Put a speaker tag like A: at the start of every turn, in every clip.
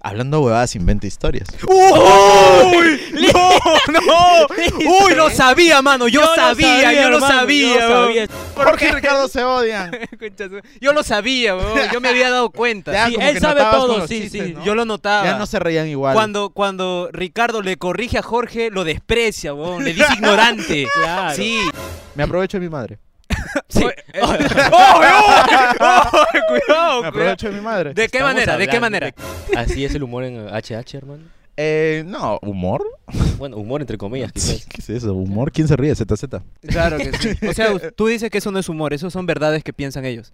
A: Hablando huevadas, inventa historias.
B: ¡Uy! ¡No, no! ¡Uy, lo sabía, mano! eh. Yo,
C: lo
B: sabía, yo lo
C: hermano,
B: sabía.
C: Yo
B: weón.
C: sabía.
A: Jorge y Ricardo se odian.
B: Concha su- Yo lo sabía, weón. Yo me había dado cuenta.
A: Ya,
C: Sí,
A: como
C: él
A: que
C: sabe
A: notabas
C: todo,
A: con los
C: sí,
A: chistes,
C: sí.
A: ¿no?
B: Yo lo notaba.
A: Ya no se reían igual.
B: Cuando, cuando Ricardo le corrige a Jorge, lo desprecia, weón. Le dice ignorante.
C: Claro.
B: Sí.
A: Me aprovecho de mi madre.
B: sí.
C: Oh,
B: ¡Oh, weón! ¡Oh,
A: Me
B: cuidado, cuidado!
A: aprovecho de mi madre.
B: ¿De qué
C: Estamos
B: manera? ¿De qué
C: hablando
B: manera?
C: de- Así es el humor en eh, HH, hermano.
A: Eh, no, ¿humor?
C: Bueno, humor entre comillas,
A: Sí,
C: quizás.
A: ¿Qué es eso? ¿Humor? ¿Quién se ríe? ZZ.
B: Claro que sí. O sea, tú dices que eso no es humor, eso son verdades que piensan ellos.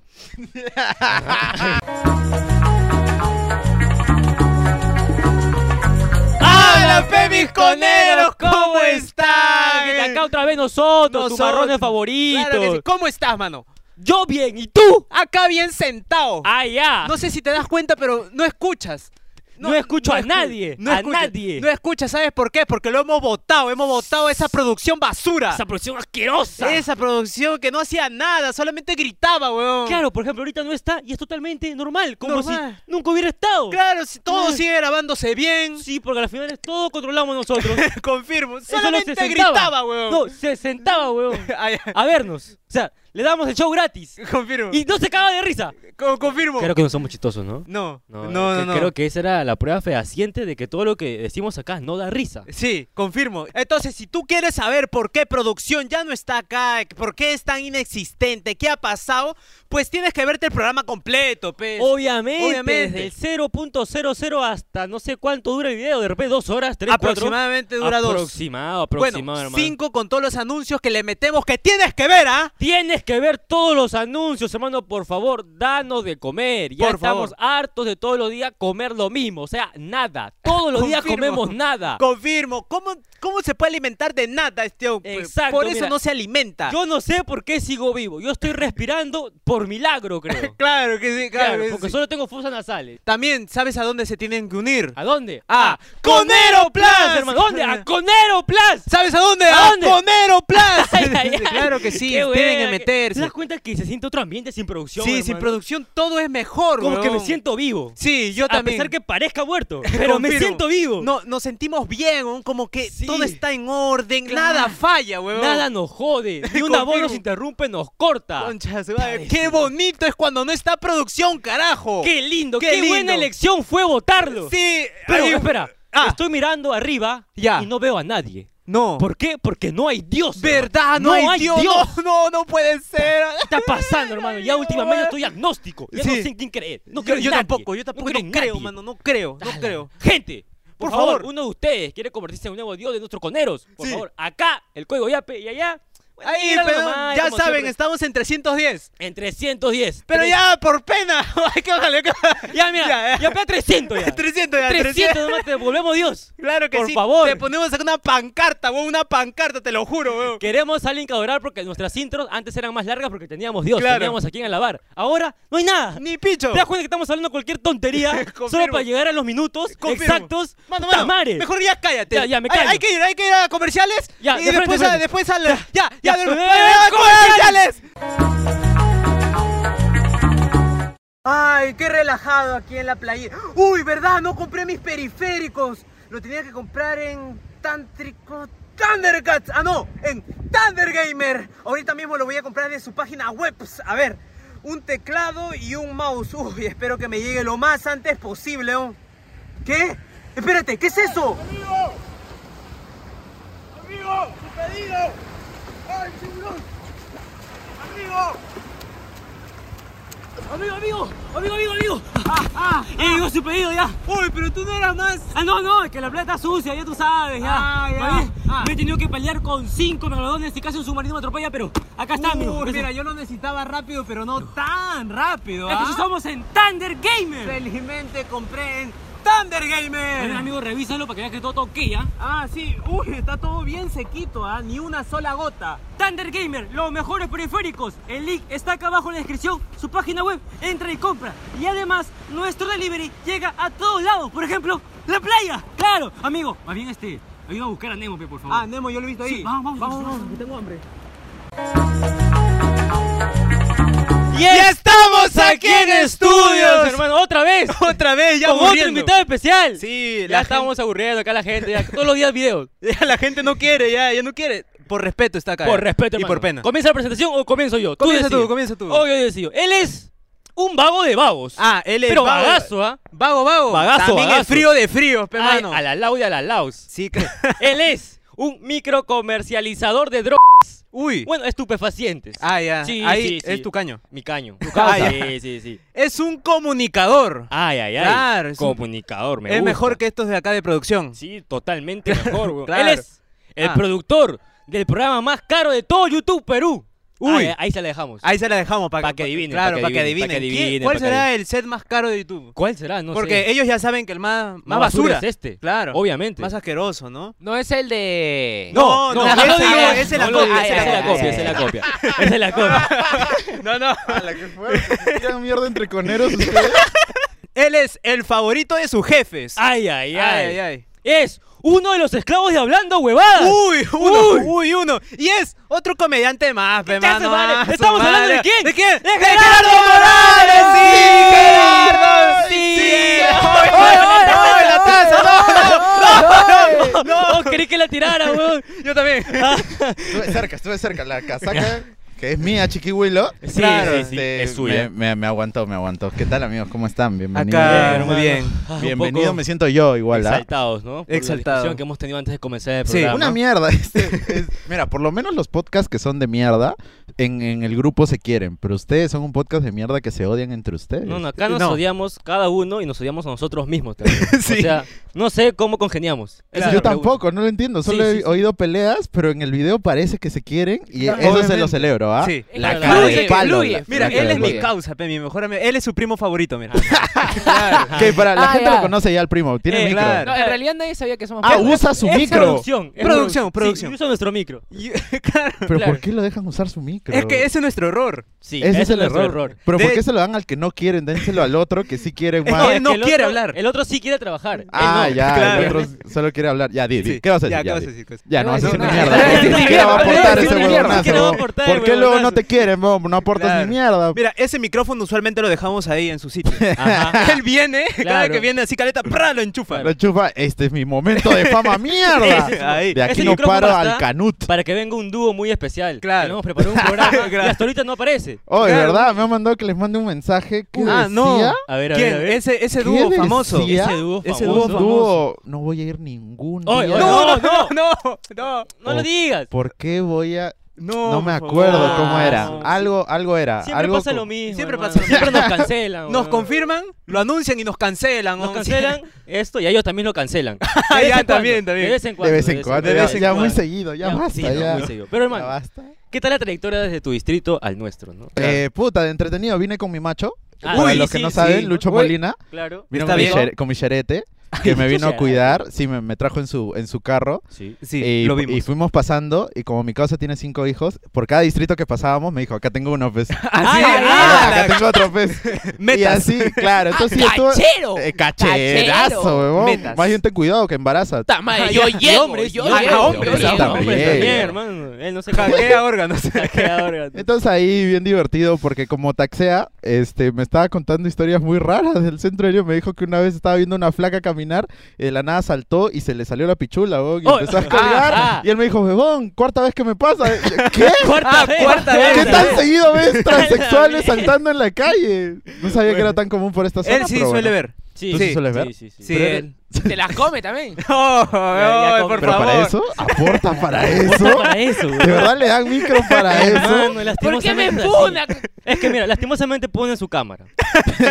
B: ¡Hola, fe, mis coneros! ¿Cómo están?
C: Ah, Acá otra vez nosotros, tus
B: Nosotros.
C: marrones favoritos.
B: Claro que sí. ¿Cómo estás, mano?
C: Yo bien, ¿y tú?
B: Acá bien sentado.
C: Ah, ya.
B: No sé si te das cuenta, pero no escuchas.
C: No escucho a nadie, a
B: escuchas.
C: nadie.
B: No escuchas, ¿sabes por qué? Porque lo hemos votado, hemos votado esa producción basura.
C: Esa producción asquerosa.
B: Esa producción que no hacía nada, solamente gritaba, weón.
C: Claro, por ejemplo, ahorita no está y es totalmente normal, como
B: Normal.
C: si nunca hubiera estado.
B: Claro, si todo
C: Ah.
B: sigue grabándose bien.
C: Sí, porque al final es todo controlamos nosotros.
B: Confirmo.
C: Eso no
B: Solamente
C: se sentaba.
B: gritaba, weón.
C: No, se sentaba, weón.
B: Ay, ay,
C: A vernos. O sea, le damos el show gratis.
B: confirmo.
C: Y no se caga de risa.
B: Co- confirmo.
C: Creo que no somos chistosos, ¿no?
B: No, no, no,
C: eh,
B: no.
C: Creo que esa era la prueba fehaciente de que todo lo que decimos acá no da risa.
B: Sí, confirmo. Entonces, si tú quieres saber por qué producción ya no está acá, por qué es tan inexistente, qué ha pasado, pues tienes que verte el programa completo, pues.
C: Obviamente,
B: Obviamente.
C: desde el 0.00 hasta no sé cuánto dura el video, de repente dos horas, tres,
B: Aproximadamente
C: cuatro.
B: dura dos.
C: Aproximado, aproximado,
B: Bueno,
C: hermano.
B: cinco con todos los anuncios que le metemos que tienes que ver, ¿ah?
C: Tienes que ver todos los anuncios, hermano, por favor, danos de comer. Ya
B: Por
C: estamos
B: favor.
C: hartos de todos los días comer lo mismo, o sea, nada. Todos los días
B: Confirmo.
C: comemos nada.
B: Confirmo. ¿Cómo, ¿Cómo se puede alimentar de nada este hombre?
C: Exacto,
B: Por eso
C: mira.
B: no se alimenta.
C: Yo no sé por qué sigo vivo. Yo estoy respirando por milagro, creo.
B: Claro que sí, claro,
C: Claro,
B: que
C: porque
B: sí.
C: solo tengo fosas nasales.
B: También, ¿sabes a dónde se tienen que unir?
C: ¿A dónde?
B: Ah, Conero Plus,
C: hermano. ¿Dónde? ¡A Conero Plus!
B: ¿Sabes a dónde?
C: ¿A
B: ¡A
C: dónde?
B: Conero Plus!
C: Ay, ay, ay.
B: Claro que sí,
C: Qué
B: tienen que
C: buena, ¿Te
B: meterse.
C: das cuenta que se siente otro ambiente sin producción?
B: Sí,
C: hermano?
B: sin producción todo es mejor,
C: Como que me
B: weón.
C: siento vivo.
B: Sí, yo
C: a
B: también.
C: pesar que parezca muerto, pero me
B: Confirmo.
C: siento vivo.
B: No, nos sentimos bien, weón, como que
C: Sí.
B: todo está en orden,
C: Claro.
B: nada falla, weón.
C: Nada nos jode. Ni una voz nos
B: Confirmo.
C: interrumpe, nos corta.
B: Concha, su madre, qué bonito es cuando no está producción, carajo.
C: Qué lindo,
B: Qué
C: qué,
B: lindo.
C: buena elección fue votarlo.
B: Sí,
C: Pero
B: ahí-
C: espera,
B: Ah.
C: estoy mirando arriba
B: Ya.
C: y no veo a nadie.
B: No.
C: ¿Por qué? Porque no hay Dios.
B: ¿Verdad?
C: hermano.
B: No, hay Dios. No, no, no puede ser.
C: ¿Qué está pasando, hermano? Ya últimamente estoy agnóstico. Ya
B: Sí.
C: no sé en quién creer. No creo en
B: yo
C: nadie.
B: tampoco, yo tampoco
C: creo en
B: creo,
C: nadie.
B: mano, no creo, no
C: Ala.
B: creo.
C: Gente, por,
B: Por
C: favor,
B: favor.
C: uno de ustedes quiere convertirse en un nuevo dios de nuestros coneros. Por
B: Sí.
C: favor, acá, el código Yape y allá. Bueno,
B: Ahí,
C: díganlo
B: pero
C: nomás,
B: ya
C: como
B: saben,
C: siempre.
B: estamos en 310.
C: En 310.
B: Pero
C: Tres-
B: ya, por pena. Hay que bajarle. hay que bajarle.
C: Ya, mira,
B: Ya,
C: ya,
B: ya.
C: pega 300 ya.
B: 300 ya,
C: 300 nomás te volvemos Dios.
B: Claro que
C: Por
B: sí.
C: favor.
B: Te ponemos acá una pancarta, weón, una pancarta, te lo juro, weón.
C: Queremos a alguien que adorar porque nuestras intros antes eran más largas porque teníamos Dios,
B: Claro.
C: teníamos a quien alabar. Ahora no hay nada.
B: Ni picho.
C: ¿Te das cuenta que estamos hablando cualquier tontería solo
B: Confirmo.
C: para llegar a los minutos
B: Confirmo.
C: exactos?
B: Mano,
C: ¡Puta
B: mano,
C: madre!
B: mejor ya cállate.
C: Ya, ya, me
B: hay,
C: callo.
B: hay que ir, hay que ir a comerciales.
C: Ya,
B: y
C: de frente,
B: después,
C: de
B: a,
C: frente.
B: después al. Ya, ya, de-
C: ya.
B: ¡Ah, comerciales! Ay, qué relajado aquí en la playa. Uy, verdad, no compré mis periféricos. Lo tenía que comprar en Tántrico Thundercats. Ah, no, en Thundergamer. Ahorita mismo lo voy a comprar de su página web. Pues, A ver, un teclado y un mouse. Uy, espero que me llegue lo más antes posible. ¿oh? ¿Qué? Espérate, ¿qué es eso?
D: ¡Amigo! ¡Amigo! ¡Su pedido! ¡Ay, tiburón! ¡Amigo!
C: Amigo, amigo, amigo, amigo, amigo. Ah, eh, llegó su pedido ya.
B: Uy, pero tú no eras más.
C: Ah, no, no, es que la plata está sucia, ya tú sabes, ya.
B: Ah, ya.
C: ¿Vale?
B: Ah.
C: Yo he tenido que pelear con cinco megalodones y casi un submarino me atropella, pero acá está, amigo.
B: Uy,
C: Gracias.
B: mira, yo lo necesitaba rápido, pero no tan rápido.
C: Es que
B: ¿ah?
C: somos en Thunder Gamer.
B: Felizmente compré en Thunder Gamer.
C: Bueno, amigo, revísalo para que veas que todo toque ya.
B: Ah, sí, uy, está todo bien sequito, ¿ah? ni una sola gota.
C: Thunder Gamer, los mejores periféricos. El link está acá abajo en la descripción, su página web, entra y compra. Y además, nuestro delivery llega a todos lados, por ejemplo, la playa. Claro, amigo, más bien este, ayuda a buscar a Nemo, pe, por favor.
B: Ah, Nemo, yo lo he visto ahí.
C: Sí, vamos, vamos, vamos,
B: que tengo hambre.
C: Y estamos
B: aquí en estudios.
C: hermano, otra vez.
B: Otra vez, ya
C: con otro
B: aburriendo.
C: invitado especial.
B: Sí,
C: ya
B: la
C: estábamos aburriendo acá la gente, ya todos los días videos.
B: gente, la gente no quiere, ya, ya no quiere. Por respeto está acá.
C: Por
B: ya.
C: respeto,
B: Y
C: hermano.
B: por pena.
C: ¿Comienza la presentación o comienzo yo?
B: Comienza tú,
C: decides.
B: comienza tú.
C: Oh, yo decido. Él es un vago de vagos.
B: Ah, él es
C: Pero
B: vago.
C: vagazo, ¿ah?
B: Vago, vago.
C: Vagazo,
B: También
C: vagazo.
B: es frío de frío, pe,
C: Ay,
B: mano.
C: A la lau y a la laus.
B: Sí, que-
C: Él es un microcomercializador de drogas.
B: Uy.
C: Bueno, estupefacientes.
B: Ah, ya.
C: Sí,
B: Ahí
C: sí, sí.
B: es tu caño. Ah,
C: Mi caño.
B: causa.
C: Sí, sí, sí.
B: Es un comunicador.
C: Ay, ay, ay.
B: Claro, es un-
C: Comunicador, Ah, me
B: es
C: gusta.
B: mejor que estos de acá de producción.
C: Sí, totalmente mejor, weón.
B: Claro.
C: Él es el
B: Ah.
C: productor del programa más caro de todo YouTube Perú.
B: Uy.
C: Ahí, ahí se la dejamos.
B: Ahí se la dejamos para
C: Pa' que adivinen,
B: Claro,
C: pa' que
B: para que
C: adivinen,
B: adivinen.
C: pa' que
B: ¿Quién-
C: adivinen,
B: ¿Cuál
C: pa' que
B: será el set más caro de YouTube?
C: ¿Cuál será? No
B: Porque
C: sé.
B: ellos ya saben que el más, más,
C: Más basura
B: basura.
C: es este.
B: Claro.
C: Obviamente.
B: Más asqueroso, ¿no?
D: No es el de.
B: No, no,
D: ese
B: no
D: es-
B: digas,
D: ese
B: ese
D: es
B: la
D: la
B: copia,
D: copia,
B: ese es
D: esa es la copia,
B: ese es
D: esa es
B: la
D: la copia. Esa es la copia.
B: No, no.
A: la que fue. Tiran mierda entre coneros ustedes.
B: Él es el favorito de sus jefes.
C: Ay, ay, ay. Uh,
B: Ay, ay.
C: Es uno de los esclavos de Hablando Huevadas.
B: Uy, uno,
C: Ah. Uy.
B: uy, uno. Y es otro comediante más, pe,
C: Ya se
B: mano.
C: vale.
B: Ah, su
C: ¿Estamos hablando de
B: madre.
C: quién?
B: ¿De quién?
C: ¡De Gerardo
B: Morales! ¡Sí, Gerardo!
C: ¡Sí!
B: ¡Oye, oye, oye, la taza!
C: No, no, querí que la tirara, weón.
B: Yo también.
A: Estuve cerca, estuve cerca. La casaca, que es mía, chiquihuilo.
C: Sí,
A: Claro,
C: sí, sí,
A: este,
C: es
A: Me,
C: suya.
A: me, me aguantó, me aguantó. ¿Qué tal, amigos? ¿Cómo están? Bienvenidos.
B: Acá,
A: Bien,
B: muy bien.
C: Ah, un
A: Bienvenido,
C: poco
A: me siento yo igual. ¿ah?
C: Exaltados, ¿no? Por La
B: Exaltado.
C: discusión que hemos tenido antes de comenzar el
B: Sí,
C: programa.
A: Una mierda. este, es- mira, por lo menos los podcasts que son de mierda en, en el grupo se quieren, pero ustedes son un podcast de mierda que se odian entre ustedes.
C: No, no, acá nos
B: No.
C: odiamos cada uno y nos odiamos a nosotros mismos también. O
B: Sí.
C: sea, no sé cómo congeniamos. Esa es
A: Yo
C: la pregunta.
A: tampoco, no lo entiendo. Solo
C: Sí,
A: he
C: sí, sí.
A: oído peleas, pero en el video parece que se quieren y eso se
B: Claro.
A: lo
B: Obviamente.
A: celebro, ¿ah?
B: Sí.
D: La
C: Claro,
D: cara
C: claro.
D: de
C: Fluye,
A: palo,
D: fluye,
A: la-
B: Mira,
D: fluye,
B: él es mi
D: fluye.
B: causa, pe, mi mejor amigo. Él es su primo favorito, mira.
A: Que para la
D: Ah,
A: gente
D: ya.
A: lo conoce ya el primo, tiene
B: Eh,
A: micro.
B: claro.
D: No, en realidad nadie sabía que somos.
A: Ah,
D: primos.
A: usa su
C: Es
A: micro.
C: Producción, es
B: Producción,
C: produ-
B: producción.
C: Sí, usa nuestro micro.
B: Y- claro.
A: Pero
C: claro.
A: ¿por qué lo dejan usar su micro?
B: Es que ese es nuestro error.
C: Sí,
A: Ese es el
C: nuestro
A: error. Pero
B: De-
A: ¿por qué se lo dan al que no quieren? Dénselo al otro que sí quieren
B: Es
A: más.
B: que Ah, él no
C: el
B: quiere
C: otro-
B: hablar.
C: El otro sí quiere trabajar. Él
A: Ah,
C: no.
A: ya,
B: claro.
A: el otro solo quiere hablar. Ya, di, di.
B: Sí.
A: ¿Qué vas a decir?
B: Ya, ¿qué vas a
A: di.
B: decir? Pues?
A: Ya,
D: No
A: no vas a
D: voy
A: decir
D: a
A: ni mierda.
D: decir nada.
A: porque Ni
C: Sí,
A: siquiera va a
C: no voy a
A: aportar
C: decir
A: ese
C: ni mierda. Ni siquiera va a
A: huevonazo.
C: aportar el
A: ¿Por qué luego no
C: huevonazo?
A: te quieren, bo? No aportas
B: Claro.
A: ni mierda.
B: Mira, ese micrófono usualmente lo dejamos ahí en su sitio.
C: Ajá.
B: Él viene, cada
C: Claro.
B: vez que viene así caleta, ¡prá! lo enchufa.
A: Lo chupa, este es mi momento de fama, mierda.
B: Ese es- ahí.
A: De aquí
C: Ese
A: no
C: micrófono
A: paro
C: está
A: al canut.
C: Para que venga un dúo muy especial.
B: Claro.
C: Que no hemos preparado un programa y hasta ahorita no aparece.
A: Oh, de
B: Claro.
A: verdad, me han mandado que les mande un mensaje que
B: Ah,
A: decía...
B: no.
C: A ver, a ver,
B: ¿Quién? ah?
C: a ver.
B: Ese, ese
A: ¿Qué
B: dúo famoso.
A: decía?
C: Ese dúo
B: Ese dúo
C: famoso.
B: famoso.
A: Dúo, no voy a ir ningún
C: Oye,
A: día.
C: oye,
B: No,
C: No,
B: no, no, no.
C: No lo
A: Oh.
C: digas.
A: ¿Por qué voy a...?
B: No,
A: No me
B: por favor.
A: acuerdo cómo
C: Ah,
A: era.
C: sí.
A: Algo, algo era.
C: Siempre
A: algo
C: pasa
A: co-
C: lo mismo.
B: Siempre
C: hermano.
B: pasa lo
C: Siempre nos cancelan.
B: Nos
C: weón.
B: confirman, lo anuncian y nos cancelan.
C: Nos
B: ¿no?
C: cancelan esto y a ellos también lo cancelan. De
B: Ah,
C: vez
B: ya,
C: en cuando,
B: también, también.
C: De vez en
A: De
C: cuando.
A: vez en cuando,
B: de
A: ya-
B: vez en
A: ya muy
B: cuando.
A: seguido, ya, basta,
C: sí, no,
A: ya.
C: muy seguido. Pero
A: Ya
C: hermano,
A: basta.
C: ¿qué tal la trayectoria desde tu distrito al nuestro, no?
A: Eh, puta, de entretenido, vine con mi macho.
C: Ah,
A: Para
C: sí,
A: los que
C: sí,
A: no
C: sí.
A: saben, Lucho
C: Uy.
A: Molina.
C: Claro.
A: Vino
B: ¿Está
A: con mi,
B: bien?
A: chere- con mi cherete, que me vino a
C: Cherete.
A: cuidar. Sí, me, me trajo en su, en su carro.
C: Sí.
B: Sí,
A: y,
B: lo
A: fu- y
B: vimos.
A: fuimos pasando, y como mi casa tiene cinco hijos, por cada distrito que pasábamos me dijo, acá tengo uno, pues.
B: Así,
C: Ah,
B: ah,
A: acá tengo otro, pues.
B: Metas.
A: Y así, claro. Entonces
C: Ah,
A: yo estuve-
D: ¡Cachero!
A: Eh, cacherazo,
D: Cachero.
A: huevón.
B: Metas.
A: Más bien ten cuidado que embaraza.
D: Ta madre, yo llego,
C: hombres,
D: yo
C: Ah, y hombres,
D: llego.
B: hombres,
D: Yo
A: hombres
D: llego.
C: Hombre,
A: Bien.
C: también, hermano. Él no se
B: Hackea órganos.
C: Hackea órganos.
A: Entonces ahí bien divertido porque como taxea, este, me estaba contando historias muy raras del centro aéreo. Me dijo que una vez estaba viendo una flaca caminar, y de la nada saltó y se le salió la pichula, huevón, y
C: Oh,
A: empezó a
C: ah,
A: colgar.
C: ah.
A: Y él me dijo, huevón, cuarta vez que me pasa. ¿Qué?
C: Cuarta vez.
B: cuarta vez.
A: ¿Qué tan seguido ves
C: Ay,
A: transexuales
C: la mierda.
A: saltando en la calle? No sabía que era tan común por esta zona.
B: Él sí
A: pero
B: suele
A: bueno.
B: ver.
C: Sí,
A: ¿Tú sí sueles ver?
C: Sí, sí,
B: Sí,
C: Pero-
B: él.
D: Te las come también.
B: Oh,
C: ya
B: ay,
C: con-
B: por
A: Pero
B: favor.
A: para eso, aporta para
C: Puta
A: eso.
C: para eso, güey.
A: De verdad le dan micro para eso.
C: Hermano,
D: ¿Por qué me
C: lastimosamente así.
D: puna?
C: Es que mira, lastimosamente pone su cámara. Entonces,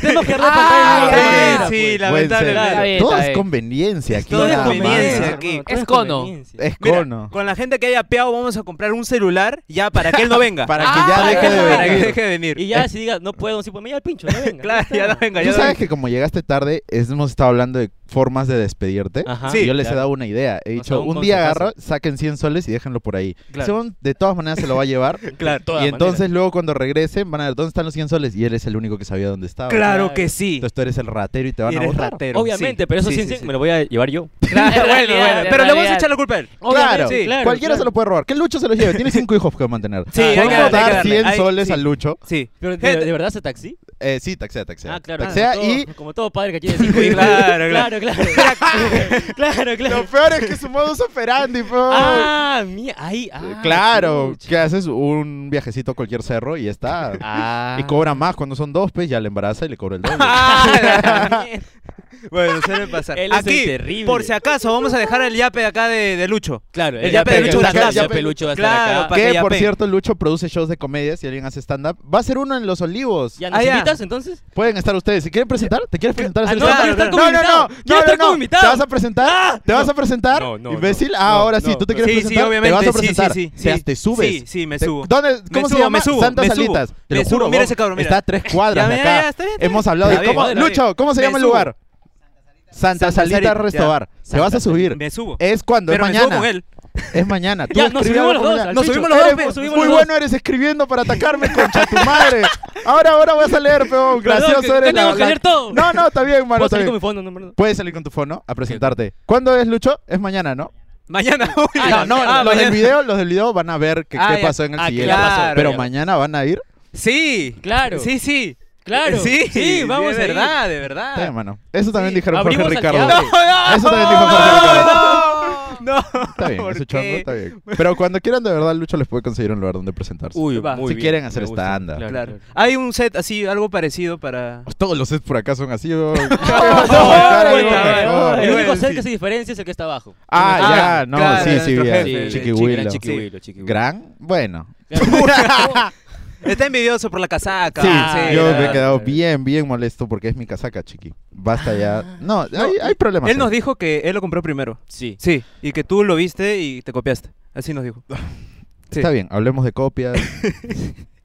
C: tenemos que darle
D: Ah,
C: pantalla.
A: ya,
C: a la cámara,
B: sí,
C: pues.
B: la-
A: Buen
B: Lamentablemente.
D: Está bien,
A: ser. Todo
D: está
A: es
D: bien.
A: conveniencia aquí.
B: Todo es
A: nada más.
B: conveniencia aquí.
C: Todo
D: Es cono.
C: conveniencia.
A: Es
B: Mira,
A: cono.
B: con la gente que haya apiado vamos a comprar un celular ya para que él no venga.
A: Para
D: Ah,
A: que ya
D: para
A: deje
D: que
A: de
D: no
B: para que
A: venir.
B: deje de venir.
C: Y ya si diga, no puedo, si pues me da el pincho, no venga.
B: claro, ya no venga.
A: Tú
B: ya no
A: sabes
B: venga.
A: que como llegaste tarde, es- hemos estado hablando de formas de despedirte.
B: Ajá.
A: Y
B: Sí,
A: yo les he
B: claro.
A: dado una idea. He
B: O
A: dicho,
B: sea, un
A: un, día
B: consejazo.
A: agarra, saquen 100 soles y déjenlo por ahí.
B: Claro.
A: Según, de todas maneras se lo va a llevar.
B: Claro.
A: y entonces luego cuando regresen van a ver, ¿dónde están los 100 soles? Y él es el único que sabía dónde estaba.
B: Claro que sí.
A: Entonces tú eres el ratero y te van a
B: Eres
A: votar.
B: ratero.
C: Obviamente,
B: sí.
C: pero eso
B: Sí,
C: sí,
B: sí,
C: sí,
B: sí.
C: me lo voy a llevar yo.
B: Claro,
D: En
B: bueno,
D: realidad,
B: bueno.
D: en
B: Pero le vamos a
D: realidad.
B: echar la culpa a él.
A: Claro,
B: Sí,
D: claro,
A: cualquiera
D: claro.
A: se lo puede robar. Que Lucho se lo lleve. Tiene cinco hijos que mantener.
B: Sí, hay que
A: Podemos
B: darle, hay que
A: dar
B: darle.
A: 100
B: Hay-
A: soles
B: sí.
A: al Lucho.
B: Sí.
C: Pero, ¿de,
B: Gente-
C: de verdad se taxi?
A: Eh, sí, taxea, taxea.
C: Ah, claro.
A: Taxea
C: como
A: y...
C: todo- Como todo padre que quiere cinco hijos.
B: Claro, claro.
C: Claro, claro. claro, claro.
A: Lo peor es que su modus operandi, po.
C: Ah, mía, ahí. ah,
A: claro,
C: chucha.
A: que haces un viajecito a cualquier cerro y ya está.
C: Ah.
A: Y cobra más cuando son dos, pues ya le embaraza y le cobra el doble.
B: Ah, la mierda. bueno, suele pasar.
C: Él es el
B: Aquí,
C: terrible.
B: por si acaso, vamos a dejar el yape acá de, de Lucho.
C: Claro,
B: El yape de Lucho
C: va a
B: de acá.
C: estar- el yape de Lucho va a estar
B: Claro,
C: acá.
B: pa-
A: que
B: que
A: por
B: yapen.
A: cierto, Lucho produce shows de comedia. Si alguien hace stand-up, va a ser uno en Los Olivos.
C: ¿Ya nos
B: Ah, ya.
C: invitas entonces?
A: Pueden estar ustedes. Si quieren presentar, ¿te quieres presentar? a
C: Ah,
A: hacer
C: no,
A: stand-up?
C: quiero estar como
A: no, no,
C: invitado.
A: no,
C: Quiero
A: no,
C: estar
A: no,
C: como
A: no.
C: invitado.
A: ¿Te vas a
B: Ah.
A: presentar? ¿Te vas a presentar?
C: No, no,
A: Imbécil,
C: no,
A: Ah, ahora
C: no,
A: sí. ¿Tú te
C: no.
A: quieres
B: Sí, sí,
A: presentar?
B: obviamente,
A: ¿Te vas a
B: sí, sí,
A: presentar?
B: sí,
A: Te-
B: sí.
A: hasta Te subes.
B: Sí, sí, me
A: Te-
B: subo.
A: ¿Dónde,
B: Me
A: ¿Cómo se
B: subo,
A: llama?
B: me subo,
A: Santas
B: me subo.
A: Alitas. Te lo
B: Me subo,
A: juro,
B: mira
A: huevón,
B: ese cabrón, mira.
A: Está a tres cuadras
B: Ya,
A: de
B: ya,
A: acá.
B: ya, está bien, está bien.
A: Hemos hablado de
B: Está bien,
A: cómo-
B: está bien.
A: Lucho, ¿cómo se
B: Me
A: llama el
B: subo.
A: lugar? Santa
B: Santa Salita,
A: Salita Restobar. Te vas a subir.
B: Me subo.
A: Es cuando, es
B: Pero me subo
A: mañana.
B: con él.
A: Es mañana. Tú
C: Ya, nos
A: escribe
C: subimos
A: algo
C: los
A: por
C: dos,
A: mañana.
C: al
B: Nos
C: pincho.
B: subimos los dos,
C: Eres-
B: pe,
C: nos subimos
A: Muy
C: los dos.
A: bueno eres escribiendo para atacarme, concha tu madre. Ahora, ahora vas a leer, peón.
C: Perdón,
A: Gracioso
C: que-
A: eres.
C: que tengo
A: la-
C: que
A: la-
C: leer todo.
A: No, no, está bien, mano.
C: Puedo
A: Está
C: salir con
A: bien.
C: mi fondo, no, perdón.
A: Puedes salir con tu fono a presentarte. ¿Cuándo es, Lucho? Es mañana, ¿no?
B: Mañana. uy.
A: No, no,
B: Ah,
A: los
B: mañana.
A: del video, los del video van a ver que-
B: Ah,
A: qué
B: ya.
A: pasó en el
C: Ah, que
A: siguiente.
B: ya pasó,
A: Pero
C: ya.
A: mañana van a ir.
B: Sí.
C: Claro.
B: Sí, sí.
C: Claro.
B: Sí,
C: Sí, vamos
B: de
C: a ir.
B: verdad, de
A: Está bien,
B: verdad.
A: mano. Eso también
C: Sí,
A: dijeron Jorge
C: abrimos al que
A: Ricardo.
C: abre.
A: Eso también dijo Jorge Ricardo.
B: No, no.
A: Está bien,
B: ¿Por
A: ese
B: qué?
A: chongo está bien. Pero cuando quieran, de verdad, Lucho les puede conseguir un lugar donde presentarse.
C: Uy,
B: Va.
C: muy
A: si
C: bien,
A: quieren
C: me
A: hacer
C: gusta.
A: stand-up.
C: Claro,
B: Claro.
C: claro.
B: Hay un set así, algo parecido para.
A: Todos los sets por acá son así. weón. ¿Qué
C: Ah,
A: vas a buscar ahí,
C: bueno,
A: por
B: bueno,
A: favor?
C: bueno. El
B: Bueno,
C: único set
B: sí.
C: que se diferencia es el que está abajo.
A: Ah,
B: Ah,
A: ya, no,
B: claro,
A: sí, sí,
B: nuestro
A: bien.
B: jefe,
A: Chiqui
C: Chiqui-
A: Willow.
C: gran Chiqui Willow, Chiqui Willow.
A: Gran, bueno.
B: Está envidioso por la casaca.
A: Sí,
C: sí,
A: yo
B: claro.
A: me he quedado
C: claro.
A: bien, bien molesto porque es mi casaca, chiqui. Basta ya. No, hay, hay problemas.
B: Ah. Él nos
A: ahí.
B: dijo que él lo compró primero.
C: Sí.
B: Sí, y que tú lo viste y te copiaste. Así nos dijo. sí.
A: Está bien, hablemos de copias.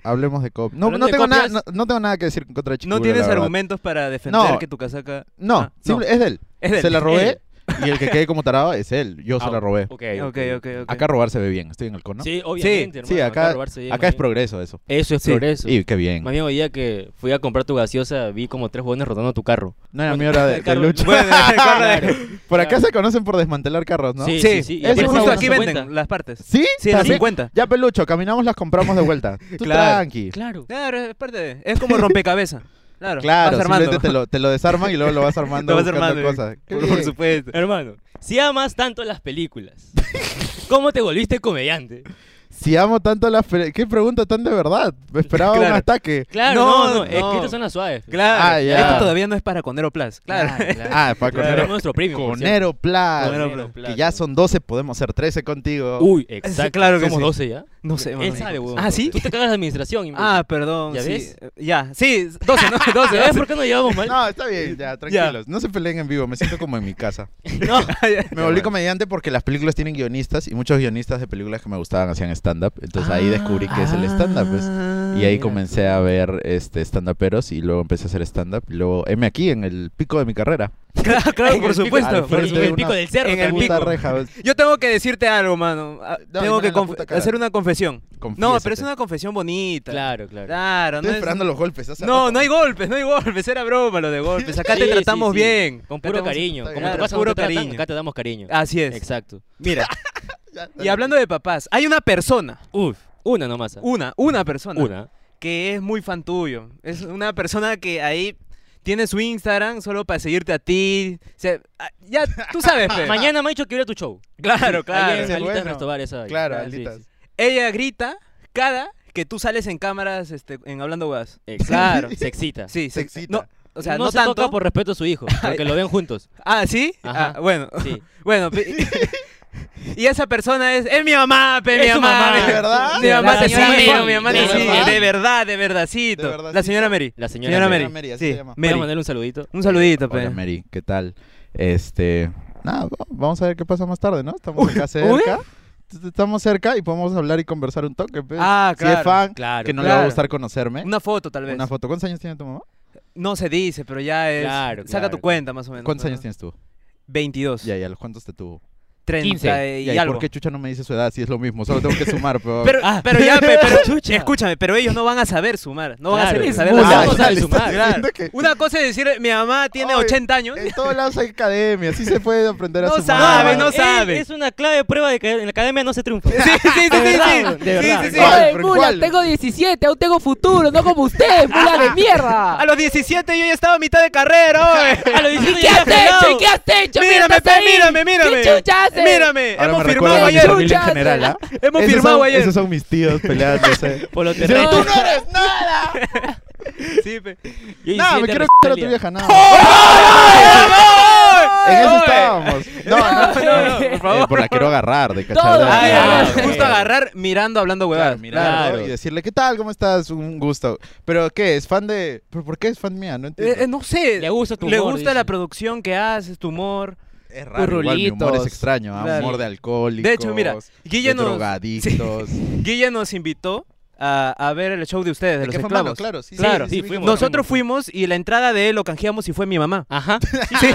A: hablemos de copias. No,
C: Hablando
A: no
C: de
A: tengo nada, no,
C: copias-
A: no tengo nada que decir contra Chiqui.
B: No
A: Willow,
B: tienes
A: la verdad.
B: argumentos para defender
A: No.
B: que tu casaca.
A: No,
B: Ah,
A: simple- es de él.
B: Es de él,
A: Se la
B: es
A: robé y el que quede como tarado es él. Yo se la robé.
C: Ah, Ok,
B: Ok, ok, ok.
A: Acá robar se ve bien, estoy en el cono.
C: Sí, obviamente,
A: sí,
C: hermano,
A: acá,
C: robarse bien,
A: acá es
C: más bien.
A: progreso eso.
C: Eso es
B: Sí.
C: progreso.
A: Y qué bien.
C: Más bien, hoy día que fui a comprar tu gaseosa, vi como tres jóvenes rotando tu carro.
A: No era mi hora de, de
C: Carlos,
A: lucha.
B: Bueno, corre.
A: Por acá se conocen por desmantelar carros, ¿no?
C: Sí,
B: Sí,
C: sí,
A: eso
C: sí.
B: Y
C: aparte
A: es
B: justo
A: una
B: aquí
C: buena
B: venden
C: cuenta.
B: las partes.
A: ¿Sí?
B: Sí, en la
A: ¿También?
B: 50.
A: Ya, pelucho, caminamos, las compramos de vuelta. Tú
B: Claro.
A: tranqui.
C: Claro.
B: Claro, es parte de. Es como rompecabezas. Claro,
A: Claro,
B: vas armando.
A: simplemente te lo, te lo desarman y luego lo vas armando
B: Lo vas
A: buscando
B: armando, eh.
A: cosas. Ah, Qué
B: Por,
A: bien.
B: por supuesto.
C: Hermano, si amas tanto las películas, ¿cómo te volviste comediante?
A: Si amo tanto las... pele- Qué pregunta tan de verdad. Me esperaba
B: Claro.
A: un ataque.
C: Claro,
B: No,
C: no, no, es
B: no.
C: que estas son las suaves.
B: Claro.
A: Ah, ya.
B: Esto todavía no es para Conero Plus. Claro.
A: Ah, para
C: Claro,
A: Conero.
C: es nuestro premium. por cierto.
A: Conero Plas.
B: Conero
A: Que ya son 12, podemos ser 13 contigo.
C: Uy, exacto.
B: claro que
C: Somos
B: sí.
C: 12 ya.
B: No sé, mano.
C: Él sabe, huevón.
B: Ah, ¿sí?
C: Tú te cagas de administración. imbécil.
B: Ah, perdón.
C: ¿Ya
B: sí.
C: ves?
B: Eh, Ya, sí, 12, ¿no? 12,
C: ¿Ya ves
B: 12.
C: por qué no llevamos mal?
A: No, está bien, ya, tranquilos. No se peleen en vivo, me siento como en mi casa.
B: No. Ah,
A: Me volví comediante porque las películas tienen guionistas y muchos guionistas de películas que me gustaban hacían stand-up. Entonces Pues ahí descubrí que es el stand-up. pues. Y
B: Ah.
A: ahí comencé a ver este stand-uperos y luego empecé a hacer stand-up. Y luego, heme aquí, en el pico de mi carrera.
B: Claro, claro,
C: En el
B: por
C: pico-
B: supuesto.
A: al
C: Y
B: por
A: frente
C: en
B: supuesto.
A: de
C: el pico
A: una-
C: del cerro.
B: en el
C: también.
A: Puta
B: pico.
A: reja, pues,
B: Yo tengo que decirte algo, mano. Ah,
A: No,
B: tengo
A: no,
B: que
A: en la
B: conf-
A: puta cara.
B: hacer una confesión. No,
A: confiésate.
B: pero es una confesión bonita.
C: Claro,
B: Ah,
C: claro.
B: Claro,
A: Estoy
B: no es-
A: esperando los golpes. hace
B: No,
A: rato.
B: no hay golpes, no hay golpes. Era broma lo de golpes. Pues Acá te
C: Sí,
B: tratamos
C: sí, sí.
B: bien.
C: Con
B: Acá
C: puro
B: te vamos-
C: cariño. Como
A: Claro,
C: en tu casa
B: puro
C: no te tratan,
B: cariño.
C: acá te damos cariño.
B: Así es.
C: Exacto.
B: Mira,
A: Ya, dale.
B: y hablando de papás, hay una persona,
C: Uf, una nomás. ah.
B: una, una persona,
C: Una.
B: que es muy fan tuyo. Es una persona que ahí tiene su Instagram solo para seguirte a ti. O sea, ah, ya, tú sabes, pe.
C: Ah, Mañana me ha dicho que ir a tu show.
B: Claro, claro.
C: Ahí en
A: Ese
C: Alitas
A: bueno.
C: Restobar, esa vaina.
A: Claro,
C: Ah, sí,
A: alitas.
C: sí.
B: Ella grita cada que tú sales en cámaras este, en Hablando Guas.
C: Exacto.
B: Claro.
C: Se excita.
B: Sí,
A: Se
B: sí.
A: excita.
B: No, o sea, no,
C: Eh, no, se
B: tanto.
C: toca por respeto a su hijo, porque lo ven juntos.
B: Ah, ¿sí?
C: Ajá.
B: Ah, bueno.
C: Sí.
B: Bueno, pe- y esa persona es, es mi mamá, pe, mi
C: Es su
B: mamá.
C: mamá.
B: mi-
A: ¿De verdad?
B: Mi
C: La
B: mamá te
C: señora
B: sigue,
C: Mary.
B: mi mamá
A: ¿De
B: te sigue.
A: verdad?
B: De verdad, de verdadcito.
A: De verdadcito.
B: La señora Mary.
C: La señora,
B: Señora
C: Mary.
A: Mary.
B: Mary.
A: Mary, así
B: sí,
A: se llama.
B: Mary.
C: Voy a mandarle un saludito.
B: Un saludito, pe.
A: Hola, Mary, ¿qué tal? Este, nada, va- vamos a ver qué pasa más tarde, ¿no? Estamos acá cerca. T- Estamos cerca y podemos hablar y conversar un toque. pues.
B: Ah,
A: Si es
B: claro,
A: fan, ¿eh?
C: claro,
A: que no le va a
B: claro.
A: gustar conocerme.
B: Una foto, tal vez.
A: Una foto. ¿Cuántos años tiene tu mamá?
B: No se dice, pero ya es.
C: Claro,
B: Saca
C: claro.
B: tu cuenta, más o menos.
A: ¿Cuántos
B: ¿no?
A: años tienes tú?
B: 22.
A: Ya, ya, ¿los cuántos te tuvo?
B: 30
A: Ya,
B: y,
A: ¿y
B: algo.
A: por qué Chucha no me dice su edad si es lo mismo? Solo tengo que sumar, pero...
B: Pero,
C: Ah,
B: pero ya, pe- pero,
C: chucha.
B: escúchame, pero ellos no van a saber sumar. No van a
C: Claro,
B: saber,
C: es
B: saber
C: muy
B: la
C: largo.
B: suma.
C: sabe
A: le estás
C: sumar.
A: diciendo que Eh.
B: Una cosa es decir, mi mamá tiene
A: Oye,
B: 80 años.
A: En todos lados hay academia, así se puede aprender a
B: No
A: sumar.
B: sabe, no
C: es-
B: sabe.
C: Es una clave prueba de que en la academia no se triunfa.
B: Sí, sí, sí, sí,
C: De verdad,
B: sí.
C: de
B: Sí,
C: verdad.
B: sí, sí.
A: ¿Cuál?
D: ¡Oye,
A: ¿Pero
D: mula!
A: cuál?
D: Tengo 17, aún tengo futuro, no como ustedes, mula de mierda.
B: A los 17 yo ya estaba a mitad de carrera, oye.
C: A los 18
D: ¿Qué
C: ya
D: has
C: fregado.
D: hecho? ¿Y ¿Qué has hecho? Mira,
B: Mírame,
D: estás
B: pe,
D: ahí.
B: mírame, mírame.
D: ¿Qué chucha haces?
B: Mírame,
A: Ahora
B: hemos
A: me recuerdo
B: firmado
A: a mi
B: ayer.
A: familia en
D: Chuchas.
A: general, ¿ah?
B: Hemos
A: Esos
B: firmado
A: son-
B: ayer.
A: Esos son mis tíos peleándose.
C: Por lo
A: Dicen,
C: terrestre.
A: ¡Tú no eres nada!
B: Sí, pe.
A: No, me quiero c***ar a tu vieja, no. En eso
B: Oye.
A: estábamos. No, no,
B: No, no, no, por
A: Eh,
B: favor.
A: por la quiero agarrar, de
D: Todo,
A: cachada.
B: Ah,
D: Ah,
B: ya,
D: ok.
B: Justo agarrar mirando, hablando
A: Claro,
B: huevadas.
A: mirarlo
C: claro.
A: y decirle, ¿qué tal? ¿Cómo estás? Un gusto. ¿Pero qué? ¿Es fan de...? ¿Pero por qué es fan mía? No
B: Eh,
A: entiendo.
B: eh, no sé.
C: Le gusta tu
B: Le
C: humor,
B: gusta la
C: dice.
B: producción que haces, tu humor.
A: es raro, igual mi humor es
D: rulitos.
A: extraño, ¿ah?
B: Claro.
A: Humor de alcohólicos,
B: De hecho, mira, Guille
A: de
B: nos,
A: drogadictos.
B: Guille nos invitó a, a ver el show de ustedes, de los
A: Que fue mano,
B: esclavos.
A: claro, sí. sí,
B: Claro.
A: sí,
C: Sí,
A: sí,
C: fuimos.
B: Nosotros fuimos y la entrada de él lo canjeamos y fue mi mamá.
C: Ajá.
B: Sí,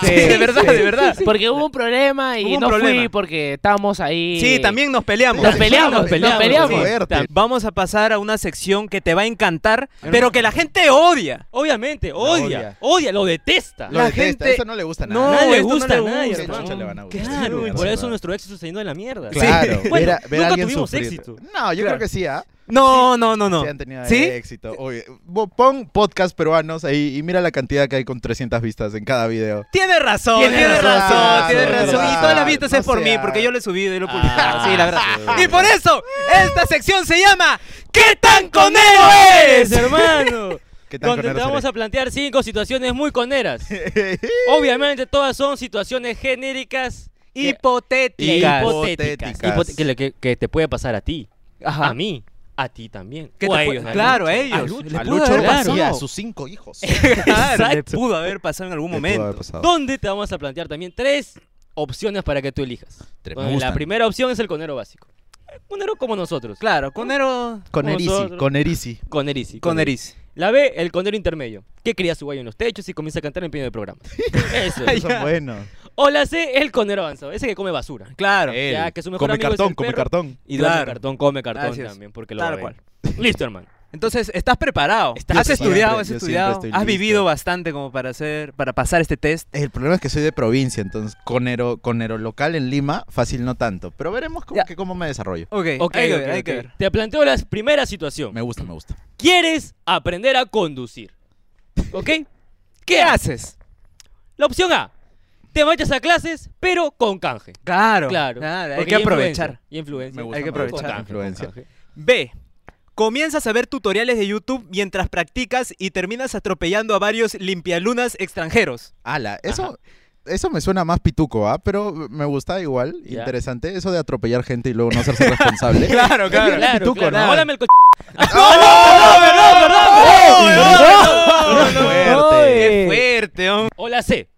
B: sí, de verdad, de verdad.
D: Porque hubo un problema y
B: Hubo un
D: no
B: problema.
D: fui porque estábamos ahí.
B: Sí, también nos peleamos.
D: Nos peleamos,
A: Nos
D: nos
A: peleamos,
D: peleamos.
A: joder. Fuerte.
B: Vamos a pasar a una sección que te va a encantar, pero que la gente odia.
C: Obviamente,
A: odia.
C: odia. Odia, lo detesta.
A: Lo
B: La
A: detesta,
B: gente-
A: eso no le gusta nada.
B: No,
C: No, le
B: esto no le
C: gusta a nadie,
B: gusta,
C: hermano.
A: chucha, le van a gustar.
C: Claro,
A: Sí,
C: y por
A: sí,
C: eso
A: sí.
C: nuestro éxito está yendo de la mierda.
A: Claro,
C: Sí.
A: ver
C: Bueno,
A: a- ver a
C: nunca
A: alguien
C: tuvimos
A: sufrir.
C: éxito.
A: No, yo creo que sí, ¿ah?
B: No, no, no, no.
A: Sí han tenido
B: ¿Sí?
A: éxito. Oye, bo- pon podcast peruanos ahí y mira la cantidad que hay con 300 vistas en cada video.
B: Tiene razón,
A: Tiene
B: tiene, razón,
A: razón,
B: tiene
A: tiene
B: razón. Y
A: razón.
B: todas las vistas
A: No
B: es por mí,
A: sea-
B: porque yo lo he subido y lo he publicado.
C: Ah,
B: sí, la verdad.
A: sí.
B: Y por eso, esta sección se llama ¿Qué tan conero eres?
C: Es, hermano.
A: ¿Qué tan
C: Donde te
A: conero
C: vamos a plantear cinco situaciones muy coneras. Obviamente todas son situaciones genéricas y
B: Hipotética.
C: hipotéticas.
A: Hipotéticas.
C: Hipote- que, le- que- que te puede pasar a ti,
B: Ajá.
C: a mí, a ti también.
B: ¿Qué
C: o
B: te
C: a
B: pu-
C: ellos.
B: claro,
C: a
B: a
C: ellos.
B: ellos.
A: eres?
B: Le
A: A
B: pudo
A: Lucho
B: haber
A: García,
B: pasado.
A: a sus cinco hijos.
B: Claro, le
C: Exacto.
B: pudo haber pasado en algún
A: Le pudo haber
B: momento.
A: pasado.
C: ¿Dónde te vamos a plantear también tres opciones para que tú elijas?
A: Tres, me
C: Donde la
A: gustan.
C: primera opción es el conero básico. Conero como nosotros.
B: Claro, conero
A: Con Erisi,
C: Nosotros.
A: con Erisi.
C: Con erisi.
B: con Eris.
C: La B, el conero intermedio, que cría su guayo en los techos y comienza a cantar en pleno de programa. Eso.
A: Esos
C: es.
A: Son buenos.
C: O la C, el conero avanzado, ese que come basura.
B: Claro.
A: Él.
C: Ya, que su mejor
A: Come
C: amigo es el
A: cartón, come
C: perro.
A: cartón.
C: Y duerme
B: Claro.
C: cartón, come cartón
B: Gracias.
C: también, porque lo
B: Tal
C: va a ver. Listo, hermano.
B: Entonces, estás preparado.
C: Estás
B: has
C: preparado.
B: estudiado, has
A: Yo siempre
B: estudiado.
A: estoy
B: Has vivido
A: listo.
B: bastante como para hacer, para pasar este test.
A: El problema es que soy de provincia, entonces conero, conero local en Lima, fácil no tanto. Pero veremos cómo,
B: Ya.
A: que cómo me desarrollo.
B: Ok,
C: Ok,
B: Eh, hay que
C: ok,
B: ver, hay que
C: ok.
B: ver.
C: Te planteo la primera situación.
A: Me gusta, me gusta.
C: ¿Quieres aprender a conducir? ¿Ok?
B: ¿Qué haces?
C: La opción A, te metes a clases, pero con canje.
B: Claro.
C: Claro.
B: hay
C: porque
B: que
C: hay influencia,
B: aprovechar.
C: Y influencia.
A: Me gusta,
B: Hay que
A: me gusta
B: aprovechar.
A: la influencia.
B: B. Comienzas a ver tutoriales de YouTube mientras practicas y terminas atropellando a varios limpialunas extranjeros.
A: Ala, eso, eso me suena más pituco, ¿ah? Pero me gusta igual,
C: Ya.
A: interesante. Eso de atropellar gente y luego no hacerse responsable.
B: Claro,
C: Claro,
A: Claro,
C: claro.
A: pituco, ¿no?
C: Ólame el co-
B: ¡No, no, no!
A: Fuerte.
B: ¡Qué fuerte, hombre!
C: O la C,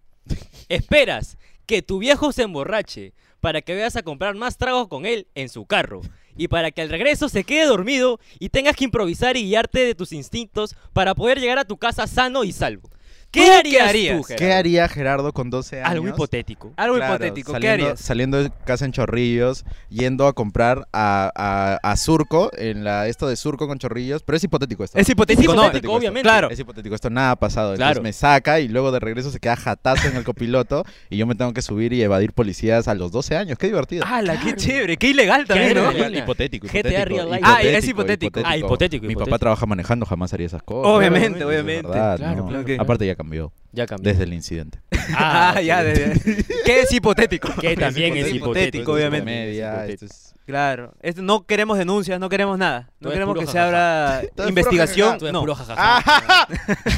C: esperas que tu viejo se emborrache para que vayas a comprar más tragos con él en su carro. Y para que al regreso se quede dormido y tengas que improvisar y guiarte de tus instintos para poder llegar a tu casa sano y salvo.
B: ¿Tú
C: ¿Qué
B: qué
C: harías,
B: harías?
C: tú,
A: ¿Qué
C: Gerardo?
A: haría Gerardo con 12 años?
C: Algo hipotético.
B: Algo
A: Claro,
B: hipotético, ¿qué
A: saliendo,
B: harías?
A: Saliendo de casa en Chorrillos, yendo a comprar a, a- a Surco, en la esto de Surco con Chorrillos, pero es hipotético esto.
B: Es hipotético,
C: Es
B: no,
C: hipotético,
B: esto.
C: obviamente.
B: Claro.
A: Es hipotético, esto nada ha pasado. Entonces
C: Claro.
A: me saca y luego de regreso se queda jatazo en el copiloto y yo me tengo que subir y evadir policías a los 12 años. Qué divertido.
C: Ah,
B: ¡Hala, qué chévere! ¡Qué ilegal también,
C: Claro.
B: ¿no?
C: Real,
A: hipotético,
C: GTA Real Life.
B: Ah, es hipotético.
C: Ah, hipotético,
A: Mi
C: hipotético.
A: papá trabaja manejando, jamás haría esas cosas.
B: Obviamente,
A: Es
B: obviamente.
A: verdad,
C: Claro,
A: ¿no?
B: claro, claro.
A: Aparte ya cambió
C: Ya cambió.
A: desde el incidente.
B: Ah, ya, de, de- ¿Qué es hipotético?
C: Que también es hipotético,
B: hipotético, obviamente.
A: Comedia,
C: Es
A: esto es-
B: Claro. Esto- no queremos denuncias, no queremos nada. No
C: Todo es
B: queremos
C: puro
B: que se
C: jajaja.
B: abra
A: puro
B: investigación.
C: Tú eres
B: No.
C: puro jajaja.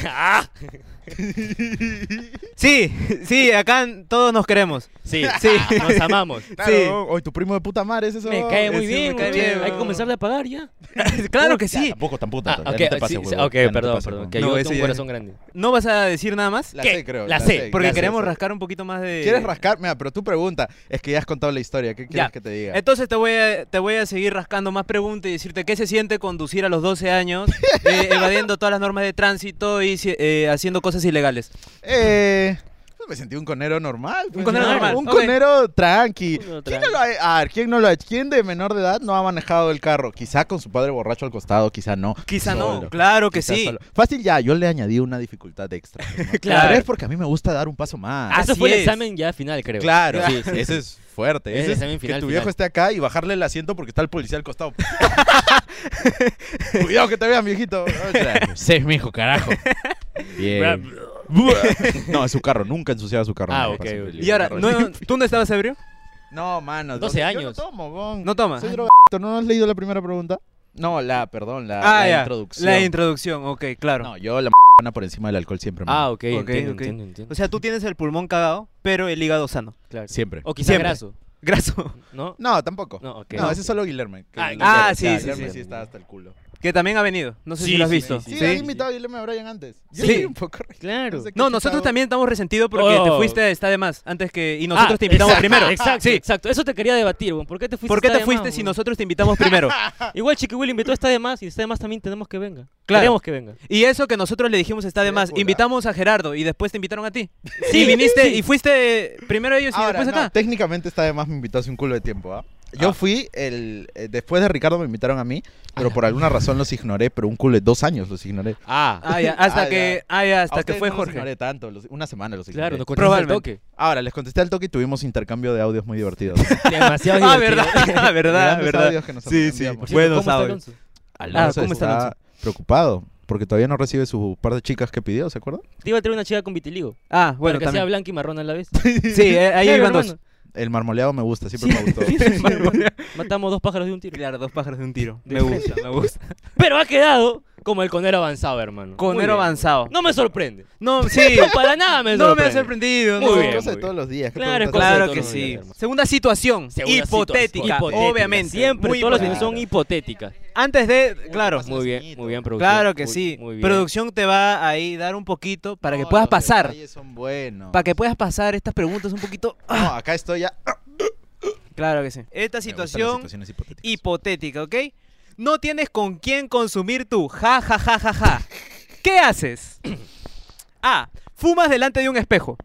C: Ah.
B: Sí, sí, acá todos nos queremos.
C: Sí, sí. Nos amamos.
A: Claro,
B: Sí.
A: hoy tu primo de puta madre es eso. Eh,
C: Me cae
B: ese me
C: muy bien,
B: cae
C: güey.
B: bien,
C: Hay
B: ¿no?
C: que comenzar a pagar ya.
B: Claro que
A: Ya,
B: sí.
A: tampoco, tampoco
C: Ah,
A: tanto.
C: ok,
A: ya no te
C: sí,
A: pases,
C: sí,
A: huevón,
C: ok,
A: ya no te
C: perdón,
A: pases,
C: perdón.
A: huevón.
C: Que
B: No,
C: yo
B: ese
C: tengo un
B: ya-
C: corazón grande.
B: ¿No vas a decir nada más?
A: La
C: ¿Qué?
A: sé, creo.
C: La sé,
A: sé,
B: Porque
A: la sé,
B: queremos
A: sé.
B: rascar un poquito más de...
A: ¿Quieres rascar? Mira, pero tu pregunta es que ya has contado la historia. ¿Qué quieres que te diga?
B: Entonces te voy, a, te voy a seguir rascando más preguntas y decirte qué se siente conducir a los 12 años, eh, evadiendo todas las normas de tránsito y si- eh, haciendo cosas ilegales.
A: Eh, Me sentí un conero normal. pues,
B: conero
A: ¿no?
B: normal,
A: Un
B: ok.
A: conero tranqui.
C: Un conero
A: ¿Quién,
C: tranqui.
A: no lo ha- a ver, ¿quién no lo ha hecho? ¿Quién de menor de edad no ha manejado el carro? Quizá con su padre borracho al costado, quizá no.
B: Quizá
A: Solo.
B: no, claro que
A: Quizá
B: sí.
A: solo. Fácil ya, yo le añadí una dificultad extra. ¿no?
C: Claro.
A: Pero es porque a mí me gusta dar un paso más.
C: Ah, eso
B: Así
C: fue el
B: es.
C: examen ya final, creo.
A: Claro, sí, sí, ese es fuerte.
C: Ese
A: Ese
C: es también
A: es
C: final,
A: que tu
C: final.
A: viejo esté acá y bajarle el asiento porque está el policía al costado. Cuidado que te vean, viejito.
C: Seis, mijo, carajo. Eh,
A: Bien. no, es su carro. Nunca ensuciaba su carro.
C: Ah,
A: no,
C: ok,
A: siempre
C: ok.
A: limpio.
B: Y ahora,
A: Carro
B: ¿no-
A: limpio.
B: ¿tú no estabas ebrio?
A: No, mano.
C: 12
A: yo
C: años.
A: no tomo, bon.
B: No tomas.
A: Soy drogadicto. ¿No has leído la primera pregunta? No, la, perdón, la,
B: Ah,
A: la
B: ya.
A: introducción.
B: La introducción, ok, claro.
A: No, yo la m******na por encima del alcohol siempre. mano.
C: Ah, ok, entiendo,
B: ok.
C: entiendo, entiendo.
B: O sea, tú tienes el pulmón cagado, pero el hígado sano.
C: Claro.
A: Siempre.
C: O quizá
B: Siempre.
C: graso,
B: Graso.
C: ¿no?
A: No, tampoco. No,
C: No, ok.
A: ese es solo Guillermo.
C: Ah,
B: ah, sí, sí,
A: Guillermo
B: sí.
A: sí está hasta el culo.
B: Que también ha venido. No sé
C: Sí,
B: si lo has
C: sí,
B: visto.
A: Sí,
C: Sí,
A: había invitado a Guillermo Bryan antes. Yo
B: Sí.
A: soy un poco re-
C: Claro.
A: sé qué
B: No, nosotros
A: chupado.
B: también estamos resentidos porque te
C: Oh.
B: fuiste, está de más, antes que... Y nosotros
C: Ah,
B: te invitamos
C: exacto,
B: primero.
C: Exacto,
B: Sí.
C: exacto. Eso te quería debatir, weón. ¿Por qué te fuiste?
B: ¿Por qué
C: Está
B: te
C: de
B: fuiste
C: más,
B: si
C: weón?
B: nosotros te invitamos primero?
C: Igual Chiqui Will invitó a esta de más y esta de más también tenemos que venga.
B: Claro.
C: Queremos que venga.
B: Y eso que nosotros le dijimos está de más.
A: Drácula.
B: Invitamos a Gerardo y después te invitaron a ti. Sí, viniste y fuiste primero ellos y
A: Ahora,
B: después
A: no,
B: acá.
A: técnicamente está de más me invitó hace un culo de tiempo, ¿ah? Yo fui el eh, después de Ricardo me invitaron a mí, pero por alguna razón los ignoré, pero un culo de dos años los ignoré.
C: Ah,
B: Ah, ya, hasta
A: Ah,
B: que,
A: ya.
B: ah, ya,
A: A
B: hasta que
A: ustedes
B: fue
A: no Los
B: Jorge.
A: ignoré tanto, los- una semana los ignoré.
C: claro, nos contestó el
B: Probablemente.
C: toque.
A: Ahora les contesté al toque y tuvimos intercambio de audios muy divertidos.
C: Demasiado
B: Ah,
C: divertido.
B: verdad, verdad,
A: Grandes
B: verdad.
A: audios que nos
B: Sí, sí.
A: intercambiamos.
C: Por cierto,
B: Buenos
C: ¿cómo está
B: audios.
C: Alonso?
A: Alonso
B: Ah, ¿cómo está
A: está
B: Alonso?
A: preocupado porque todavía no recibe su par de chicas que pidió, ¿se acuerdan?
C: Te iba a traer una chica con vitiligo.
B: Ah,
C: Bueno,
B: bueno,
C: que sea
B: también.
C: blanca y marrón a la vez.
B: Sí, eh, ahí
C: Claro,
B: iban dos.
C: hermano.
A: El marmoleado me gusta, siempre me gustó.
C: Sí, sí, sí, hermano. Matamos dos pájaros de un tiro.
B: Claro, dos pájaros de un tiro.
C: De
B: Me gusta, me gusta.
C: Pero ha quedado como el conero avanzado, hermano. Muy
B: Conero
C: bien.
B: avanzado.
C: No me sorprende.
B: No, sí.
C: No, para nada me sorprende.
B: No me ha sorprendido.
C: Muy
B: no.
C: bien,
A: Cosa de
C: muy
A: todos los días. ¿qué
C: Claro,
A: preguntas?
C: cosa de
B: Claro
C: todos
B: que
C: los
B: sí.
C: días, hermano.
B: Segunda situación.
C: Segunda situación,
B: hipotética,
C: hipotética.
B: obviamente.
C: Siempre,
B: Muy
C: todas las
A: claro.
C: situaciones son hipotéticas.
B: Antes de, claro.
C: Muy bien, muy bien, producción.
B: Claro que
C: Muy-
B: sí.
C: Muy bien.
B: Producción te va a ahí dar un poquito para que
A: No,
B: puedas
A: los
B: pasar.
A: detalles son buenos.
B: Para que puedas pasar estas preguntas un poquito.
A: No, acá estoy ya.
B: Claro que sí. Esta
A: Me
B: situación
A: gustan las situaciones hipotéticas.
B: hipotética, ¿ok? No tienes con quién consumir tú. Ja, ja, ja, ja, ja. ¿Qué haces? A. Fumas delante de un espejo.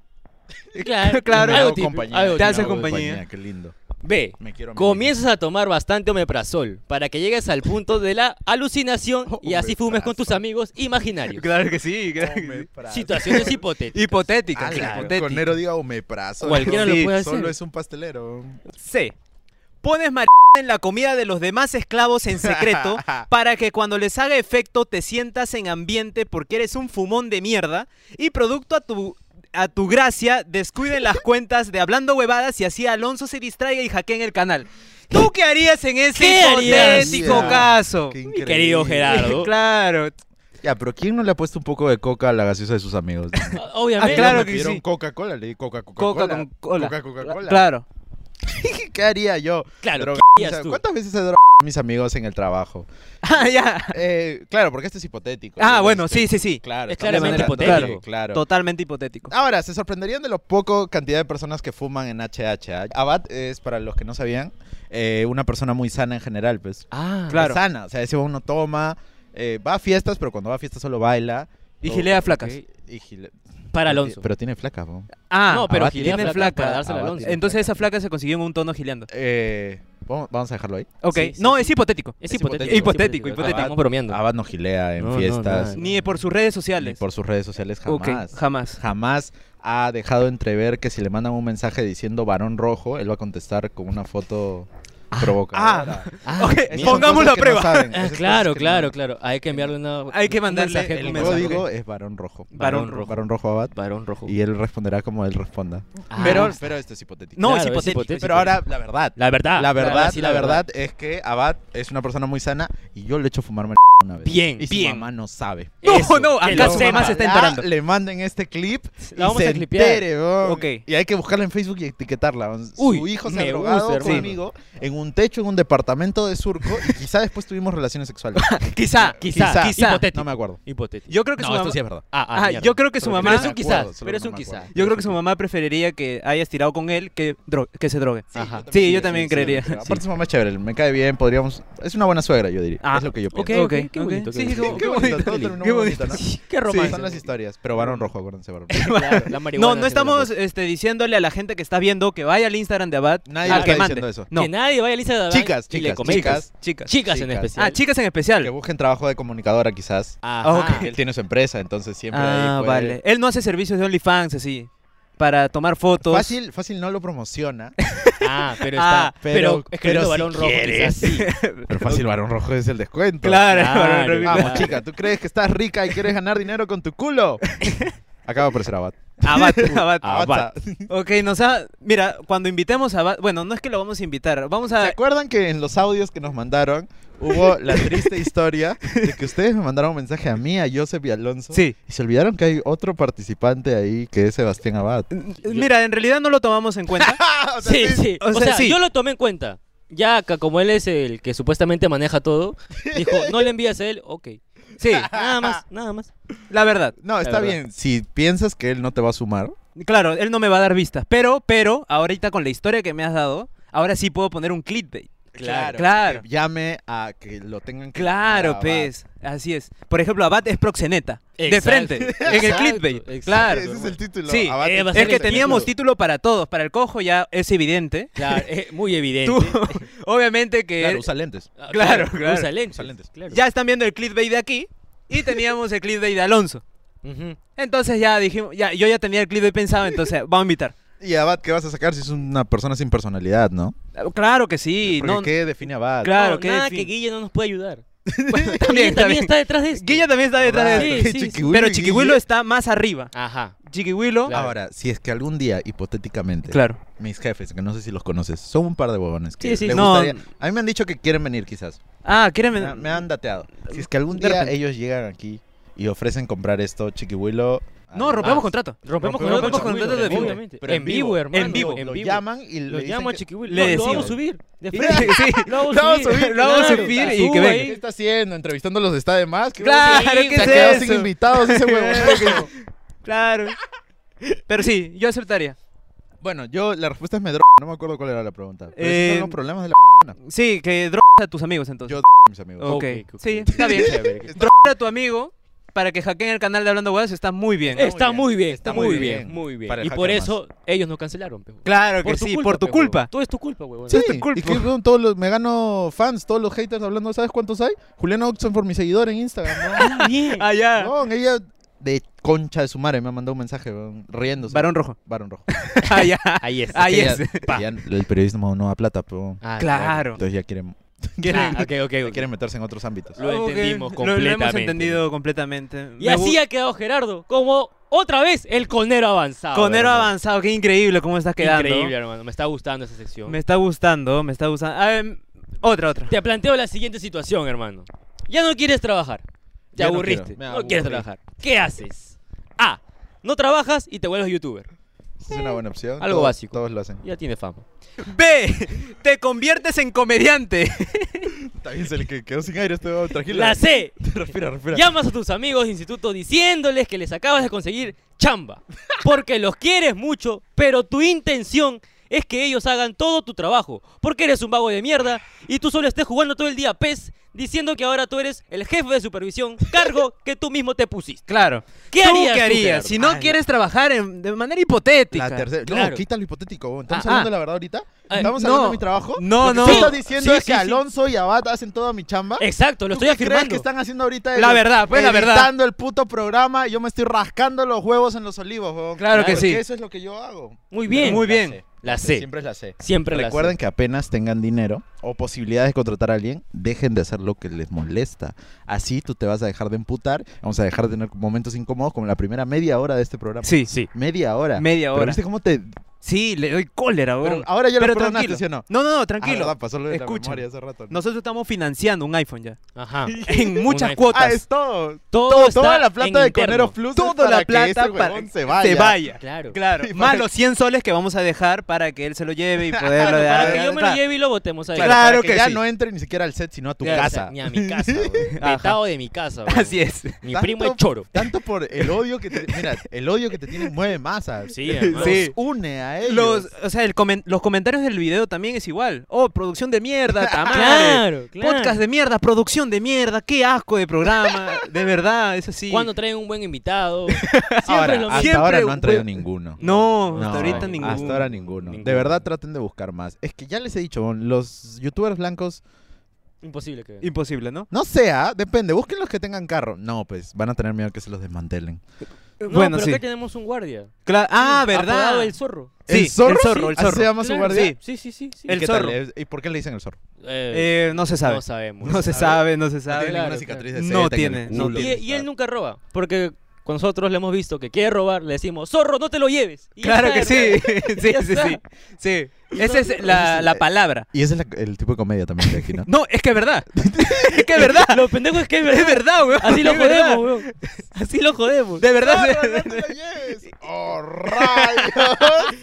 C: Claro,
B: Claro.
A: Me hago
C: Algo típico,
A: compañía,
C: algo
A: me
B: Te hace
A: hago
C: típico.
B: compañía.
A: Qué lindo.
C: B.
A: Me quiero a mí
C: Comienzas a tomar bastante omeprazol para que llegues al punto de la alucinación y así fumes con tus amigos imaginarios.
B: Claro que sí, claro
A: mismo.
B: que sí.
A: Omeprazol.
C: Situaciones hipotéticas.
B: Hipotética,
A: Ah,
B: claro.
A: claro. Conero diga omeprazol.
C: Cualquiera
B: lo
A: Sí,
C: puede
A: Solo
C: hacer.
A: es un pastelero.
B: C. Pones mar en la comida de los demás esclavos en secreto para que cuando les haga efecto te sientas en ambiente porque eres un fumón de mierda y producto a tu a tu gracia descuiden las cuentas de hablando huevadas y así Alonso se distraiga y hackeen el canal. ¿Tú qué harías en ese
C: ¿Qué harías?
B: hipotético
A: Ya.
B: caso?
A: Qué
C: Mi
A: increíble.
C: querido Gerardo.
B: Claro.
A: Ya, pero ¿quién no le ha puesto un poco de coca a la gaseosa de sus amigos?
C: Obviamente.
B: Ah, claro
A: Me
B: que
A: pidieron
B: sí.
A: Coca-Cola, le di coca Coca-Cola.
B: Coca con cola.
A: Coca Coca-Cola.
B: Claro.
A: ¿Qué haría yo?
C: Claro,
A: Droga-
C: ¿qué
A: o sea,
C: harías tú?
A: ¿Cuántas veces he drogado a mis amigos en el trabajo?
B: Ah, ya.
A: Eh, claro, porque este es hipotético.
B: Ah,
A: ¿no?
B: bueno,
A: Este,
B: sí, sí, sí.
A: Claro,
C: Es
A: estamos
C: claramente
A: hablando de-
C: hipotético.
A: Claro.
B: Totalmente hipotético.
A: Ahora, se sorprenderían de lo poco cantidad de personas que fuman en HH. ¿ah? Abad es, para los que no sabían, eh, una persona muy sana en general, pues.
C: Ah,
B: Claro.
A: Es sana, o sea, ese uno toma, eh, va a fiestas, pero cuando va a fiestas solo baila.
B: Y
A: o-
B: gilea flacas.
C: ok.
A: y gile-
C: Para
A: pero ti-
C: Alonso.
A: Pero tiene flaca, po.
B: Ah,
C: no, pero
A: Abad
C: Gilea
B: tiene
C: flaca,
B: flaca.
C: para dársela a
A: Abad
C: Alonso.
A: tiene-
B: Entonces esa flaca se consiguió en un tono gileando.
A: Eh, vamos, vamos a dejarlo ahí.
B: Ok,
C: Sí, sí,
B: no,
C: sí.
B: es hipotético.
C: Es
A: Es
C: hipotético.
A: hipotético,
B: hipotético,
C: Acá
B: hipotético. Ah,
C: Estamos bromeando.
A: Abad no gilea en
C: No, no,
A: fiestas,
C: nada.
B: Ni por sus redes
A: ni
B: sociales.
A: por sus redes sociales jamás.
B: Ok, jamás.
A: jamás ha dejado entrever que si le mandan un mensaje diciendo varón rojo, él va a contestar con una foto provocadora.
C: Ah,
B: Ok,
A: Esas
C: mira.
A: son
B: pongamos
A: cosas
B: la
A: que
B: prueba.
A: saben,
C: Ah,
A: esas
C: claro,
A: cosas que
C: claro,
A: no-
C: claro. Hay que enviarle una.
B: Hay que
C: un
B: mandarle
C: mensaje
B: el
C: con
A: El
B: mensaje.
A: código es varón rojo.
C: Varón
B: Varón
C: rojo.
A: Varón rojo abad.
C: Varón rojo.
A: Y él responderá como él responda.
C: Ah,
A: pero, pero esto es hipotético.
B: No,
C: claro,
B: es
C: es
B: hipotético.
C: hipotético.
A: pero ahora, la verdad.
C: La verdad.
A: La verdad,
C: Ah, sí,
A: la verdad es que Abad es una persona muy sana y yo le echo fumarme la una vez.
C: Bien,
A: y su
C: bien.
A: mamá no sabe.
B: No,
C: Eso,
B: no,
C: que
B: acá
C: lo
B: su mamá
C: sepa.
B: se está
A: Ojalá
B: enterando.
A: Le manden este clip.
C: La vamos
A: y se
C: a clipear.
A: entere, weón.
B: Ok.
A: Y hay que buscarla en Facebook y etiquetarla. weón.
C: Uy,
A: Su hijo se ha
C: me
A: drogado
C: gusta, hermano.
A: conmigo en un techo en un departamento de surco y quizá después tuvimos relaciones sexuales.
B: Quizá,
C: Quizá,
B: quizá,
C: quizá. Hipotético.
A: No me acuerdo.
C: Hipotético.
B: Yo creo que
A: No,
B: su
A: esto
B: mamá-
A: sí es verdad.
C: Ah, ah,
B: Ah,
C: mierda.
B: yo creo que su
A: Pero
B: mamá.
A: creo
C: Pero es un
A: que me
C: quizá,
A: acuerdo, solo
C: pero es
A: que
C: un
A: no me
C: quizá.
A: acuerdo.
B: Yo creo que su mamá preferiría que hayas tirado con él que, dro- que se drogue.
A: Sí, yo
B: Sí, yo también
A: sí,
B: creería.
A: creo.
B: Sí.
A: Aparte su mamá es chévere, me cae bien, podríamos... Es una buena suegra, yo diría.
B: Ah,
A: es lo que yo pienso.
B: Ok,
C: qué
B: ok.
C: bonito, qué
B: Sí,
C: bonito.
B: como-
A: Qué bonito, todo terminó
B: qué
A: muy bonito,
B: bonito.
A: ¿no?
C: Sí, Qué
A: Sí,
C: romántico.
A: son las historias, pero varón rojo, acuérdense, varón rojo.
C: Claro, la marihuana
B: No, no
C: hace
B: estamos
C: que
B: este, diciéndole a la gente que está viendo que vaya al Instagram de Abad
A: Nadie
B: a
A: está
B: que
A: diciendo
B: mande.
A: eso.
C: la-
B: No,
C: Que nadie vaya a Lisa de Adán
A: Chicas,
C: y le
A: chicas,
C: comente.
A: chicas.
B: chicas.
C: Chicas en
A: Chicas.
C: especial. Ah,
B: Ah, chicas en
A: Que
B: especial.
A: busquen trabajo de comunicadora quizás.
C: Ajá.
B: ok.
A: Él tiene su empresa, entonces siempre
B: Ah,
A: ahí pues. puede-
B: vale. Él no hace servicios de OnlyFans así para tomar fotos.
A: Fácil, fácil no lo promociona.
C: Ah, pero está.
B: Ah,
C: pero,
A: pero- pero
C: escribiendo varón
A: si
C: rojo, quizás sí.
A: Pero fácil varón rojo es el descuento.
B: Claro,
C: Claro,
B: Robin-
A: Vamos,
C: Claro.
A: chica, ¿tú crees que estás rica y quieres ganar dinero con tu culo? Acaba por ser Abad.
C: Ah,
B: Abad, Abad.
A: Abad.
B: Ok, nos ha... Mira, cuando invitemos a Abad... Bueno, no es que lo vamos a invitar. Vamos
A: ¿Se
B: a...
A: acuerdan que en los audios que nos mandaron hubo la triste historia de que ustedes me mandaron un mensaje a mí, a Joseph y a Alonso?
B: Sí.
A: Y se olvidaron que hay otro participante ahí que es Sebastián Abad.
B: Mira, en realidad no lo tomamos en cuenta.
A: Ah,
C: Sí, sí.
B: o
C: O
B: sea,
C: sea,
B: sí.
C: yo lo tomé en cuenta. Ya, ca- como él es el que supuestamente maneja todo, dijo, no le envías a él, ok.
B: Sí,
C: Nada más, nada más.
B: la verdad.
A: No, está
C: verdad.
A: bien. Si piensas que él no te va a sumar,
B: Claro, él no me va a dar vistas. Pero, pero, ahorita con la historia que me has dado, ahora sí puedo poner un clickbait.
A: Claro.
B: Claro,
A: que llame a que lo tengan que
B: claro,
A: llamar
B: pues,
A: a Abad.
B: pez. Así es. Por ejemplo, Abad es proxeneta. De
C: Exacto,
B: frente, en el
C: exacto,
B: clickbait.
C: exacto,
B: Claro.
A: Ese es el título.
B: Sí,
A: Abad
C: eh, va a
B: Es
C: ser
B: que
C: el
B: teníamos
C: título.
B: título para todos. Para el cojo ya es evidente.
C: Claro,
B: eh,
C: es muy evidente.
B: Tú, obviamente que...
A: Claro, usa lentes.
C: Ah,
B: claro, claro.
C: Usa lentes.
A: Usa lentes.
C: claro.
B: Ya están viendo el clickbait de aquí y teníamos el clickbait de Alonso.
C: Ujú.
B: Entonces ya dijimos, ya, yo ya tenía el clickbait pensado, entonces vamos a invitar.
A: Y Abad, ¿qué vas a sacar si es una persona sin personalidad, no?
B: Claro que sí,
A: Porque
B: no,
A: ¿qué define Abad?
B: Claro.
C: No,
B: qué
C: nada
B: defin-
C: que Guille no nos puede ayudar.
B: también,
C: Guille también
B: también.
C: está detrás de esto.
B: Guilla también está detrás de
C: Sí,
B: esto.
C: sí, sí.
A: Chiquihuilo
B: Pero
A: y
B: Chiquihuilo
A: Guille.
B: está más arriba.
C: Ajá.
B: Chiquihuilo,
C: Claro.
A: Ahora, si es que algún día, hipotéticamente,
B: claro.
A: mis jefes, que no sé si los conoces, son un par de bobones. que
B: Sí, sí,
A: le
B: no.
A: gustaría- A mí me han dicho que quieren venir, quizás.
B: Ah, ¿quieren
A: Me, me han dateado. Si es que algún
B: De
A: día
B: repente.
A: ellos llegan aquí y ofrecen comprar esto, Chiquihuilo.
B: No, rompemos
C: Ah,
B: contrato.
C: Rompemos
A: Rompemos
C: con
A: con
C: contrato
A: contrato
C: de
A: de vivo.
C: obviamente.
A: Pero
C: en vivo, hermano.
B: En vivo.
A: Lo,
C: En
A: lo
C: vivo.
A: llaman y
C: Lo
A: le dicen
C: llamo a
A: que-
C: Chiquihuil.
B: le
C: Lo, lo vamos
B: decimos.
C: a subir. De
B: Sí,
C: frente.
B: sí.
C: Lo
A: Lo
C: vamos
A: vamos
C: a subir.
B: lo vamos a
C: claro.
B: subir y que
C: Sube
B: venga.
A: ¿Qué
C: ahí.
A: está haciendo? ¿Entrevistándolos está de más? ¿Qué
B: Claro,
C: Sí,
B: ¿qué
A: Se ha
B: es
A: quedado
B: eso?
A: sin invitados ese huevón.
B: Claro. Pero sí, yo aceptaría.
A: bueno, yo la respuesta es me droga. No me acuerdo cuál era la pregunta. Pero
B: Eh,
A: esos son los problemas de la
B: Sí, que drogas a tus amigos entonces.
A: Yo- mis amigos.
B: Ok,
C: Ok, ok.
B: sí, está bien.
C: Chévere.
B: Drogas a tu amigo para que hackeen el canal de Hablando Huevas está muy bien.
C: Está
A: muy
C: muy bien,
A: Está
C: está muy
A: muy
C: bien,
A: bien.
C: muy bien.
A: Para el
C: Y por
A: hacker
C: eso ellos nos cancelaron, pe, huevón.
B: Claro que sí, por tu
C: pe, huevón.
B: culpa.
C: Todo es tu culpa, huevón.
A: Sí,
B: Es tu culpa.
A: y que weón, todos los, me gano fans, todos los haters hablando, ¿sabes cuántos hay? Juliana Oxon por mi seguidor en Instagram.
C: Está bien.
B: Ah, ya.
A: weón. Weón, ella de concha de su madre me ha mandado un mensaje, weón, riéndose.
B: Varón rojo.
A: Varón rojo.
B: Ah, ya.
C: Ahí es.
B: Ahí
A: Ella-
B: es.
A: ya el periodismo no da plata, pero
C: Ah,
B: Claro.
A: entonces ya quieren,
C: Ah, ok, ok, ok.
A: quieren meterse en otros ámbitos.
C: Lo
B: Ok,
C: entendimos
B: lo- Lo, hemos
C: completamente.
B: entendido completamente.
C: Y
B: Me
C: así
B: gu-
C: ha quedado Gerardo, como otra vez el conero avanzado.
B: Conero
C: hermano.
B: avanzado, qué increíble cómo está quedando.
C: Increíble, hermano. Me está gustando esa sección.
B: Me está gustando, me está gustando. A ver, otra, otra.
C: Te planteo la siguiente situación, hermano. Ya no quieres trabajar. Te
A: Ya no
C: aburriste.
A: quiero, me
C: No,
A: aburrí.
C: quieres trabajar. ¿Qué haces? A. No trabajas y te vuelves youtuber.
A: Es una buena opción.
C: Algo
A: todos-
C: básico.
A: Todos lo hacen.
C: Ya tiene fama.
B: B, te conviertes en comediante.
A: También se le que- quedó sin aire este weón, tranquilo.
C: La C.
A: Respira, respira.
C: Llamas a tus amigos de instituto diciéndoles que les acabas de conseguir chamba. Porque los quieres mucho, pero tu intención es que ellos hagan todo tu trabajo. Porque eres un vago de mierda y tú solo estés jugando todo el día PES diciendo que ahora tú eres el jefe de supervisión, cargo que tú mismo te pusiste.
B: Claro.
C: ¿Qué
B: ¿Tú
C: harías
B: qué
C: tú,
B: harías?
C: Gerardo?
B: si no
C: Ah,
B: quieres trabajar en- de manera hipotética.
A: La tercera. No,
C: Claro.
A: quita lo hipotético. weón. ¿Estamos
B: Ah,
A: hablando
B: ah.
A: de la verdad ahorita?
C: Ah,
A: ¿Estamos
B: no.
A: hablando de mi trabajo? Lo
B: No,
A: que
B: no.
A: tú estás diciendo
C: Sí,
A: es
C: sí,
A: que
C: sí.
A: Alonso y Abad hacen toda mi chamba.
C: Exacto, lo
A: ¿Tú
C: estoy
A: qué crees
C: afirmando.
A: que están haciendo ahorita?
B: La
A: ellos?
B: verdad, pues, la verdad.
A: Editando el puto programa, yo me estoy rascando los huevos en los olivos, huevón.
B: Claro
C: que
A: Porque
B: sí.
A: eso es lo que yo hago.
C: Muy bien.
B: Muy bien.
C: La C.
A: Siempre
C: Siempre,
A: es la C.
C: la
A: Recuerden
C: C.
A: que apenas tengan dinero o posibilidades de contratar a alguien, dejen de hacer lo que les molesta. Así tú te vas a dejar de emputar, vamos a dejar de tener momentos incómodos como la primera media hora de este programa.
B: Sí, sí.
A: Media hora.
B: Media
A: Pero
B: hora.
A: ¿Viste cómo te
B: Sí, le doy cólera,
A: Pero
B: weón.
A: ahora ya lo
B: Pero
A: perdonaste,
B: tranquilo.
A: ¿sí o no?
B: No, no, no,
A: Ah,
B: tranquilo.
A: verdad, pasó lo de la
B: Escucha.
A: memoria hace rato. ¿no?
B: Nosotros estamos financiando un iPhone ya.
C: Ajá.
B: En muchas
C: iPhone.
B: cuotas.
A: Ah, es todo.
C: Todo
A: Todo-
C: está
A: toda la
C: en
A: plata de
C: interno.
A: Conero Plus es
B: Toda
A: para
B: la plata
A: que ese
B: para
A: huevón
B: que
A: se vaya.
B: Se vaya.
C: Claro.
B: Claro,
A: Sí,
B: más
A: para-
B: los 100 soles que vamos a dejar para que él se lo lleve y poderlo
C: Para
B: dar-
C: que yo me lo
B: dar-
C: lleve y lo votemos ahí.
A: Claro,
B: Claro
A: para que,
B: que
A: ya
B: sí.
A: no entre ni siquiera al set, sino a tu
C: O sea,
A: casa.
C: Ni a mi casa, güey.
B: Ajá.
C: Vetado de mi casa, güey.
B: Así es.
C: Mi
A: Tanto-
C: primo es choro.
A: Tanto por el odio que te... Mira, el odio que te tienen mueve masa.
C: Sí, hermano.
B: Sí.
A: Une a ellos.
B: Los, o sea, el comen- los comentarios del video también es igual. Oh, producción de mierda, tamales.
C: Claro, claro.
B: Podcast de mierda, producción de mierda, qué asco de programa. De verdad, eso sí.
C: Cuando traen un buen invitado.
A: Ahora,
C: Siempre es lo
A: hasta
C: mismo.
A: ahora
B: Siempre-
A: no han traído ninguno.
B: No,
A: No,
B: hasta ahorita ninguno.
A: Hasta ahora ninguno.
C: Ninguno.
A: De verdad traten de buscar más. Es que ya les he dicho, bon, los youtubers blancos,
C: Imposible que.
B: Imposible, ¿no?
A: no sea, depende, busquen los que tengan carro. No, pues van a tener miedo que se los desmantelen.
C: No,
B: bueno,
C: pero
B: sí.
C: acá tenemos un guardia.
B: Cla- ah, verdad.
C: Apodado el zorro.
B: Sí,
A: ¿El zorro?
B: el zorro, el
A: ¿Así
B: zorro.
A: se llama su
C: Claro,
A: guardia?
C: Sí, sí, sí. sí.
A: ¿Y
B: El
A: qué tal?
B: zorro.
A: Eh, ¿Y por qué le dicen el zorro?
C: Eh,
B: Eh, no se sabe.
C: no sabemos.
B: No se sabe, no se
A: No
B: sabe.
A: tiene ninguna
C: claro,
A: cicatriz de
B: claro.
A: seta
B: No
A: en el
B: tiene, no
A: culo,
C: Y,
B: tiene.
A: ni
C: y él
A: nada.
C: nunca roba. Porque nosotros le hemos visto que quiere robar, le decimos, zorro, no te lo lleves. Y
B: Claro
C: ya
B: que
C: está,
B: sí.
C: hermano.
B: sí,
C: Ya
B: sí,
C: está.
B: sí. Sí. Esa es la, la palabra.
A: Y ese es la- el tipo de comedia también de aquí, ¿no?
B: No, es que es verdad. Es que es verdad.
C: Lo pendejo es que es
B: Es
C: verdad.
B: verdad, weón.
C: Así lo
B: Es verdad.
C: jodemos, weón. Así lo jodemos.
B: De verdad.
A: ¡Zorro, no te lo lleves! ¡Oh, rayos!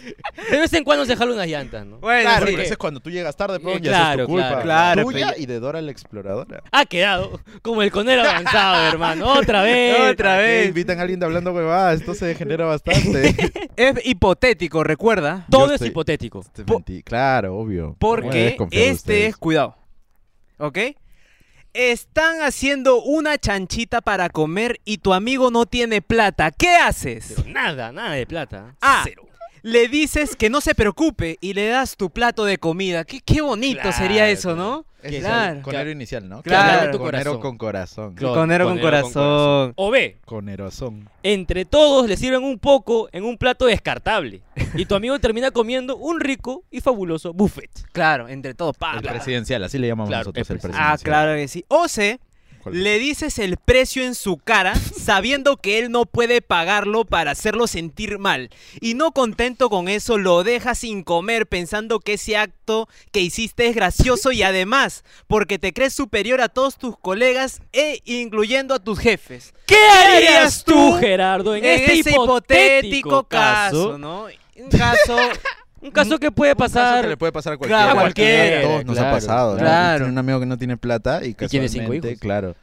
C: De vez en cuando se jala unas llantas, ¿no?
B: Bueno,
A: Claro,
B: sí.
A: pero eso es cuando tú llegas tarde, pero
C: Eh,
A: ya es
C: claro,
A: tu culpa.
C: claro,
B: claro,
A: tuya
B: pero
A: y de Dora la exploradora.
C: Ha quedado como el conero avanzado, hermano. Otra vez.
B: Otra
A: Eh,
B: vez.
A: invitan a alguien de hablando huevadas, esto se degenera bastante.
B: Es hipotético, recuerda.
A: Yo
C: Todo es
A: estoy-
C: hipotético.
A: Te
B: Po-
A: mentí, claro, obvio. ¿Cómo voy a
B: Porque
A: desconfiar de
B: este es,
A: ustedes?
B: cuidado, ¿ok? Están haciendo una chanchita para comer y tu amigo no tiene plata. ¿Qué haces?
C: Pero nada, nada de plata.
B: Ah,
C: Cero.
B: Le dices que no se preocupe y le das tu plato de comida. Qué, qué bonito
C: Claro,
B: sería eso, ¿no?
A: Ese es el
B: claro.
A: Conero inicial, ¿no?
B: Claro.
A: Conero
C: Tu corazón.
A: Conero con corazón.
C: Claro.
B: Conero con
C: Conero con
B: corazón.
C: O B,
A: Conerozón.
C: entre todos le sirven un poco en un plato descartable. Y tu amigo termina comiendo un rico y fabuloso buffet.
B: Ah, Claro, entre todos. pa,
A: El
B: pa.
A: presidencial, así le llamamos
C: Claro,
A: nosotros
C: el
A: el presidencial.
B: Ah, claro que sí. O se
A: ¿Cuál?
B: le dices el precio en su cara sabiendo que él no puede pagarlo para hacerlo sentir mal. Y no contento con eso, lo dejas sin comer pensando que ese acto que hiciste es gracioso y además porque te crees superior a todos tus colegas e incluyendo a tus jefes.
C: ¿Qué
B: harías tú,
C: Gerardo, en este
B: ese
C: hipotético caso?
B: ¿no? Un caso...
C: Un caso que puede
A: Un caso
C: pasar.
A: que le puede pasar a cualquiera.
B: Claro,
A: A
B: cualquiera,
A: Todos nos ha
C: claro,
A: pasado. ¿no?
B: claro.
A: Tiene un amigo que no tiene plata y casualmente,
C: tiene cinco hijos.
A: claro.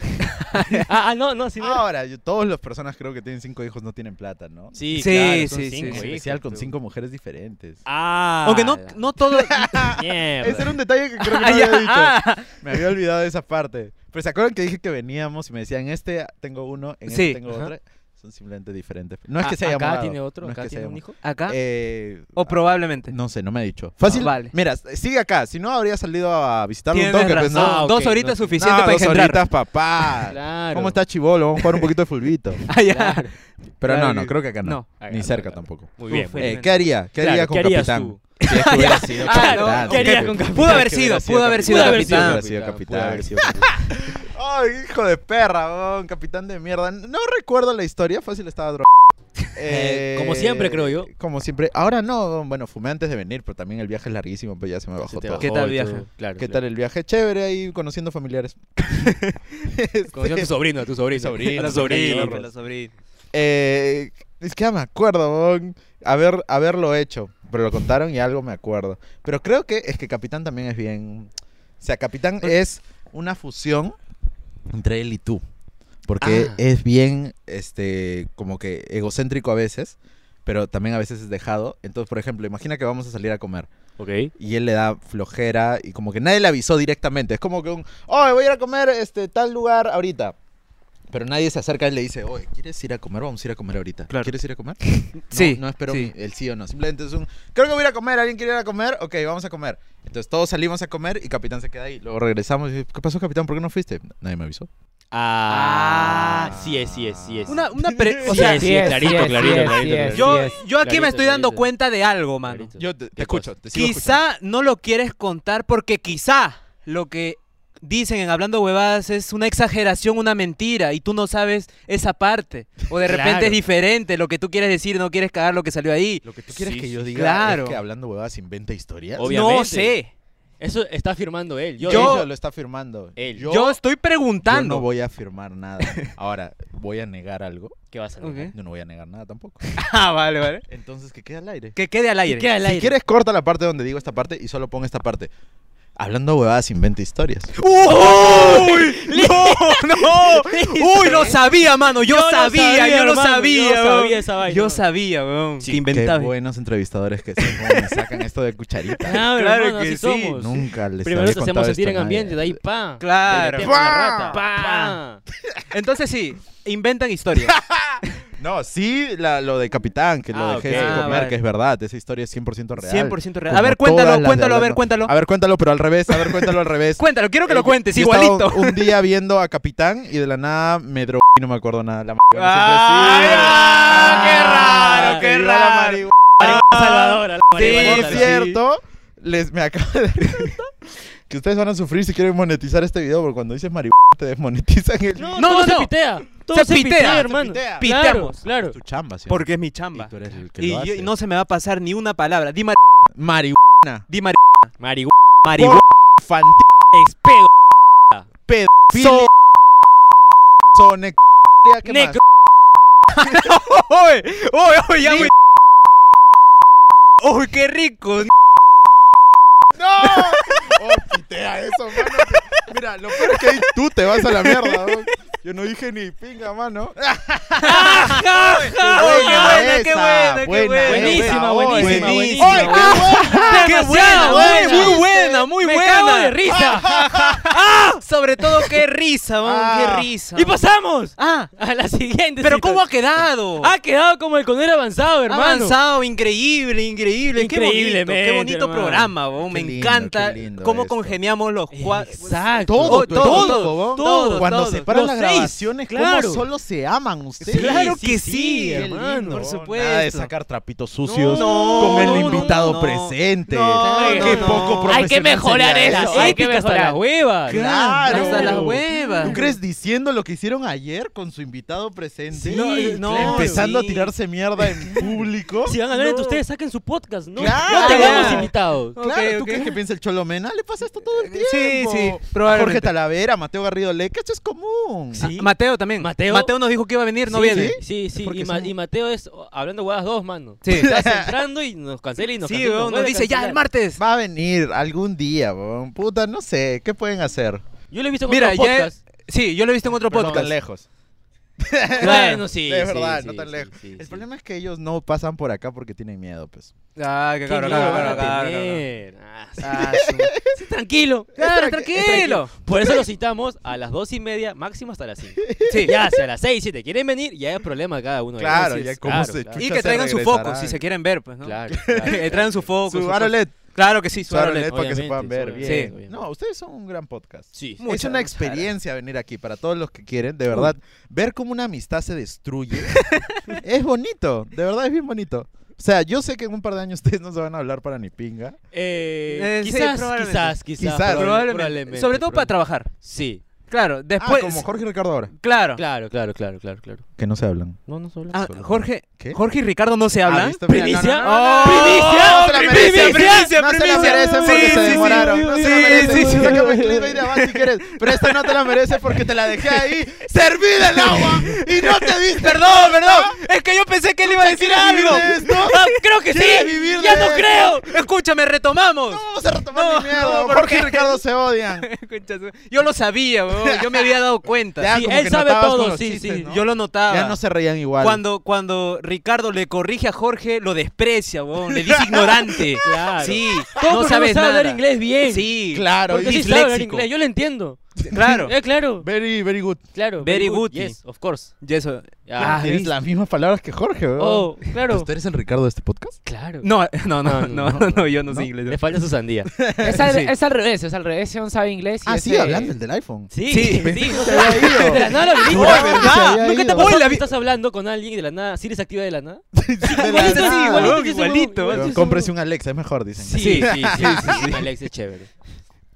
C: Ah, ah, no, no, sí. no.
A: Ahora, yo- todas las personas creo que tienen cinco hijos no tienen plata, ¿no?
C: Sí,
B: Sí,
C: claro, son
B: sí, sí,
C: cinco
A: En
B: sí.
C: hijos,
A: especial con
C: tú.
A: cinco mujeres diferentes.
C: Ah.
B: Aunque no, no todo...
C: Mierda.
A: Ese era un detalle que creo que no
B: Ah, ya,
A: había dicho.
B: ah,
A: Me había olvidado de esa parte. Pero ¿se acuerdan que dije que veníamos y me decían, este tengo uno, en
B: Sí.
A: este tengo
C: Ajá.
A: otro? Son simplemente diferentes. No es
C: Ah,
A: que se haya
C: acá
A: mudado.
C: tiene otro,
A: No es
C: acá
A: que se
C: tiene
A: haya
C: un
A: mudado.
C: hijo.
B: ¿Acá?
A: Eh,
B: o probablemente.
A: no sé, no me ha dicho. Fácil.
B: vale.
A: Mira, sigue acá. Si no, habría salido a visitarlo un
B: Tienes
A: toque. pues,
B: razón.
A: no,
C: Ah, ok,
B: Dos horitas
C: no-
B: suficiente
A: No,
B: para
A: dos
B: engendrar.
A: horitas, papá.
C: Claro.
A: ¿Cómo está Chivolo? Vamos a jugar un poquito de fulbito.
B: Ah, ya.
C: Claro.
A: Pero
B: Claro
A: no, no,
B: que-
A: creo que acá no.
B: no.
A: Ni
C: Acá,
A: cerca
C: acá.
A: tampoco.
C: Muy bien.
B: Uf,
C: muy
B: eh,
A: Eh,
C: bien.
A: ¿Qué haría? ¿Qué haría
C: Claro,
A: con
C: ¿qué harías
A: Capitán?
C: tú?
A: Si es que hubiera sido
B: Ah,
A: capitán.
B: no,
A: Capitán,
B: ¿qué
C: harías
A: que-
C: con Capitán?
B: Pudo haber
A: que hubiera
B: sido, pudo haber sido
A: capitán.
B: capitán.
A: Pudo haber sido capitán.
C: Pudo haber sido
A: Ay, hijo de perra, weón, capitán de mierda. No recuerdo la historia, fácil estaba drogado.
C: Eh, como siempre, creo yo.
A: Como siempre. Ahora no, weón, bueno, fumé antes de venir, pero también el viaje es larguísimo, pues ya se me bajó todo.
B: ¿Qué
A: ¿Qué,
B: bajó. tal viaje?
C: Claro.
A: qué tal el viaje? Chévere ahí conociendo familiares. Este,
C: Conoció a tu sobrino, a tu sobrino.
A: sobrino,
C: a tu
A: sobrino,
C: sobrino.
A: pero-
B: la sobrina.
A: Eh, es que ya me acuerdo, weón, haber, haberlo hecho. Pero lo contaron y algo me acuerdo. Pero creo que es que Capitán también es bien. O sea, Capitán es una fusión entre él y tú. Porque
C: Ah.
A: es bien, este, como que egocéntrico a veces, pero también a veces es dejado. Entonces, por ejemplo, imagina que vamos a salir a comer
C: Ok.
A: y él le da flojera y como que nadie le avisó directamente. Es como que un, oye, voy a ir a comer este tal lugar ahorita. Pero nadie se acerca y le dice, oye, ¿quieres ir a comer? Vamos a ir a comer ahorita.
B: Claro.
A: ¿Quieres ir a comer? No,
B: Sí,
A: No espero
B: sí.
A: mi- el sí o no. Simplemente es un, creo que voy a ir a comer. ¿Alguien quiere ir a comer? Ok, vamos a comer. Entonces todos salimos a comer y Capitán se queda ahí. Luego regresamos y dice, ¿qué pasó, Capitán? ¿Por qué no fuiste? Nadie me avisó.
C: Ah, sí es, sí es, sí es.
B: Una, una pre- o
C: Sí
B: sea,
C: es, sí es, clarito,
D: sí es,
C: clarito,
D: sí es,
C: clarito,
D: sí es.
C: clarito.
B: yo,
D: Así
B: yo aquí
C: Clarito,
B: me estoy dando
C: clarito.
B: cuenta de algo, mano.
C: Clarito.
A: Yo te,
C: ¿Qué
A: escucho, te sigo
B: Quizá no lo quieres contar porque quizá lo que dicen en Hablando Huevadas es una exageración, una mentira, y tú no sabes esa parte. O de repente
C: Claro.
B: es diferente lo que tú quieres decir, no quieres cagar lo que salió ahí.
A: Lo que tú quieres
C: Sí,
A: que yo
C: sí,
A: diga
B: claro.
A: es que hablando huevadas inventa historias.
C: Obvio. Obviamente.
B: No sé.
C: Eso está afirmando él. Yo,
A: Yo lo está afirmando.
C: Él.
A: Yo,
B: Yo,
A: yo
B: estoy preguntando.
A: no voy a afirmar nada. Ahora, ¿voy a negar algo?
C: ¿Qué vas a
B: Ok.
C: negar?
A: Yo no voy a negar nada tampoco.
B: ah, vale, vale.
A: ¿Eh? Entonces, que quede al aire.
B: Que quede al aire.
C: Queda al
A: Si
C: aire.
A: quieres, corta la parte donde digo esta parte y solo pon esta parte. Hablando huevadas inventa historias.
B: ¡Uy! ¡No! ¡No! ¡Uy! Lo sabía, mano. Yo,
C: Yo lo
B: sabía,
C: sabía,
B: yo lo
C: hermano,
B: sabía.
C: yo sabía
B: weón.
C: esa vaina.
B: Yo sabía, weón.
A: Sí,
B: que inventaba.
A: Qué buenos entrevistadores que son. cómo me sacan esto de cucharita.
C: Claro,
B: Claro
C: hermano,
B: que
C: así
B: sí.
C: somos.
A: Nunca les
C: Ah, pues Primero
A: había
C: te
A: contado
C: hacemos sentir
A: esto a
C: en
A: nadie.
C: ambién, de ahí pa.
B: Claro.
C: Te metemos la rata, pa.
B: Entonces sí, inventan historias.
A: No, sí, la- lo de Capitán, que lo
C: Ah,
A: dejé
C: ok.
A: de
B: Ah,
A: comer,
B: vale.
A: que es verdad. Esa historia es 100% real.
B: 100% real. A
A: Como
B: ver,
A: todas
B: cuéntalo,
A: las de
B: cuéntalo, a ver,
A: Hablando-
B: cuéntalo.
A: A ver, cuéntalo, pero al revés. A ver, cuéntalo al revés.
B: Cuéntalo, quiero que lo
A: Eh,
B: cuentes,
A: yo estaba
B: igualito.
A: Un día viendo a Capitán y de la nada me drogué y no me acuerdo nada. La m- siempre
B: Ay,
A: así.
B: ah, qué raro, qué
A: Viva la
B: raro.
A: marihuana.
C: Salvadora, la marihuana,
A: Por
C: sí.
A: cierto, les me acabo de que ustedes van a sufrir si quieren monetizar este video, porque cuando dices marihuana te desmonetizan el
C: No,
B: No, no,
C: no, se
B: no.
C: pitea. Todo
B: Se
C: se,
B: pitea,
C: pitea,
B: se
C: hermano.
A: pitea.
C: Claro,
B: Piteamos.
C: claro.
A: tu chamba, ¿sí?
B: Porque es mi
A: y
B: chamba.
A: tú eres el que
B: Y,
A: lo
B: yo- y
A: hace.
B: no se me va a pasar ni una palabra. Di mar...
A: marihuana,
B: Di mar...
C: Marihuana
B: marihuana.
A: fanti,
C: es pedo.
A: so, so, nec- ¿qué más?
C: Necro.
B: ¡Oye! ¡Oye, oye! ya, güey. ¡Uy, qué rico!
A: ¡No! ¡Oh, pitea eso, mano! Mira, lo peor es que ahí tú te vas a la mierda, weón. Yo no dije ni pinga, mano.
B: ¡Oye, qué buena, qué
A: esa,
B: buena, qué buena!
C: Buenísima,
A: esa,
C: buenísima,
B: buenísima.
C: buenísima.
A: ¡Ay,
C: buenísima.
A: qué buena!
B: ¡Qué buena,
C: Demasiado
B: güey!
C: buena.
B: ¡Muy buena, muy
C: Me
B: buena!
C: cago de risa.
B: ¡Ah! Sobre todo, qué risa, man,
A: Ah.
B: qué risa.
C: Y pasamos
B: ¡Ah!
C: a la siguiente.
B: ¿Pero
C: cita.
B: cómo ha quedado?
C: Ha quedado como el conero avanzado, hermano.
B: Avanzado, increíble, increíble. Qué bonito, qué
C: Increíblemente,
B: bonito
C: hermano.
B: programa, bo, me
A: Qué lindo,
B: encanta
A: qué lindo
B: cómo
A: esto.
B: congeniamos los cuatro.
C: Exacto.
A: Todo,
B: Oh,
A: tu
B: todo,
A: equipo,
B: todo,
A: weón.
B: todo,
A: Cuando
B: todo.
A: se paran
C: Los
A: las
C: seis,
A: grabaciones,
C: claro.
A: cómo solo se aman ustedes.
B: Claro que sí,
C: sí,
B: hermano.
C: lindo.
B: Por supuesto.
A: Nada de sacar trapitos sucios
B: No,
A: con
B: no,
A: el invitado
B: no, no.
A: presente.
B: No,
A: Qué
B: no,
A: poco
B: no.
A: profesional
C: Hay que mejorar
A: sería
C: eso.
A: eso.
C: Hay que
B: Épica hasta
C: mejorar
B: la
C: huevas.
A: Claro.
B: Hasta las huevas.
A: ¿Tú crees diciendo lo que hicieron ayer con su invitado presente?
B: Sí, No, eh, no,
A: empezando
B: sí.
A: a tirarse mierda en público.
C: Si van a hablar entre ustedes, saquen su podcast. No,
A: Claro.
C: no tengamos
B: Claro.
C: invitados.
A: Claro,
B: Ok,
A: ¿tú
B: ok.
A: crees que piensa el Cholo Mena? Le pasa esto todo el
B: Sí,
A: tiempo.
B: sí,
A: A
B: probablemente.
A: Jorge Talavera, Mateo Garrido Leca, esto es común.
C: Sí.
B: Ah, Mateo también.
C: Mateo.
B: nos dijo que iba a venir, no
C: Sí,
B: viene.
C: Sí, sí.
A: Porque
C: Y, Ma-
A: somos-
C: y Mateo es oh, hablando huevas dos, mano.
B: Sí.
C: Estás entrando y nos cancela y nos
B: Sí,
C: cancela y
B: weón, nos
C: vuelve a
B: dice ya
C: cancelar.
B: el martes.
A: Va a venir algún día, weón. puta, no sé, ¿qué pueden hacer?
C: Yo lo he visto con
B: Mira,
C: otro
B: ya.
C: podcast.
B: Sí, yo lo he visto en otro
A: Pero
B: podcast.
A: tan lejos.
C: Bueno, sí.
A: es
C: sí,
A: verdad,
C: sí,
A: no tan
C: sí,
A: lejos.
C: sí,
A: el
C: sí.
A: problema es que ellos no pasan por acá porque tienen miedo, pues.
B: Ah, qué
C: ¿Qué
B: cabrón,
C: miedo
B: cabrón,
C: van a
B: cabrón, cabrón, cabrón.
C: tener? Ah, sí.
B: Ah, su-
C: Sí, Tranquilo.
B: Claro,
A: Es tranqui- es
B: tranquilo.
C: Por eso lo citamos a las dos y media, máximo hasta las cinco.
B: Sí.
C: Ya, si a las seis, si te quieren venir, ya es problema de cada uno. de
A: Claro,
C: ellos.
A: ya cómo se
C: claro.
B: Y
A: Muchas
B: que
A: se
B: traigan su
A: regresarán.
B: foco, si se quieren ver, pues, ¿no?
C: Claro,
B: Que
C: claro.
B: traigan su foco.
A: Su
B: su-
A: AROLED,
B: Claro que sí, su
A: su AROLED
B: AROLED.
A: para que se puedan ver
C: obviamente,
A: bien.
B: sí,
C: obviamente.
A: No, ustedes son un gran podcast.
C: Sí.
A: es
B: Muchas
A: una
B: gracias.
A: experiencia venir aquí para todos los que quieren, de verdad. Ver cómo una amistad se destruye es bonito, de verdad es bien bonito. O sea, yo sé que en un par de años ustedes no se van a hablar para ni pinga.
C: Eh,
B: Eh, sí,
C: quizás,
B: probablemente.
C: quizás, quizás,
A: Quizás.
C: probable-
B: Probablemente. Sobre todo para
C: probable-
B: trabajar.
C: Sí.
B: Claro,
A: Ah,
B: después.
A: como Jorge Ricardo ahora.
B: Claro.
C: Claro, claro, claro, claro, claro.
A: Que no se hablan.
C: No, no solo.
B: Ah,
A: Solo-
B: Jorge,
A: ¿Qué?
B: Jorge y Ricardo no se hablan.
A: visto? Mira, no,
C: ¿Primicia?
A: no, no, no,
B: ¡Oh!
C: ¡Primicia!
A: No se la merecen,
B: primicia,
A: no se la
B: primicia.
A: merecen porque
B: Sí,
A: se
B: sí, sí,
A: demoraron.
B: sí,
A: no se
B: sí,
A: la merecen.
B: sí, sí.
A: Sácame el clickbait abajo si quieres. Pero esta no te la mereces porque te la dejé ahí, servida el agua y no te diste.
B: Perdón, perdón. Es que yo pensé que él iba a decir
A: ¿Quieres vivir
B: algo.
A: de esto?
B: Ah, creo que
A: ¿Quieres
B: sí.
A: vivir de
B: Ya no
A: esto?
B: creo. Escúchame, retomamos.
A: No vamos a retomar
B: No,
A: ni mierda.
B: no, ¿por
A: Jorge y
B: qué?
A: Ricardo se odian.
B: Escucha, Yo lo sabía, weón. Yo me había dado cuenta.
A: Ya,
C: Sí,
A: como
C: él
A: que
C: sabe
A: notabas
C: todo,
A: con los
C: sí,
A: chistes,
C: sí.
A: ¿no?
B: Yo lo notaba.
A: Ya no se reían igual.
B: Cuando, cuando Ricardo le corrige a Jorge, lo desprecia, weón. Le dice ignorante.
C: Claro.
B: Sí,
D: Ah,
C: Todo
B: no
C: porque
B: sabes
C: sabe
B: nada.
C: hablar inglés bien.
B: Sí,
A: Claro,
C: Porque
A: y-
C: sí sabe hablar
B: disléxico.
C: inglés, yo lo entiendo.
B: claro.
C: Eh, claro,
A: Very, very good.
C: claro.
B: Very good.
C: Yes, of course.
B: Y eso.
C: Ah,
A: Tienes
C: ¿viste?
A: las mismas palabras que Jorge, weón.
C: Oh, claro.
A: Pues tú eres el Ricardo de este podcast?
C: Claro.
B: No, no, no, no, no,
C: no,
B: no, yo no,
A: ¿no?
B: sé inglés.
C: Le falta su sandía.
D: Es al,
B: Sí.
D: es al revés, es al revés. Sean sabe inglés. y
A: Ah,
D: este-
A: sí, hablando el del iPhone.
C: Sí,
B: Sí.
C: sí. sí.
A: Se había ido.
C: De la nada lo grita.
A: Juraba que se había
B: ¿Nunca te
A: ido.
B: ha
C: ¿Qué
B: pasado?
C: pasa?
B: la
C: que
B: vi-
C: Estás hablando con alguien y de la nada. ¿Siri se activa de la nada?
A: De la
C: Igualito, sí,
A: nada.
C: igualito.
B: Huevón,
C: que ese
B: Ah, igualito.
C: huevón.
A: Cómprese un Alexa, es mejor, dicen.
C: Sí, sí, sí. sí, Alex es chévere.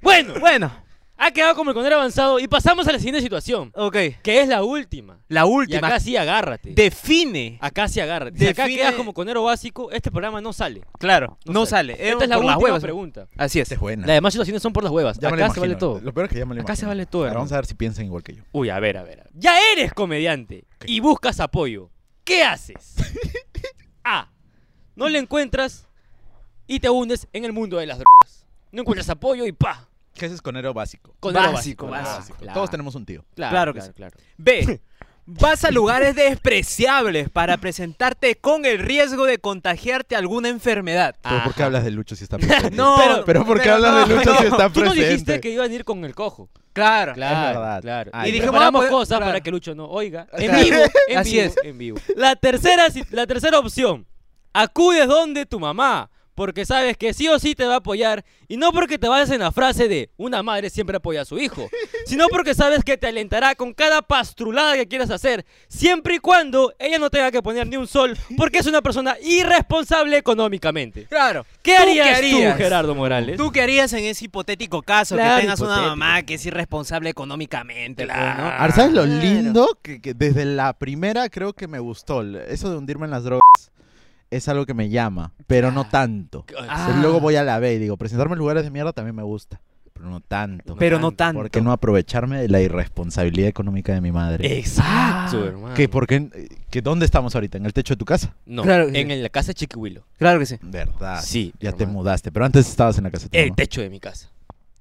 C: Bueno,
B: Bueno,
C: Ha quedado como el condena avanzado y pasamos a la siguiente situación,
B: Ok.
C: que es la última.
B: La
C: Y
B: última.
C: acá sí agárrate.
B: Define.
C: Acá sí agárrate. Si acá
B: Define-
C: quedas como conero básico, este programa no sale.
B: Claro. No,
C: no
B: sale.
C: Esta es la
B: por las
C: última
B: huevas.
C: pregunta.
B: Así es.
A: Esta es buena.
C: Las demás situaciones son por las huevas.
A: Ya me
C: acá
A: la
C: se
A: imagino.
C: vale todo.
A: Lo peor es que ya me lo
C: Acá se
A: imagino.
C: vale todo,
A: A ver,
C: hermano.
A: Vamos a ver si piensan igual que yo.
C: Uy, a ver, a ver. a ver. Ya eres comediante y buscas apoyo. ¿Qué haces? A. No le encuentras y te hundes en el mundo de las drogas. No encuentras apoyo y pa.
A: ¿Qué es conero básico?
C: Conero
B: Básico,
C: claro,
B: básico.
C: claro,
A: Todos tenemos un tío.
C: Claro,
B: Claro
C: claro,
B: que sí.
C: claro,
B: B. Vas a lugares despreciables para presentarte con el riesgo de contagiarte alguna enfermedad.
A: ¿Pero por qué hablas de Lucho si está presente?
B: No,
C: Pero-
A: ¿Pero por qué hablas de
B: no,
A: Lucho si
B: no.
A: está
C: Tú nos
A: presente?
C: dijiste que iban a ir con el cojo.
B: Claro.
C: Claro,
A: verdad.
C: claro.
A: Ah,
C: y
A: ya.
C: dijimos
B: Preparamos
C: cosas
B: claro.
C: para que Lucho no oiga. En
B: Claro.
C: vivo, en
B: Así
C: vivo,
B: es.
C: en vivo. La tercera, si- la tercera opción. Acudes donde tu mamá, porque sabes que sí o sí te va a apoyar y no porque te vayas en la frase de una madre siempre apoya a su hijo, sino porque sabes que te alentará con cada pastrulada que quieras hacer, siempre y cuando ella no tenga que poner ni un sol, porque es una persona irresponsable económicamente.
B: Claro.
C: ¿Qué
B: ¿Tú
C: harías, tú, Gerardo Morales?
B: ¿Tú qué harías en ese hipotético caso
C: Claro,
B: que tengas una
C: hipotético.
B: mamá que es irresponsable económicamente? pues, ¿no?
A: Ahora, ¿sabes lo
B: Claro.
A: lindo? Que, que desde la primera creo que me gustó. Eso de hundirme en las drogas es algo que me llama, pero no tanto.
B: Ah.
A: Entonces, Luego voy a la B y digo, presentarme en lugares de mierda también me gusta, pero no tanto.
B: Pero no tanto.
A: ¿Por qué no aprovecharme de la irresponsabilidad económica de mi madre?
C: Exacto, hermano.
B: ah.
A: que porque que dónde estamos ahorita? ¿En el techo de tu casa?
C: No,
B: Claro que
C: en,
B: sí.
C: la casa de Chiquihuilo.
B: Claro que sí.
A: ¿Verdad?
C: Sí,
A: Ya te
C: hermano.
A: mudaste, pero antes estabas en la casa de tu
C: El
A: mamá.
C: techo de mi casa.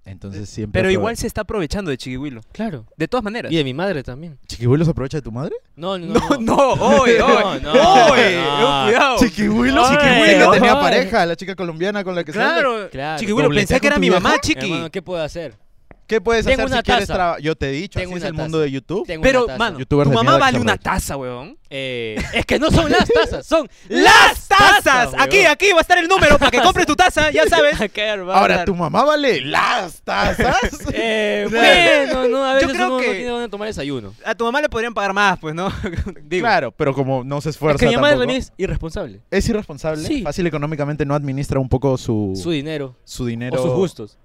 A: Entonces siempre...
B: Pero
A: aprove-
B: igual se está aprovechando de Chiquihuilo.
C: Claro.
B: De todas maneras.
C: Y de mi madre también.
A: ¿Chiquibuelo se aprovecha de tu madre?
C: No, no,
B: No,
C: no.
B: no, hoy,
C: No,
B: hoy.
C: no,
B: hoy.
C: no.
B: eh, Cuidado.
A: Chiquibuelo,
B: Ay,
A: Chiquibuelo
B: ay.
A: tenía pareja, la chica colombiana con la que sale.
B: Claro.
C: Claro.
B: Chiquihuilo,
A: Dobletea
B: pensé que
A: con
B: era
A: tu
B: mi
A: vieja.
B: mamá, Chiqui.
C: Hermano, ¿qué puedo hacer?
A: ¿Qué puedes
C: Tengo
A: hacer
C: una
A: si quieres
C: taza.
A: trabajar? Yo te he dicho,
C: Tengo
A: así es
C: una
A: el
C: taza.
A: mundo de YouTube.
C: Tengo
B: Pero,
C: una taza.
B: mano, tu
A: Youtubers de
B: mamá
A: mierda que
B: vale
A: se
B: una
A: aprovechan.
B: taza, weón.
C: Eh, es que no son las tazas, son
B: ¡Las tazas!
C: weón.
B: Aquí, aquí va a estar el número para que compres tu taza, ya sabes.
C: Acá, hermano.
A: Ahora, ¿tu mamá vale las tazas?
C: Eh, bueno, no, a
B: Yo
C: veces
B: creo
C: uno
B: que-
C: no tiene dónde tomar desayuno.
B: A tu mamá le podrían pagar más, pues, ¿no? Digo.
A: Claro, pero como no se
C: Es
A: esfuerza
C: que mi madre
A: tampoco.
C: también es irresponsable.
A: Es irresponsable,
C: Sí.
A: fácil económicamente, no administra un poco su,
B: Uh.
C: Su dinero.
A: su dinero.
C: O sus gustos.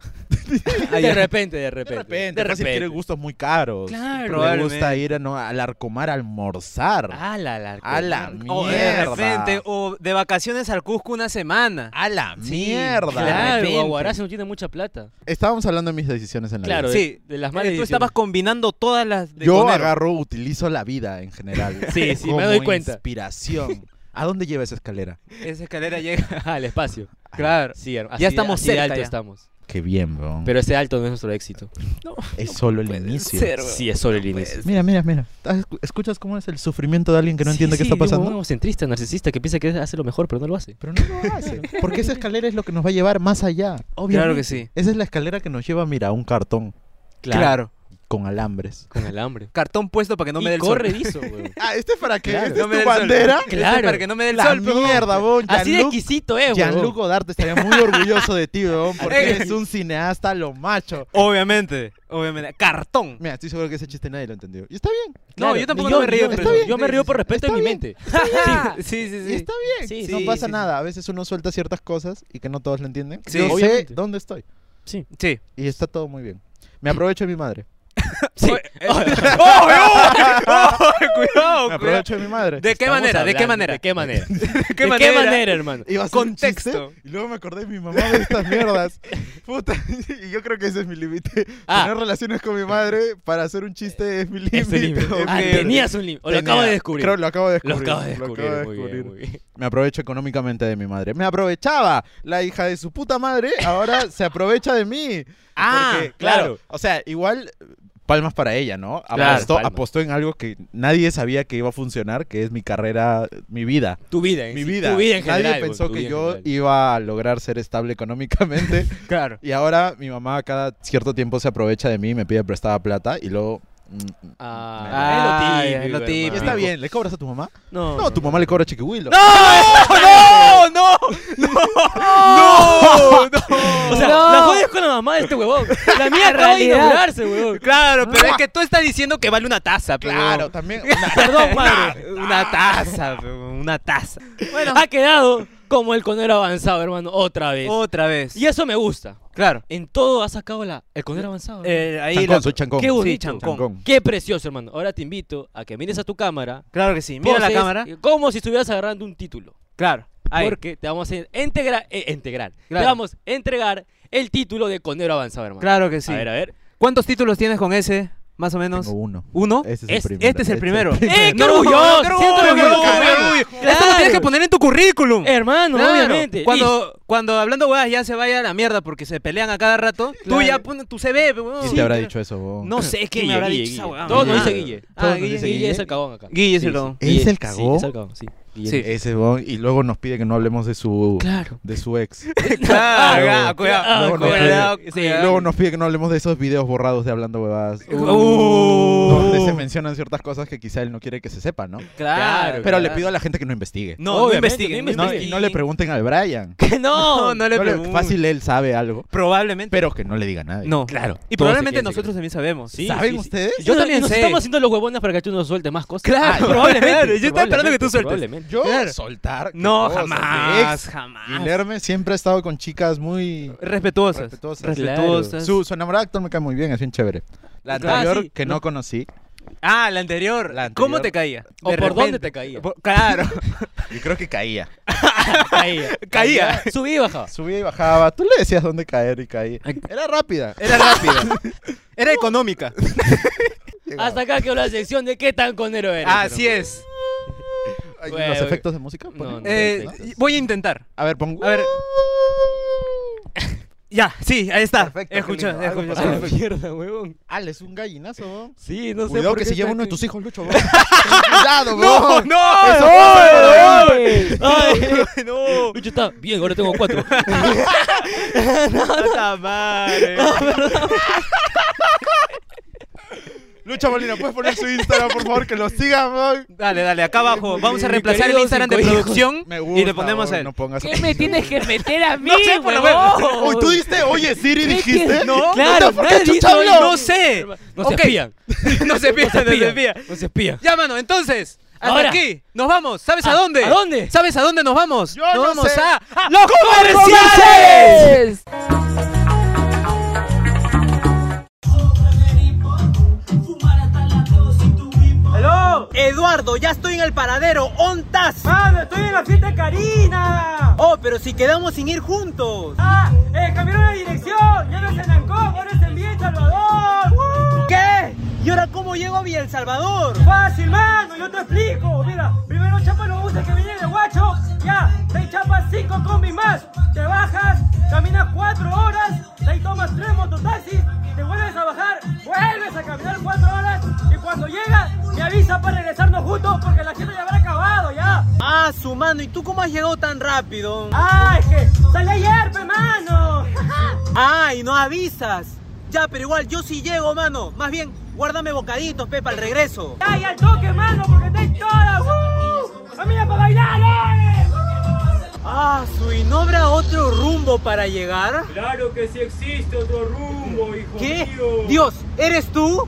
B: Ah,
C: de
B: ya.
C: repente, de repente.
A: De repente, fácil quiere gustos muy caros.
C: Claro.
A: Le
B: Probablemente.
A: gusta ir a, no, al arcomar a almorzar.
C: A la, la,
A: a la
B: O de
A: Mierda.
B: repente, o de vacaciones al Cusco una semana.
C: Ah,
A: a la
B: Sí,
A: mierda.
B: De
C: Claro,
B: repente.
C: Guaguarazo no tiene mucha plata.
A: Estábamos hablando de mis decisiones en la
C: Claro,
A: vida.
B: Sí. Eh,
C: sí. de, las malas
B: Tú estabas
C: decisiones.
B: combinando todas las de
A: Yo
B: Conero.
A: agarro, utilizo la vida en general.
C: Sí, sí, me
A: como
C: doy cuenta.
A: Inspiración. ¿A dónde lleva esa escalera?
B: Esa escalera llega.
C: al espacio.
B: Claro.
C: Sí, hermano.
B: Ya estamos
C: así de
B: cerca
C: alto
B: ya.
C: estamos.
A: Qué bien, weón.
C: Pero ese alto no es nuestro éxito.
A: es solo el inicio.
B: ser, weón.
C: Sí, es solo el inicio.
A: Mira, mira, mira. ¿Estás escu- ¿Escuchas cómo es el sufrimiento de alguien que no entiende qué está
C: Un
A: pasando?
C: egocentrista, narcisista que piensa que hace lo mejor, pero no lo hace.
A: Pero no lo hace. Porque esa escalera es lo que nos va a llevar más allá. Obviamente.
B: Claro que sí.
A: Esa es la escalera que nos lleva, mira, a un cartón
B: Claro.
A: con alambres.
C: Con alambre.
B: Cartón puesto para que no me
C: y
B: dé el sol.
C: corredizo, weón.
A: Ah, ¿este para qué?
C: Claro.
A: ¿Este
B: No me
A: es
B: dé
A: tu
B: el sol.
A: bandera?
B: Este es
C: Claro.
B: para que no me dé el
A: La
B: sol, pero-
A: mierda, weón.
C: Así de
A: Gianluca-
C: exquisito es,
A: Gianluca
C: weón.
A: Godard estaría muy orgulloso de ti, weón, porque
B: Ey.
A: eres un cineasta lo macho.
B: Obviamente, obviamente. Cartón.
A: Mira, estoy seguro que ese chiste nadie lo entendió. Y está bien.
B: No, yo tampoco me río,
C: Yo,
B: pero-
C: yo me río por
A: Está
C: respeto en mi
A: bien.
C: mente.
B: Sí, sí,
A: Y
B: sí.
A: está bien.
C: Sí,
A: no
B: sí,
A: pasa
B: sí,
A: nada. A veces uno suelta ciertas cosas y que no todos lo entienden.
B: Sí.
A: yo
C: Obviamente.
A: sé dónde estoy.
B: Sí.
A: Y está todo muy bien. Me aprovecho de mi madre.
C: Sí.
B: ¡Oh, oh! Cuidado,
A: Me
B: cuidado.
A: aprovecho de mi madre.
B: ¿De qué
C: Estamos
B: manera? ¿De qué
C: hablando,
B: manera?
C: ¿De qué manera?
B: ¿De
C: ¿De qué manera, hermano?
A: Iba a hacer un chiste,
B: Contexto.
A: y luego me acordé de mi mamá de estas mierdas. Puta. Y yo creo que ese es mi límite.
C: Ah.
A: Tener relaciones con mi madre para hacer un chiste es mi límite.
C: Es un límite.
A: Es
C: Ah,
A: mi límite.
C: tenías un límite. O lo
A: Tenía-
C: acabo de descubrir.
A: Creo, lo acabo de
C: Lo
A: descubrir.
C: acabo de
A: lo acabo
C: descubrir.
A: de
C: muy bien,
A: descubrir.
C: muy bien.
A: Me aprovecho económicamente de mi madre. Me aprovechaba la hija de su puta madre, ahora se aprovecha de mí.
B: Ah,
C: claro.
A: O sea, igual eh, palmas para ella, ¿no?
C: Claro,
A: Apostó,
C: palmas.
A: apostó en algo que nadie sabía que iba a funcionar, que es mi carrera, eh, mi vida.
C: Tu vida, en
A: Mi
C: Eh, sí,
A: vida.
C: Tu vida en general.
A: Nadie
C: weón,
A: pensó
C: tu
A: que
C: vida en
A: yo
C: general.
A: iba a lograr ser estable económicamente.
B: Claro.
A: y ahora mi mamá cada cierto tiempo se aprovecha de mí, me pide prestada plata y luego... mm, mm.
C: Ah,
B: Ah,
C: es
B: ya, es lo
C: lo típico.
B: típico.
A: Y
C: hermano.
A: está bien, ¿le cobras a tu mamá?
C: No.
A: No, tu mamá le cobra a Chiquihuilo.
B: ¡No! ¡Oh, ¡No! ¡No! ¡No!
C: O sea,
D: No.
C: la jodes con la mamá de este huevón. La mía acaba de
D: realidad.
C: inaugurarse, huevón.
B: Claro, pero es que tú estás diciendo que vale una taza, pero-
A: Claro, también.
C: Perdón, madre.
B: Una taza, pero, una taza. Oh.
C: Bueno, ha quedado como el conero avanzado, hermano, otra vez.
B: Otra vez.
C: Y eso me gusta.
B: Claro.
C: En todo has sacado la, el condor avanzado. ¿no?
B: Eh, ahí
A: Chancón,
B: la-
A: soy chancón.
C: Qué bonito.
B: chancón.
C: Qué precioso, hermano. Ahora te invito a que mires a tu cámara.
B: Claro que sí. Mira la
C: poses,
B: cámara.
C: eh, Como si estuvieras agarrando un título.
B: Claro. Ahí.
C: Porque te vamos a integrar. integrar.
B: Claro.
C: Te vamos a entregar el título de Condero Avanzado, hermano.
B: Claro que sí.
C: A ver, a ver.
B: ¿Cuántos títulos tienes con ese? Más o menos.
A: Tengo uno.
B: ¿Uno?
A: Este es el
B: Es-
A: primero.
B: Este es el
A: Este-
B: primero.
C: ¡Eh, qué
B: No,
C: orgulloso!
B: qué orgullo,
C: Siento
B: qué
C: orgullo,
B: orgullo,
C: carajo.
B: qué orgullo. Esto lo tienes que poner en tu currículum.
C: Hermano,
B: Claro.
C: Eh, obviamente.
B: Cuando, cuando hablando huevas ya se vaya a la mierda porque se pelean a cada rato, tú
C: Claro.
B: ya pones tu CV. pe, huevón.
A: ¿Quién
B: Sí,
A: te habrá
B: pero-
A: dicho eso, vos?
B: No sé qué me
C: Guille,
B: habrá
C: Guille,
B: dicho esa
C: Guille.
B: huevada.
C: Todo nos
B: Ah.
C: dice Guille.
B: Ah,
C: Todo nos
B: Guille,
C: dice
B: Guille.
C: Guille es el cagón acá.
B: Guille es
C: Sí,
B: el
C: sí.
B: cagón.
A: ¿Es el
C: sí,
A: cagón?
C: es el cagón, sí. Guille.
B: Sí.
A: Ese bon, y luego nos pide que no hablemos de su
C: Claro.
A: de su ex.
B: Claro,
A: Luego-
B: ah, cuidado,
A: luego, nos
B: cuidado,
A: pide,
B: cuidado.
A: luego nos pide que no hablemos de esos videos borrados de hablando huevadas.
B: Uh.
A: Donde se mencionan ciertas cosas que quizá él no quiere que se sepa, ¿no?
B: Claro,
A: Pero le
B: claro.
A: pido a la gente que no investigue.
B: No, no
C: Obviamente,
B: investiguen.
C: no
B: No,
A: No,
C: investiguen.
A: y no le pregunten al Brian.
C: Que no.
B: no, no le
A: No le-
B: pregunten.
A: fácil él sabe algo,
B: Probablemente.
A: pero que no le diga a nadie.
B: no.
C: Claro,
B: Y
C: todo se
B: probablemente
C: quede
B: nosotros también sabemos.
C: Sí,
A: ¿Saben
C: sí, sí.
A: ustedes?
B: Yo también
C: nos
B: sé.
C: estamos haciendo los huevones para que tú nos sueltes más cosas. Ah,
B: Claro.
C: probablemente.
B: Claro, yo estaba esperando que tú
C: probablemente,
B: sueltes.
C: probablemente.
A: Yo
B: Claro.
A: soltar. qué
B: No,
A: cosa, mi
B: jamás,
A: ex,
B: jamás.
A: Guillerme siempre ha estado con chicas muy
B: Respetuosas.
A: Respetuosas.
B: Respetuosas.
A: su, su enamorada actual me cae muy bien, es bien chévere. La
C: Ah,
A: anterior
C: sí.
A: que no conocí.
B: Ah, la anterior.
A: La anterior.
B: ¿Cómo te caía?
C: ¿O
B: De
C: por dónde
B: repente.
C: te caía?
B: Por- Claro.
A: Yo creo que caía.
C: Caía.
B: Caía.
C: Subí y bajaba.
A: Subía y bajaba. Tú le decías dónde caer y caía. Era rápida.
B: Era rápida. Era económica.
A: Llegaba.
C: Hasta acá quedó la sección de qué tan conero eres.
B: Así es.
A: Ay,
C: Güey,
A: ¿Los
C: güey.
A: efectos de música? ponen?
C: no,
B: Eh,
C: perfecto.
B: y- voy a intentar.
A: A ver, pongo.
B: A ver. Ya, sí, ahí está.
A: Perfecto, qué
B: Escucha,
A: lindo. Algo
B: escucha.
A: pasó.
C: Ah, mierda, huevón.
A: Al, Ah, es un gallinazo, ¿no?
C: Sí, no sé
A: Cuidado
C: por
A: que
C: qué
A: se lleva
C: está
A: uno de
C: aquí.
A: tus hijos, Lucho. weón. Ten Cuidado,
B: ¡No,
A: weón.
B: no!
A: Eso,
B: ¡No!
C: Ay,
B: ¡No!
C: Lucho está bien, ahora tengo cuatro.
B: ¡Puta madre!
A: Lucho Molina, ¿puedes poner su Instagram, por favor? Que lo sigan, weón.
B: Dale, dale, acá abajo. Vamos a
C: Mi
B: reemplazar el
C: querido
B: Instagram de
C: cinco hijos.
B: producción
A: Me gusta.
B: y le ponemos
A: weón,
B: a él.
A: No pongas.
D: ¿Qué me tienes que meter a mí,
B: No sé, por la
D: huevón?
A: Uy, tú diste, oye, Siri,
D: ¿Qué
A: dijiste.
D: quieres?
B: No,
C: Claro,
A: ¿por qué
C: nadie
A: chucha
C: hizo
A: habló?
C: eso.
B: no sé.
C: No se
B: Ok.
C: espían.
B: No se pide, no se
C: espían.
B: pide.
C: No se espían.
B: Ya, mano, entonces, hasta
C: Ahora.
B: aquí. Nos vamos. ¿Sabes a,
C: ¿A-
B: dónde?
C: a dónde? Ah,
B: ¿Sabes a dónde nos vamos?
A: Yo
B: nos
A: no
B: vamos
A: sé.
B: a, a los comerciales.
D: ¡Comerciales!
E: ¡Aló! Eduardo, ya estoy en el paradero. ¡Ontas!
F: ¡Mano, estoy en la fiesta de Karina!
E: Oh, pero si quedamos sin ir juntos.
F: ¡Ah! Eh, cambiaron la dirección! ¡Ya no es en Ancón, ahora es en Villa El Salvador! ¡Woo!
E: ¿Qué? ¿Y ahora cómo llego a Villa El Salvador?
F: Fácil, mano, yo te explico. Mira, primero chapa los buses que vienen de Guacho. Ya, de ahí chapas cinco combis más. Te bajas, caminas cuatro horas, de ahí tomas tres mototaxis, te vuelves a bajar, vuelves a caminar cuatro horas y cuando llega me avisa para regresarnos juntos porque la fiesta ya habrá acabado ya.
E: Ah, su mano, ¿y tú cómo has llegado tan rápido?
F: ¡Ah, es que salí ayer, pe, mano!
E: ¡Ay, no avisas! Ya, pero igual, yo sí llego, mano. Más bien, guárdame bocaditos, Pepa, al regreso.
F: ¡Ay, al toque, mano, porque estáis todas! ¡Woo! ¡Familia para bailar, eh!
E: Ah, su, ¿y no habrá otro rumbo para llegar?
F: Claro que sí existe otro rumbo, hijo
E: ¿Qué? Dios, ¿eres tú?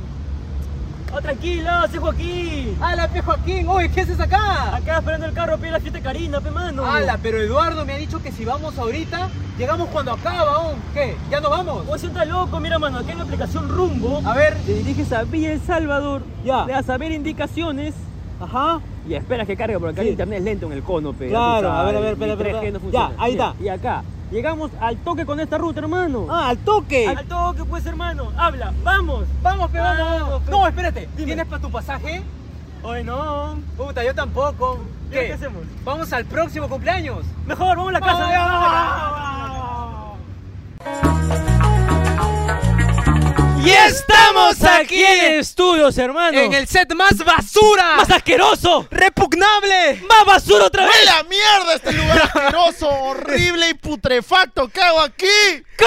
F: Oh, tranquilo, soy Joaquín.
E: ¡Hala, pe Joaquín! ¡Oye, qué haces acá?
F: Acá esperando el carro, pide la fiesta de Karina, pe mano.
E: ¡Hala, pero Eduardo me ha dicho que si vamos ahorita, llegamos cuando acaba, ¿on? ¿Qué? ¿Ya nos vamos?
F: Vos estás loco, mira, mano, aquí en la aplicación Rumbo.
E: A ver,
F: Te diriges a Villa El Salvador.
E: Ya.
F: Le das a ver indicaciones.
E: ajá.
F: Y esperas que cargue, porque acá
E: Sí.
F: el internet es lento en el cono, pe. ya tú
E: Claro, a ver,
F: sabes,
E: a ver,
F: mi
E: espera, espera,
F: 3G
E: espera.
F: no funciona.
E: Ya, ahí está.
F: Y acá. Llegamos al toque con esta ruta, hermano.
E: ¡Ah, al toque!
F: Al toque, pues, hermano. Habla, vamos.
E: ¡Vamos, pe, vamos,
F: Ah,
E: vamos!
F: pe.
E: No, espérate.
F: Dime.
E: ¿Tienes para tu pasaje?
F: Hoy no.
E: Puta, yo tampoco.
F: ¿Qué? ¿Qué hacemos?
E: ¿Vamos al próximo cumpleaños?
F: Mejor, vamos a la casa.
E: Vamos,
F: vamos a la casa.
B: Y estamos
C: Aquí en estudios, hermano.
B: en el set más basura,
C: más asqueroso.
B: repugnable.
C: Más basura otra vez.
A: ¡Huele a mierda este lugar asqueroso, horrible y putrefacto! ¿Qué hago aquí? ¡Qué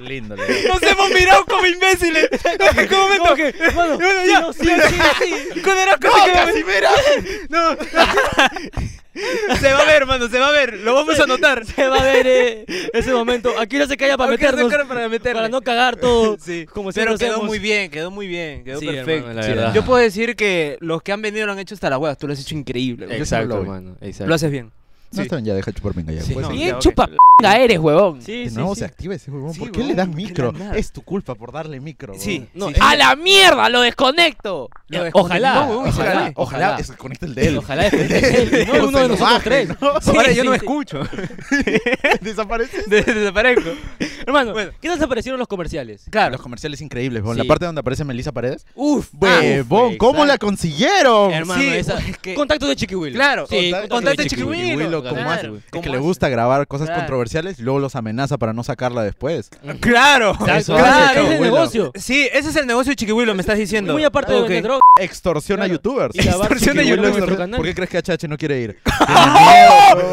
A: lindo, lindo.
B: Nos hemos mirado como imbéciles. ¿En qué momento?
C: Mano,
B: Ya.
C: sí, sí, sí, sí.
B: Coneroca,
A: ¡No,
B: se queda-
A: Casimira!
B: Se va a ver, hermano, se va a ver. Lo vamos a notar.
C: Se va a ver eh, ese momento. Aquí no se calla para
B: Aquí no se
C: meternos.
B: calla para meterle.
C: para no cagar todo.
B: Sí,
C: Como siempre
B: pero quedó
C: hacemos.
B: muy bien, quedó muy bien, quedó
C: Sí,
B: perfecto.
C: hermano, la
A: Sí,
C: verdad.
B: Yo puedo decir que los que han venido lo han hecho hasta las huevas. Tú lo has hecho increíble. güey.
A: Yo siempre
C: Exacto,
A: lo voy.
C: hermano. Exacto.
B: Lo haces bien.
A: No, está bien, ya deja chupar minga ya.
B: Sí,
A: pues.
B: no,
D: Bien
B: ok.
D: chupa eres, huevón.
C: Sí,
A: De
C: sí,
A: nuevo
C: sí.
A: se activa ese huevón.
B: Sí,
A: ¿Por qué
B: huevón,
A: le das
B: ¿por qué le
A: micro?
B: das nada?
A: Es tu culpa por darle micro.
B: Sí,
A: huevón.
B: no,
C: sí, eh,
B: es-
D: ¡A la mierda! ¡Lo desconecto!
C: Ya,
B: lo
C: ojalá,
B: desconectó, huevón, y se
A: Ojalá,
B: fue.
A: ojalá, este es- conecta el de él.
C: Ojalá desconecte él, no uno de
A: Se lo
C: nosotros
A: baje,
C: tres.
A: ¿no?
C: Sí,
B: Ahora yo
C: sí,
B: no
C: sí.
B: escucho.
A: Desaparece.
C: De- Desaparezco. Hermano,
B: Bueno.
C: ¿qué tal aparecieron los comerciales?
A: Los comerciales increíbles, huevón.
C: Sí. Ah,
A: La parte donde aparece Melissa Paredes.
B: Ah, Uf,
A: Huevón, ¿cómo la consiguieron?
C: Hermano,
B: sí,
C: esa-
B: es pues, que-
C: Contacto de Chiqui Willy.
B: Claro,
C: Sí,
A: contacto-
B: contacto de
A: Chiqui
B: Chiqui
A: Willy,
B: Willy,
A: loco,
B: claro.
A: más, güey.
B: ¿Cómo
A: Es que le
B: hace?
A: gusta grabar cosas
B: Claro.
A: controversiales y luego los amenaza para no sacarla después.
B: Claro,
A: Eso
B: claro.
A: hace,
C: es el
A: Chiquihuilo.
C: negocio.
B: Eh, Sí, ese es el negocio de Chiquihuilo, me estás diciendo.
C: Muy aparte de
B: Ok.
C: vender droga.
A: Extorsiona a
C: Claro.
A: youtubers.
C: Y lavar
B: Extorsiona
A: Chiquihuilo
C: youtubers en nuestro
A: extorsiona-
C: canal.
A: ¿Por qué crees que HH no quiere ir? Tiene miedo,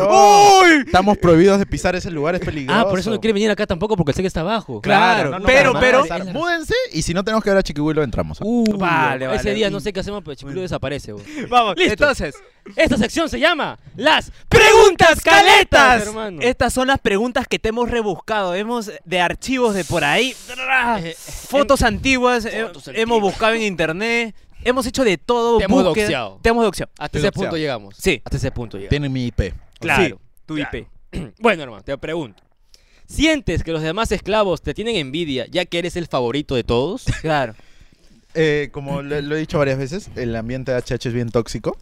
A: huevón.
B: ¡Uy!
A: Estamos prohibidos de pisar ese lugar, es peligroso.
C: Ah, por eso no quiere venir acá tampoco porque sé que está abajo.
B: Claro,
A: no, no,
B: pero,
A: para
B: pero.
A: nada. Múdense y si no tenemos que ver a Chiquihuilo, entramos.
C: Uh,
B: Vale,
C: ese
B: vale.
C: día no sé qué hacemos, pero Chiqui Willy desaparece. güey.
B: Vamos,
C: Listo.
B: entonces.
C: Esta sección se llama Las
B: ¡Preguntas
C: Caletas,
B: caletas!
C: hermano.
B: Estas son las preguntas que te hemos rebuscado. Hemos de archivos de por ahí. tra, Eh, Fotos antiguas. eh, Hemos buscado en internet. Hemos hecho de todo.
C: Te hemos
B: búsqueda-
C: doxeado.
B: Te hemos doxeado.
C: Hasta
A: Estoy
C: ese punto
A: doxeado.
C: llegamos.
B: Sí.
C: Hasta ese punto llegamos.
A: Tienen mi IP.
B: Claro.
C: tu IP. bueno, hermano, te pregunto. ¿Sientes que los demás esclavos te tienen envidia ya que eres el favorito de todos?
B: Claro.
A: Eh, como lo, lo he dicho varias veces, el ambiente de HH es bien tóxico.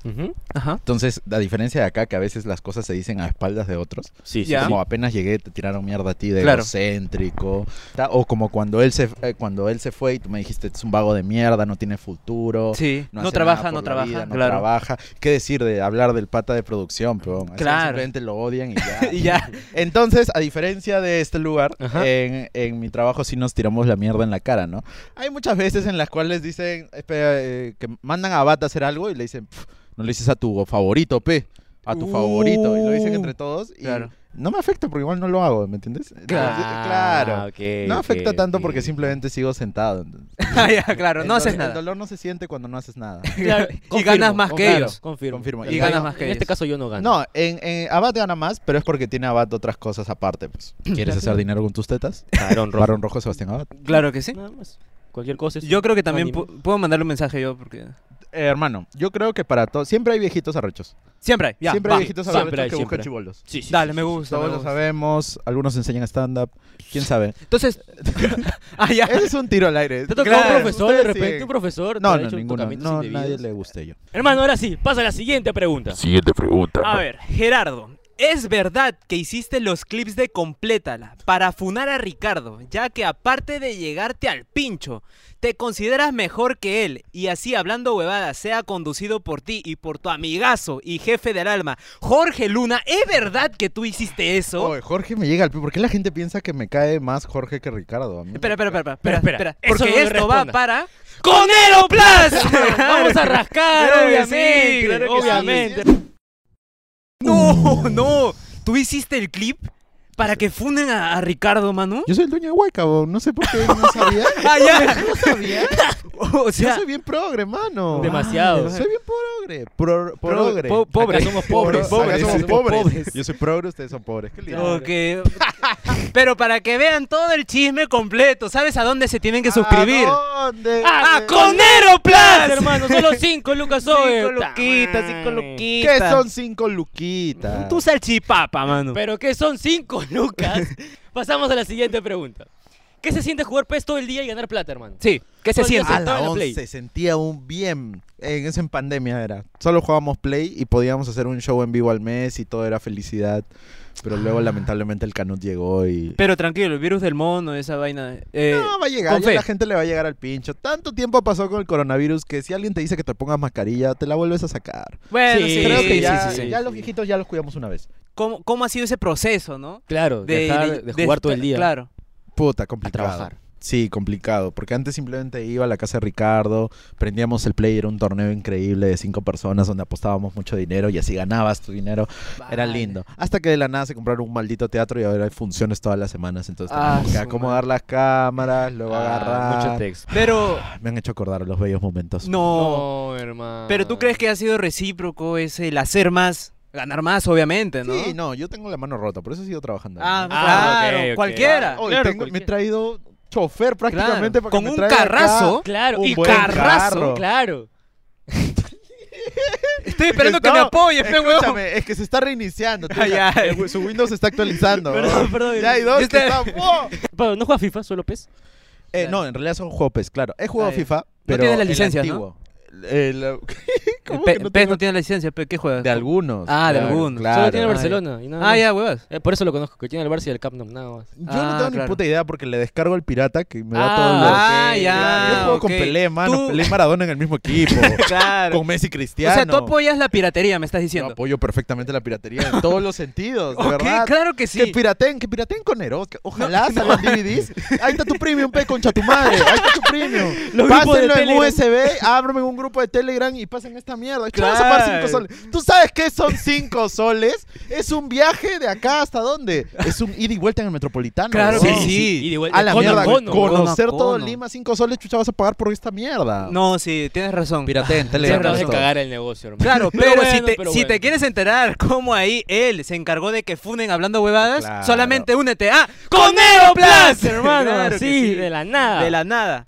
B: Ajá.
A: Entonces, a diferencia de acá, que a veces las cosas se dicen a espaldas de otros,
C: Sí,
B: Ya.
A: como apenas llegué te tiraron mierda a ti de
B: Claro.
A: egocéntrico, ta- o como cuando él se eh, cuando él se fue y tú me dijiste es un vago de mierda, no tiene futuro,
B: Sí. No,
A: hace nada
B: trabaja, no
A: por la
B: trabaja.
A: vida, no
B: claro.
A: trabaja". ¿Qué decir de hablar del pata de producción, pero
B: Claro.
A: simplemente lo odian y ya.
B: Y ya.
A: Entonces, a diferencia de este lugar,
C: Ajá.
A: en, en mi trabajo sí nos tiramos la mierda en la cara, ¿no? Hay muchas veces en las cuales dicen, espera, eh, que mandan a Bata a hacer algo y le dicen, "Pf, no le dices a tu favorito, pe, a tu
B: Uh.
A: favorito. Y lo dicen entre todos y
B: Claro.
A: no me afecta porque igual no lo hago, ¿me entiendes? Entonces,
C: Ah,
A: claro.
C: ok,
A: no
C: ok,
A: afecta tanto
C: ok.
A: porque simplemente sigo sentado. entonces.
B: Ah, ya, claro. No
A: El
B: haces
A: dol- El
B: nada.
A: dolor no se siente cuando no haces nada.
C: Claro,
B: Y ganas más que
C: confirmo,
B: ellos.
C: Confirmo.
A: Confirmo.
B: Y ganas más
C: En
B: que
C: este
B: ellos.
C: caso yo no gano.
A: No, en, en Abad gana más, pero es porque tiene Abad otras cosas aparte. Pues. ¿Quieres hacer dinero con tus tetas?
C: Barón rojo.
A: Barón Rojo, Sebastián Abad.
B: Claro que sí.
C: Nada más. Cualquier cosa es-
B: Yo creo que también
C: Ánimo.
B: pu- puedo mandarle un mensaje yo porque.
A: Eh, hermano, yo creo que para todos. Siempre hay viejitos arrechos.
B: Siempre hay. Ya,
A: siempre
B: va.
A: hay viejitos
C: siempre
A: arrechos
C: hay,
A: que
C: siempre
A: buscan
C: hay.
A: chibolos.
C: Sí, sí,
B: Dale,
C: sí,
B: me
C: sí.
B: gusta. me
A: Todos lo
B: gusta.
A: sabemos. Algunos enseñan stand-up. ¿Quién sabe?
B: Entonces. ah, ya.
A: Ese es un tiro al aire.
C: ¿Te tocó
B: Claro.
C: un profesor de
A: Ustedes
C: repente?
A: sí.
C: ¿Un profesor? te
A: No,
C: ha
A: no,
C: hecho
A: ninguno.
C: tocamientos
A: No,
C: indebidos?
A: nadie le guste yo.
C: Hermano, ahora sí, pasa a la siguiente pregunta.
G: Siguiente pregunta.
B: A ver, Gerardo, ¿es verdad que hiciste los clips de Complétala para funar a Ricardo, ya que aparte de llegarte al pincho, te consideras mejor que él y así hablando huevada sea conducido por ti y por tu amigazo y jefe del alma, Jorge Luna? ¿Es verdad que tú hiciste eso?
A: Oye, Jorge me llega al pie. ¿Por qué la gente piensa que me cae más Jorge que Ricardo? A mí-
B: Espera, espera, espera, espera,
C: espera,
B: espera,
C: eso
B: porque
C: no le
B: esto va
C: respondas.
B: para ¡Con Aeroplas!
C: Vamos a rascar,
B: Claro que
C: obviamente.
B: sí, claro que sí.
C: obviamente.
B: No, no, ¿tú hiciste el clip para que funen a, a Ricardo, Manu?
A: Yo soy el dueño de Huayca, bo. no sé por qué no sabía.
B: Ah, ya.
A: No sabía.
B: O
A: Yo
B: sea,
A: soy bien progre, mano.
C: Demasiado.
A: Soy bien progre. Pro-
B: Pro-
A: progre.
B: po- pobre.
C: Acá somos pobres.
A: Pobres,
C: Acá
A: somos
C: somos
A: pobres.
C: pobres.
A: Yo soy progre, ustedes son pobres. Qué lindo.
B: Ok. Pero para que vean todo el chisme completo, ¿sabes a dónde se tienen
A: Ah,
B: que suscribir?
A: ¿A dónde?
B: ¡A
A: ¿Dónde?
B: Conero Plus!
C: hermano, solo cinco lucas hoy.
B: Cinco luquitas, cinco
A: ¿Qué
B: luquitas.
A: son cinco luquitas?
B: Tu salchipapa, mano.
C: ¿Pero qué son cinco lucas? Pasamos a la siguiente pregunta. ¿Qué se siente jugar PES todo el día y ganar plata, hermano?
B: Sí, ¿qué se
C: Son
B: siente?
A: a
C: sentado
A: la
C: en la Play.
A: 11 sentía un bien. En eso en pandemia era. Solo jugábamos Play y podíamos hacer un show en vivo al mes y todo era felicidad. Pero luego
B: Ah.
A: lamentablemente el Canut llegó y...
B: Pero tranquilo, el virus del mono, esa vaina. eh,
A: No, va a llegar,
B: con
A: ya
B: fe.
A: la gente le va a llegar al pincho. Tanto tiempo pasó con el coronavirus que si alguien te dice que te pongas mascarilla, te la vuelves a sacar.
B: Bueno, sí,
C: Sí,
A: Creo que
B: sí,
A: ya,
B: sí, sí.
A: ya los viejitos ya los cuidamos una vez.
B: ¿Cómo, cómo ha sido ese proceso, no?
C: Claro, dejar de, jugar todo el día.
B: Claro.
A: Puta, complicado.
C: trabajar.
A: Sí, complicado, porque antes simplemente iba a la casa de Ricardo, prendíamos el play, era un torneo increíble de cinco personas donde apostábamos mucho dinero y así ganabas tu dinero, era
B: Vale.
A: lindo. Hasta que de la nada se compraron un maldito teatro y ahora hay funciones todas las semanas, entonces
B: Ah,
A: tenemos que
B: su
A: acomodar las cámaras, luego
C: Ah,
A: agarrar.
C: mucho texto.
B: Pero,
A: Me han hecho acordar los bellos momentos.
B: Ah, no.
C: No, hermano.
B: Pero tú crees que ha sido recíproco ese el hacer más, ganar más, obviamente, ¿no?
A: Sí, no, yo tengo la mano rota, por eso sigo trabajando.
B: Ah,
A: ¿no?
C: Ah,
B: claro,
C: ok, ok.
B: cualquiera.
A: Hoy
C: claro,
A: tengo- me he
C: cualquiera.
A: traído chofer prácticamente para
B: Claro,
A: que
B: con
A: me
B: un
A: traiga acá.
B: carrazo.
C: Claro,
A: Un
C: y
A: buen
C: carrazo,
A: carro.
C: claro.
B: Estoy esperando que
A: no,
B: me apoyes, pe, huevón.
A: Escúchame, es que se está reiniciando. tú,
B: Ah, ya.
A: el- su Windows se está actualizando.
C: Perdón,
A: huevón.
C: perdón.
A: Ya hay dos que
B: Este-
A: están- ¡Oh!
C: Pero no juega FIFA, solo PES.
A: Eh, No, en realidad son juegos PES, claro. He jugado
B: Ah, ya.
A: FIFA, pero.
B: tienes la
A: el
B: licencia, ¿no?
A: antiguo. El- eh, ¿Cómo
B: Pe-
A: que no
B: PES
A: tengo-
B: no tiene la licencia, pe, ¿qué juegas?
A: De algunos.
B: Ah, de
A: claro,
B: algunos.
A: Claro.
C: Solo tiene el
B: Ah,
C: Barcelona. y nada
B: Ah,
C: más.
B: ya, huevas.
C: Eh, por eso lo conozco, que tiene el Barça y el Camp Nou, nada más.
A: Yo no
B: Ah,
A: tengo ni
B: claro.
A: puta idea porque le descargo al pirata que me da
C: Ah,
A: todos los.
B: Ah,
C: ok,
B: ya.
A: Yo juego con
B: ok.
A: Pelé, mano.
B: Tú-
A: Pelé y Maradona en el mismo equipo.
B: Claro.
A: con Messi y
B: O
A: Cristiano.
B: sea, tú apoyas la piratería, me estás
A: Yo
B: diciendo.
A: apoyo perfectamente la piratería en todos los sentidos, de
B: Ok,
A: verdad.
B: claro que
A: Que
B: sí.
A: pirateen, que pirateen con Eros. que Ojalá salgan DVDs. Ahí está tu premium, pe, concha tu madre. Ahí está tu premium.
C: Los grupos de
A: Pásenlo en
C: Telegram.
A: USB, ábrame un grupo de Telegram y pasen esta mierda. Ahí te vas a
B: Claro.
A: pagar 5 soles. ¿Tú sabes qué son 5 soles? Es un viaje de acá hasta dónde. Es un ida y vuelta en el metropolitano.
B: Claro
A: huevón.
B: que sí.
C: Y de vuelta,
A: A la
C: cono,
A: mierda,
C: cono.
A: conocer
B: Cono,
A: todo
B: cono.
A: Lima, 5 soles, chucha, vas a pagar por esta mierda.
B: No, sí, tienes razón.
A: pirateen,
C: Se
A: Telegram.
C: acabas de
A: todo.
C: cagar el negocio, hermano.
B: Claro, pero, si,
C: bueno,
B: te,
C: pero
B: si
C: bueno.
B: te quieres enterar cómo ahí él se encargó de que funen hablando huevadas,
A: Claro.
B: solamente únete a
C: ¡Con Neoplas,
B: Neoplas,
C: hermano!
B: Claro que
C: así,
B: sí.
C: de la nada.
B: De la nada.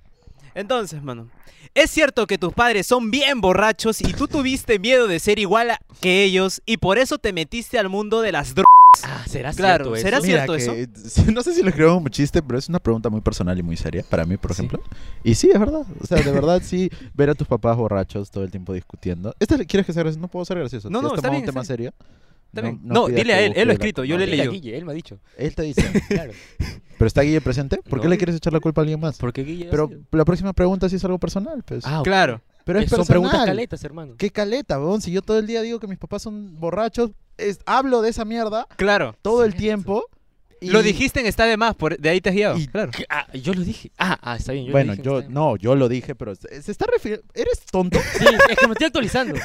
B: Entonces, mano, es cierto que tus padres son bien borrachos y tú tuviste miedo de ser igual a- que ellos y por eso te metiste al mundo de las drogas.
C: Ah, ¿será
B: Claro,
C: cierto eso?
B: ¿será
A: Mira,
B: cierto
A: que- No sé si lo creo como chiste, pero es una pregunta muy personal y muy seria para mí, por ejemplo. Y sí, es verdad. O sea, de verdad, sí, ver a tus papás borrachos todo el tiempo discutiendo. ¿Este le- quieres que sea gracioso? No puedo ser gracioso.
B: No,
A: ¿Te
B: no,
A: has
B: está
A: tomado
B: bien,
A: un tema
B: está
A: serio?
B: Está bien. No,
A: pidas
B: dile a
A: que
B: él, él lo ha
A: busque la-
B: escrito, yo
A: no,
B: le he
A: dile-
C: Él,
B: leído.
C: Guille, él me ha dicho.
A: Él te dice.
C: Claro.
A: ¿Pero está Guille presente? ¿Por qué
C: No.
A: le quieres echar la culpa a alguien más?
C: Porque Guille.
A: Pero la próxima pregunta sí es algo personal, pues.
C: Ah, ok.
B: Claro.
A: pero es
C: son
A: personal.
C: preguntas caletas, hermano.
A: ¿Qué caleta, weón? Si yo todo el día digo que mis papás son borrachos, es- hablo de esa mierda
B: Claro.
A: todo el tiempo. y-
B: Lo dijiste en Está de Más, por, de ahí te has guiado.
A: Y-
B: claro.
C: ¿Qué? Ah, yo lo dije. Ah, ah, está bien. Yo lo
A: bueno,
C: dije,
A: yo
C: está bien.
A: no, yo lo dije, pero se se está refiriendo. ¿Eres tonto?
C: Sí, es que me estoy actualizando.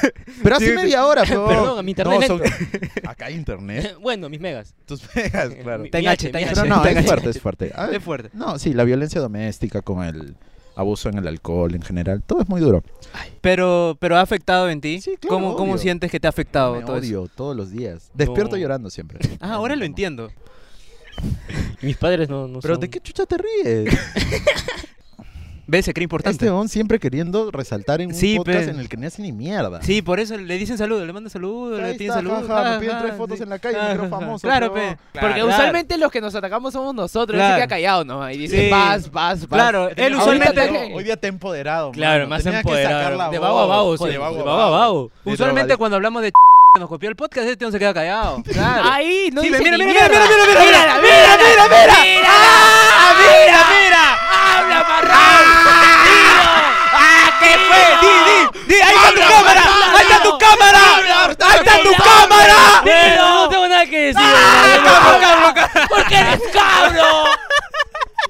A: Pero hace
B: Sí,
A: media hora, pero...
C: Perdón, a mi internet
A: son- Acá hay internet.
C: Eh, bueno, mis megas.
A: Tus pegas, claro.
C: Mi-
B: Te
C: mi
B: enganche,
C: H,
B: te
C: mi H.
A: Pero no,
B: Tenga-
A: es fuerte, es fuerte. A ver,
B: Es fuerte.
A: no, sí, la violencia doméstica con el abuso en el alcohol en general, todo es muy duro.
B: Pero, pero ha afectado en ti.
A: Sí, claro,
B: ¿Cómo, ¿Cómo
A: obvio.
B: sientes que te ha afectado
A: Me
B: Ah, todo eso?
A: odio todos los días. Despierto
C: No.
A: llorando siempre.
B: Ah, ahora lo entiendo.
C: Mis padres no, no
A: Pero
C: son-
A: ¿de qué chucha te ríes?
B: ¿Ves? Se cree
A: Este
B: importante.
A: don siempre queriendo resaltar en un
B: Sí,
A: podcast
B: pe.
A: en el que no hace ni mierda.
B: Sí, por eso le dicen saludos, le mandan saludos, le
A: Ahí
B: piden
A: está,
B: saludos.
A: jaja, me
B: ah,
A: piden tres
B: ah,
A: fotos
B: sí.
A: en la calle, me
B: Ah,
A: creo
B: ajá.
A: famoso,
B: Claro,
A: pero-
B: pe.
D: Porque
B: Claro.
D: usualmente los que nos atacamos somos nosotros. Él se
B: Claro.
D: queda callado, ¿no? Y dice,
B: Sí.
D: vas, vas, vas.
B: Claro, él
A: Ahorita
B: usualmente-
A: te- hoy día te he empoderado.
C: Claro,
A: mano.
C: más
A: Tenía que sacar la
C: empoderado. De vago a
A: voz.
C: vago, sí,
A: Joder,
C: De vago a vago.
A: De
B: Usualmente
A: drogadicto.
B: cuando hablamos de ch- que nos copió el podcast, este no se queda callado. Claro.
D: Ahí, no
B: Sí,
D: dice
B: mira,
D: ni
B: mira, mira,
D: mierda.
B: mira, mira, mira,
D: mira, mira, mira, mira, ¡Ah, mira!
B: mira!
D: ¡Habla, marrón! ¡Ah, qué
B: ¡Di, di! di ¡Ahí está tu cámara! ¡Ahí está tu cámara! ¡Ahí está tu cámara! Ah,
C: Pero no tengo nada que decir.
B: ¡Cabro, cabro, cabro!
D: ¡Porque eres cabro!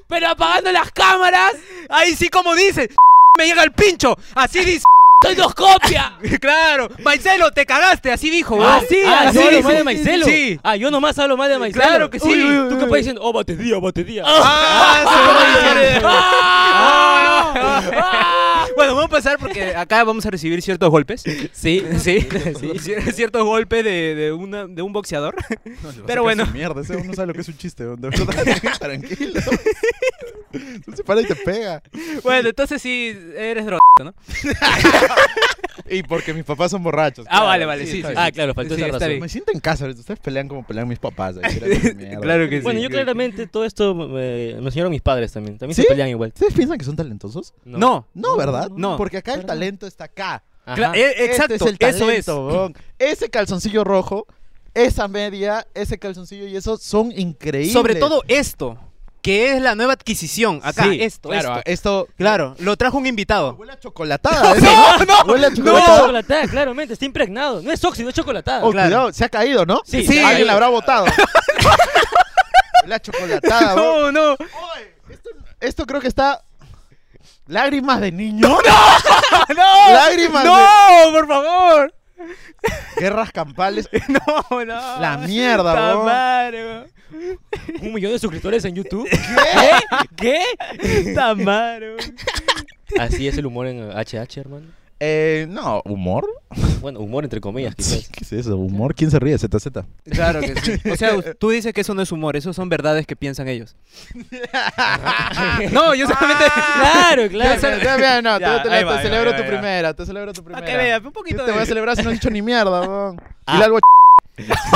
D: Pero apagando las cámaras,
B: Ahí sí, como dice, me llega el pincho. Así dice.
D: soy dos copias.
B: Claro, Maicelo, te cagaste, así dijo.
C: Ah,
B: ¿no?
C: sí, ah, yo
B: sí,
C: hablo
B: sí,
C: más de
B: sí,
C: Maicelo.
B: Sí.
C: Ah, yo nomás hablo más de Maicelo.
B: Claro que sí.
C: Uy, uy,
B: Tú
C: uy, Tú
B: que
C: que
B: puedes
C: puedes diciendo, oh, batería, batería.
B: Ah, sí, ah. Bueno, vamos a pasar porque acá vamos a recibir ciertos golpes. Sí, sí, cier- ciertos golpes de, de una- de un boxeador. Pero bueno.
A: Mierda, ese uno sabe lo que es un chiste, de verdad. Tranquilo. Tú se para y te pega.
B: Bueno, entonces sí, eres droga, ¿no?
A: Y porque mis papás son borrachos.
B: Ah, vale, vale, sí,
A: está
B: sí,
A: bien.
C: Ah, claro, faltó
B: Sí,
C: esa
B: está
C: razón.
B: bien.
A: Me siento en casa, ahorita. ustedes pelean como pelean mis papás. ahí, tiran su mierda.
B: Claro que sí.
C: Bueno, yo claramente todo esto eh, me, me enseñaron mis padres también. También
A: ¿Sí?
C: se pelean igual.
A: ¿Ustedes piensan que son talentosos?
B: No,
A: No, ¿verdad?
B: no.
A: Porque acá el
C: ¿verdad?
A: talento está acá.
C: Ajá.
B: cla- eh, exacto,
A: Este es el
B: eso es.
A: talento, weón. Ese calzoncillo rojo, esa media, ese calzoncillo y eso son increíbles.
B: Sobre todo esto, que es la nueva adquisición. Acá,
C: Sí,
B: esto,
A: claro,
B: esto.
A: esto.
B: Claro, lo trajo un invitado.
A: Huele a chocolatada. eso, No, no, huele a
C: No,
A: chocolatada.
C: chocolatada, claramente, está impregnado. No es óxido, es chocolatada.
A: Oh,
B: claro.
A: cuidado, se ha caído, ¿no?
C: Sí,
B: sí.
A: Alguien la habrá botado. la chocolatada, bro.
B: No, no.
A: Esto, esto creo que está. Lágrimas de niño. ¡No! ¡No! Lágrimas
B: No, por favor.
A: de guerras campales.
B: No, no.
A: La mierda,
B: Puta
A: bro.
B: madre, bro.
C: Un millón de suscriptores en YouTube.
B: ¿Qué? Está malo.
C: Así es el humor en HH, eh, hermano.
A: Eh, no, humor.
C: Bueno, humor entre comillas,
B: pues.
C: quizás.
A: ¿Qué es eso? ¿Humor? ¿Quién se ríe? ZZ.
B: Claro que sí. O sea, tú dices que eso no es humor, eso son verdades que piensan ellos. no, yo solamente.
C: claro,
A: Ah. Ya,
C: claro.
A: ya, ya, ya, no,
B: Ya,
A: tú- te,
B: ahí
A: te
B: va, ahí
A: celebro
B: va, ahí va,
A: tu
B: ahí va. Ah,
A: primera, te celebro tu
B: Para
A: primera.
B: que vea, un
A: Yo
B: poquito
A: te voy a
B: de.
A: celebrar si no has dicho ni mierda, weón.
C: Ah.
A: Dile algo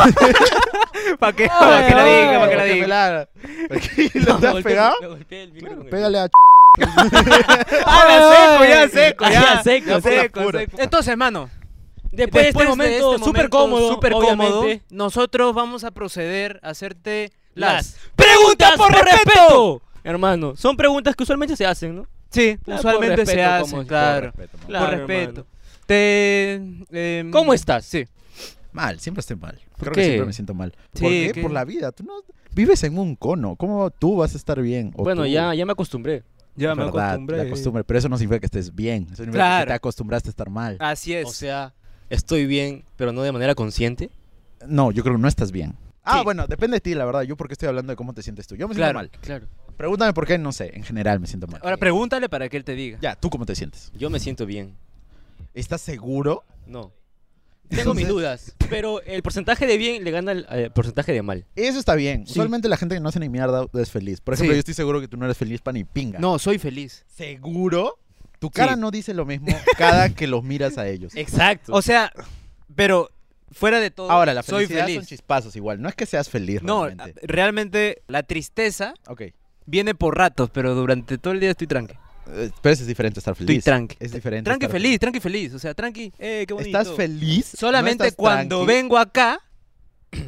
B: Para que, pa' que la
A: Ay,
B: diga, para que
A: porque
B: la
A: me
B: diga.
A: la- porque ¿Lo te has
C: Golpeé-
A: pegado?
C: le golpeé el micro con el-
A: Pégale a
B: Ah, ya seco, ya seco,
C: Ah,
B: ya.
C: ya seco,
B: Ya seco,
A: puro.
B: seco. Entonces, hermano.
C: Después, de este momento súper cómodo,
B: súper
C: obviamente,
B: cómodo, nosotros vamos a proceder a hacerte las.
C: las preguntas por respeto. Hermano, son preguntas que usualmente se hacen, ¿no?
B: Sí,
C: por
B: usualmente se
C: respeto,
B: hacen,
C: como es, por
B: claro.
C: Claro,
B: por respeto.
C: hermano.
B: Te, em,
C: ¿Cómo estás?
B: Sí.
A: Mal, siempre estoy mal. Creo
C: qué?
A: que siempre me siento mal.
B: Sí,
A: ¿Por qué?
B: ¿qué?
A: Por la vida. Tú no vives en un cono. ¿Cómo tú vas a estar bien? O
C: Bueno,
A: tú-
C: ya, ya me acostumbré.
B: Ya
A: Verdad, La costumbre. Pero eso no significa que estés bien. Eso significa
B: Claro.
A: que te acostumbraste a estar mal.
B: Así es.
C: O sea, estoy bien, pero no de manera consciente.
A: No, yo creo que no estás bien. Ah,
B: Sí.
A: bueno, depende de ti, la verdad. Yo porque estoy hablando de cómo te sientes tú. Yo me siento
B: claro,
A: mal.
B: claro.
A: Pregúntame por qué, no sé. En general me siento mal.
B: Ahora pregúntale para que él te diga.
A: Eh, ya, ¿tú cómo te sientes?
C: Yo me siento bien.
A: ¿Estás seguro?
C: No. Tengo mis
A: Entonces-
C: dudas, pero el porcentaje de bien le gana al eh, porcentaje de mal.
A: Eso está bien. Usualmente la gente que no hace ni mierda es feliz. Por ejemplo,
B: Sí.
A: yo estoy seguro que tú no eres feliz para ni pinga.
B: No, soy feliz.
A: ¿Seguro? Tu cara no dice lo mismo cada que los miras a
B: Eh,
A: ellos.
C: Exacto.
B: O sea, pero fuera de todo,
A: Ahora, la
B: soy
A: felicidad son
B: feliz.
A: chispazos igual. No es que seas feliz
B: No, ah,
A: realmente.
B: realmente la tristeza
A: Ok. Eh,
B: viene por ratos, pero durante todo el día estoy tranqui.
A: Eh, Pero eso es diferente estar feliz.
B: Estoy tranqui.
A: Es diferente.
B: Tranqui
A: estar
B: feliz, tranqui feliz. O sea, tranqui. Eh, qué bonito.
A: ¿Estás feliz?
B: Solamente
A: ¿No estás
B: cuando
A: tranqui?
B: vengo acá,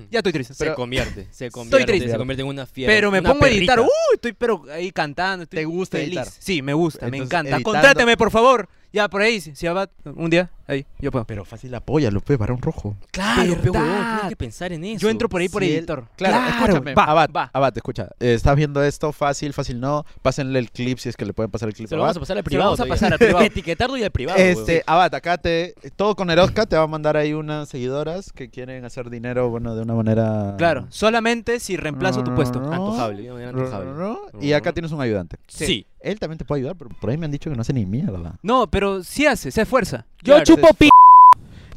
B: ya estoy triste.
C: se convierte, se convierte,
B: Estoy triste.
C: se convierte en una fiera.
B: Pero me
C: una
B: pongo a editar, ¡Uh,
C: perrita.
B: uy, estoy pero ahí cantando. estoy
A: ¿Te gusta
B: feliz.
A: editar?
B: Sí, me gusta, me
A: Entonces,
B: encanta.
A: editando-
B: Contráteme, por favor. Ya, por ahí, si, si abat- un día, ahí, yo puedo.
A: Pero fácil apoya, López, varón rojo.
B: Claro,
C: Pero, pe, huevón, tienes que pensar en eso.
B: Yo entro por ahí por
A: Si él-
B: editor.
A: Claro, escúchame.
B: va,
A: Abad,
B: va.
A: Abad, escucha. eh, estás viendo esto fácil, fácil no. Pásenle el clip si es que le pueden pasar el clip.
C: Se
A: a
C: lo vamos a
A: Abad.
C: pasar al
B: Se lo
C: privado.
B: vamos a
C: todavía.
B: pasar al privado.
C: Etiquetarlo y al privado.
A: Este, Abad, acá te. Todo con Erosca te va a mandar ahí unas seguidoras que quieren hacer dinero, bueno, de una manera.
B: Claro, solamente si reemplazo tu
A: No.
B: puesto.
C: huevón. Antojable, de
B: Oh,
C: una manera antojable.
A: Y acá tienes un ayudante.
C: Sí.
A: Él también te puede ayudar, pero por ahí me han dicho que no hace ni mierda.
B: No, pero sí hace, se esfuerza.
C: Yo
A: Claro,
C: chupo
A: entonces-
C: p.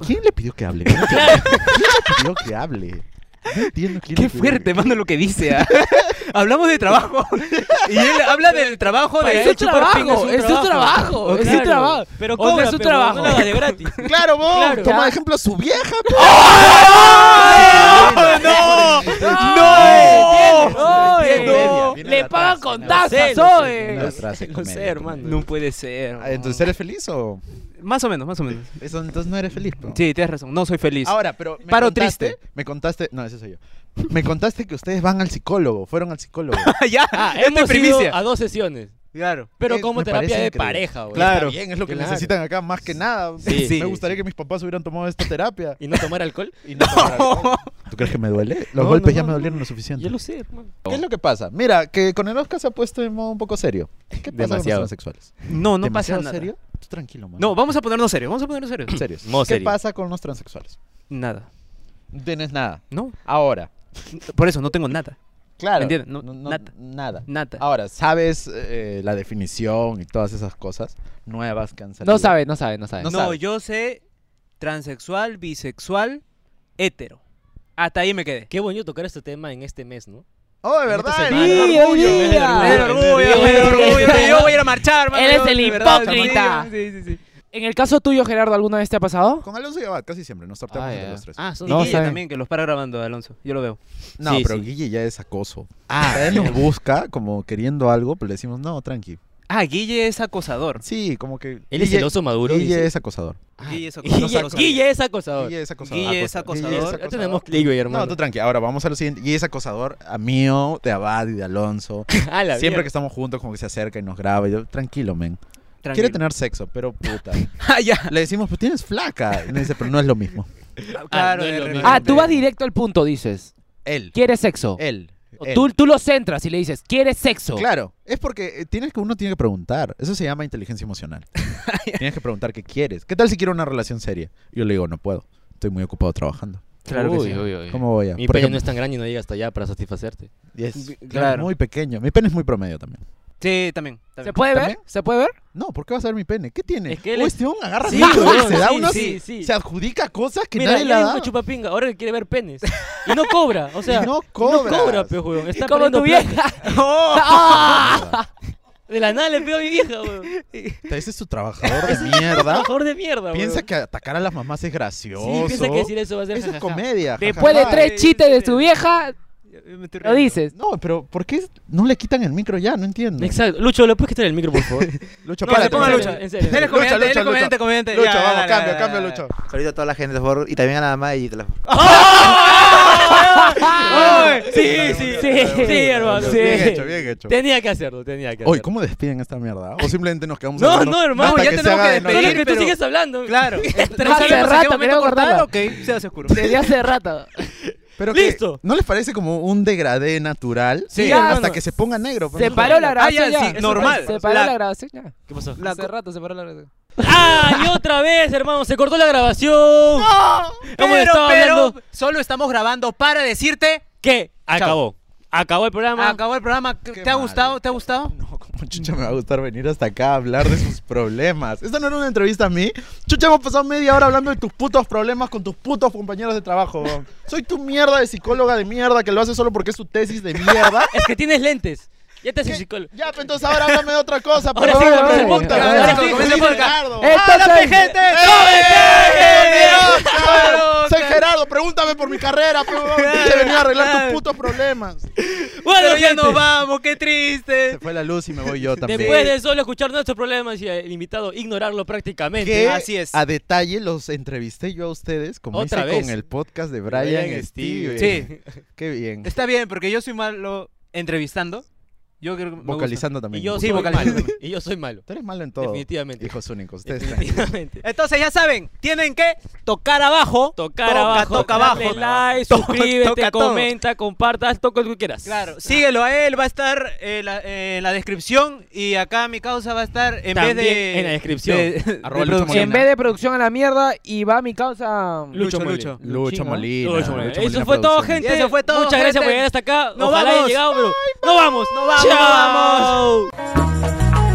A: ¿Quién le pidió que hable? ¿Quién le pidió que hable? No entiendo quién
B: Qué
A: le pidió
B: fuerte,
A: que-
B: mano, lo que dice. ah. Hablamos de trabajo. Y él habla del trabajo
C: Para
B: de
C: él
B: él
C: chupar pinga
B: trabajo.
C: es su trabajo. Es su trabajo. Pero
B: cobra,
C: cobra, es su
B: pe, huevón,
C: trabajo.
B: no lo haga de
C: gratis.
A: Claro, vos.
C: Claro.
A: Toma
C: Ya.
A: de ejemplo a su vieja. pues.
B: ¡No! Ah.
C: ¡No!
B: Viene, viene,
C: ¡No!
A: viene
C: ¡Le
A: la
C: pagan
A: traza,
C: con
A: viene la
C: tazas,
B: traza,
C: oe!
A: viene la traza,
C: Lo
A: comedia,
C: sé, hermano.
B: No puede ser.
A: Ah, Entonces, ¿eres feliz o.?
B: Más o menos, más o menos.
A: Eso, entonces no eres feliz, pero.
B: Sí, tienes razón. No soy feliz.
A: Ahora, pero. me
B: Paro
A: contaste-
B: triste.
A: Me contaste. No, ese soy yo. Me contaste que ustedes van al psicólogo. Fueron al psicólogo.
B: ya,
C: Ah,
B: esta
C: hemos
B: es primicia.
C: ido a dos sesiones.
B: Claro.
C: Pero
A: Es-
C: como
A: me
C: terapia
A: parece
C: de
A: increíble.
C: pareja, güey.
B: Claro.
A: Bien, es lo que
C: Claro.
A: necesitan acá más que nada.
C: Sí.
B: Sí.
A: me gustaría que mis papás hubieran tomado esta terapia.
C: ¿Y no tomar alcohol?
A: Y no tomar alcohol. ¿Tú crees que me duele? Los
C: No,
A: golpes
C: no,
A: ya
C: no,
A: me
C: no,
A: dolieron
C: no.
A: lo suficiente.
C: Yo lo sé, hermano.
A: ¿Qué es lo que pasa? Mira, que con el Oscar se ha puesto en modo un poco serio. ¿Qué pasa
C: Demasiado.
A: con los transexuales?
B: No, no pasa
A: ¿Demasiado
B: nada.
A: serio? Tú tranquilo, mano.
B: No, vamos a ponernos serios. Vamos a ponernos serios.
A: serios.
C: Modo
A: ¿Qué
C: serio.
A: pasa con los transexuales?
B: Nada.
A: No tienes nada.
B: No.
A: Ahora.
B: Por eso no tengo nada.
A: Claro.
B: ¿Entiendes? No, nada.
A: nada.
B: Nada.
A: Ahora, ¿sabes eh, la definición y todas esas cosas nuevas que han salido?
D: No sabe, no sabe, no sabe.
A: No
B: No,
A: sabe.
B: yo sé transexual, bisexual, hétero. Hasta ahí me quedé.
C: Qué bonito tocar este tema en este mes, ¿no?
A: Oh, de
C: Esta
A: verdad.
C: semana.
A: el
C: Sí,
A: orgullo,
C: hoy
A: el orgullo.
B: El
C: día.
B: orgullo,
C: sí,
B: el
C: sí,
B: orgullo.
C: sí.
B: Yo voy a ir a marchar, mano.
D: Él es
B: yo,
D: el
B: de verdad,
D: hipócrita.
B: chamán. Sí, sí, sí.
D: En el caso tuyo, Gerardo, ¿alguna vez te ha pasado?
A: Con Alonso y Abad, casi siempre, nos sorteamos
D: Ah,
A: entre
D: ya.
A: los tres.
C: Ah, son
B: Y
D: No,
B: Guille
D: sabe.
B: también, que los para grabando, Alonso. Yo lo veo.
A: No,
C: Sí,
A: pero
C: sí.
A: Guille ya es acoso. Ah, él nos busca como queriendo algo, pero le decimos, no, tranqui.
B: Ah, Guille es acosador.
A: Sí, como que.
C: Él es
A: Guille-
C: el oso maduro.
A: Guille
C: dice.
A: es acosador.
C: Ah,
B: Guille es acosador.
C: Guille,
B: No sabía.
C: Guille es acosador.
A: Guille es acosador.
B: Guille es acosador.
A: Guille es
C: Ya
A: acosador.
C: tenemos clickbait, hermano.
A: No, tú tranqui. Ahora vamos a lo siguiente. Guille es acosador a mío, de Abad y de Alonso.
C: A la
A: Siempre que
C: mierda.
A: estamos juntos, como que se acerca y nos graba. y yo, tranquilo, men.
B: Tranquilo.
A: Quiere tener sexo, pero puta.
B: Ah, ya.
A: Le decimos, pues tienes flaca. Y me dice, pero no es lo mismo.
B: Claro,
C: no es
B: de
C: lo
B: repente.
C: mismo.
D: Ah, tú vas directo al punto, dices.
A: Él.
D: ¿Quieres sexo?
A: Él. él.
D: Tú, tú lo centras y le dices, ¿quieres sexo?
A: Eh, Claro, es porque eh, tienes que uno tiene que preguntar. Eso se llama inteligencia emocional.
C: Ah,
A: tienes que preguntar qué quieres. ¿Qué tal si quiero una relación seria? Yo le digo, no puedo. Estoy muy ocupado trabajando.
B: Claro que
D: Uy,
B: sí.
D: uy, uy.
A: ¿Cómo voy a?
C: Mi
A: Por
C: pene no
A: ejemplo,
C: es tan grande y no llega hasta allá para satisfacerte.
A: yes,
B: Claro.
A: Muy pequeño. Mi pene es muy promedio también.
B: Sí, también.
D: ¿Se
B: también.
D: puede ver?
A: ¿También?
D: ¿Se puede ver?
A: No, ¿por qué vas a ver mi pene? ¿Qué tiene?
C: Es que él
A: Oh,
C: es-
A: este hombre agarra
C: Sí,
A: tanto,
C: huevón,
A: se da
C: sí,
A: unas-
C: sí, sí.
A: se adjudica cosas que
C: Mira,
A: nadie le
C: ya
A: ha
C: dijo
A: dado.
C: chupapinga, ahora que quiere ver penes. Y no cobra, o sea.
A: Y no cobra.
C: No cobra, pe, huevón. Está
D: Como tu
C: perdiendo plata.
D: vieja. ¡Ah!
C: De la nada le pego a mi vieja, huevón.
A: Ese es su trabajador de mierda.
C: Mejor de mierda,
A: ¿Ah? piensa
C: huevón.
A: que atacar a las mamás es gracioso.
C: Sí, piensa que decir eso va a ser
A: Eso es
C: jajaja.
A: comedia.
D: Después de
A: jajaja.
D: tres chistes de tu vieja,
B: Ya, me estoy
D: lo
B: riendo.
D: dices.
A: No, pero ¿por qué no le quitan el micro ya? No entiendo.
C: Exacto. Lucho, ¿le puedes quitar el micro, por favor?
A: Lucho,
B: No, se
A: párate,
B: ponga
A: Lucho.
B: Lucha.
C: En serio.
B: Él es comediante, él
A: Lucha,
B: es comediante,
A: Lucha.
B: comediante.
A: Lucho,
B: Ya,
A: vamos,
B: dale,
A: cambio,
B: dale,
A: cambio,
B: dale,
A: Lucho.
G: Saludos a toda la gente, por favor, y también a la mamá y te la...
C: ¡Ay! Sí, sí, sí, sí, hermano.
A: Bien
C: sí.
A: hecho, bien hecho.
C: Tenía que hacerlo, tenía que hacerlo.
A: Oye, ¿cómo despiden esta mierda? ¿O simplemente nos quedamos
C: No,
A: hablando
C: no, hermano,
A: hasta
B: ya
A: se
B: tenemos
A: haga
B: que
A: de noche?
C: Pero es que
B: pedir,
C: tú
B: pero-
C: sigues hablando.
B: Claro.
D: Hace rato quería cortarla.
B: Ok, se hace oscuro.
D: Desde hace rato.
A: Pero que-
C: Listo.
A: ¿No les parece como un degradé natural?
B: Sí,
A: Ya,
B: hermano.
A: hasta que se ponga negro. pues,
D: Se
A: ¿no?
D: paró la grabación.
B: Ah, ya, sí,
D: ya.
B: normal.
D: Se paró
B: La-
D: la, grabación ya.
C: ¿Qué pasó?
D: Hace rato se paró la grabación.
C: ¡Ah! Y otra vez, hermano, se cortó la grabación. ¿Cómo
B: Pero,
C: estaba
B: pero,
C: hablando?
B: solo estamos grabando para decirte
C: ¿Qué? Acabó. Acabó el programa.
B: Acabó el programa. ¿Te ha
A: malo.
B: gustado? ¿Te ha gustado?
A: No, como chucha me va a gustar venir hasta acá a hablar de sus problemas. Esta no era una entrevista a mí. Chucha, hemos pasado media hora hablando de tus putos problemas con tus putos compañeros de trabajo. weón. Soy tu mierda de psicóloga de mierda que lo hace solo porque es su tesis de mierda.
C: Es que tienes lentes. Ya te haces
A: ¿Qué?
C: psicólogo.
A: Ya, pues entonces ahora háblame de otra cosa.
C: Ahora
A: por
C: sí,
A: favor,
C: comienza el
A: puta,
C: podcast.
A: weón.
C: Ahora sí,
A: Soy
C: comienza el podcast.
A: Gerardo.
D: ¡Esta es-
B: ¡Ah, gente!
D: ¡Eh,
A: ¡Eh! Gerardo, Soy Gerardo, pregúntame por mi carrera, pe, weón.
C: Eh,
A: Te venía a arreglar tus putos problemas.
C: Bueno,
B: ya
C: gente,
B: nos vamos, qué triste.
A: Se fue la luz y me voy yo también.
C: Después de solo escuchar nuestros problemas y el invitado ignorarlo prácticamente.
A: que
B: Así es.
A: a detalle los entrevisté yo a ustedes, como
C: Otra
A: hice
C: vez.
A: con el podcast de Brian
C: Brian
A: Steve.
B: Sí,
A: Qué bien.
B: está bien, porque yo soy malo entrevistando. Yo creo que me gusta.
A: Vocalizando también.
C: Y yo
B: Sí,
C: soy
B: vocaliza.
C: malo. Y yo soy malo.
A: Tú eres malo en todo.
C: Definitivamente.
A: Hijos únicos. Ustedes saben.
C: Definitivamente.
B: Entonces, ya saben, tienen que tocar abajo.
C: Tocar
B: Toca,
C: abajo,
B: toca
C: darle
B: abajo.
C: like,
B: Toca,
C: suscríbete,
B: toca todo.
C: comenta, comparta, haz todo lo que quieras.
B: Claro, síguelo a él, va a estar eh, la- eh, en la descripción y acá mi causa va a estar en
C: También
B: vez de...
C: en la descripción.
A: Arroba Lucho
B: producción.
A: Molina.
D: En vez de producción a la mierda y va mi causa.
B: Lucho,
C: Lucho Molina.
B: Lucho.
A: Lucho Molina.
C: Todo,
A: Lucho
C: Eso fue
A: Molina
C: Eso fue todo,
A: Producciones.
C: gente.
B: Y eso fue todo,
C: Muchas gracias
B: gente.
C: por llegar hasta acá.
B: Nos
C: Ojalá
B: vamos.
C: hayan llegado, pero no vamos.
B: No vamos, no
C: Chao.
B: vamos.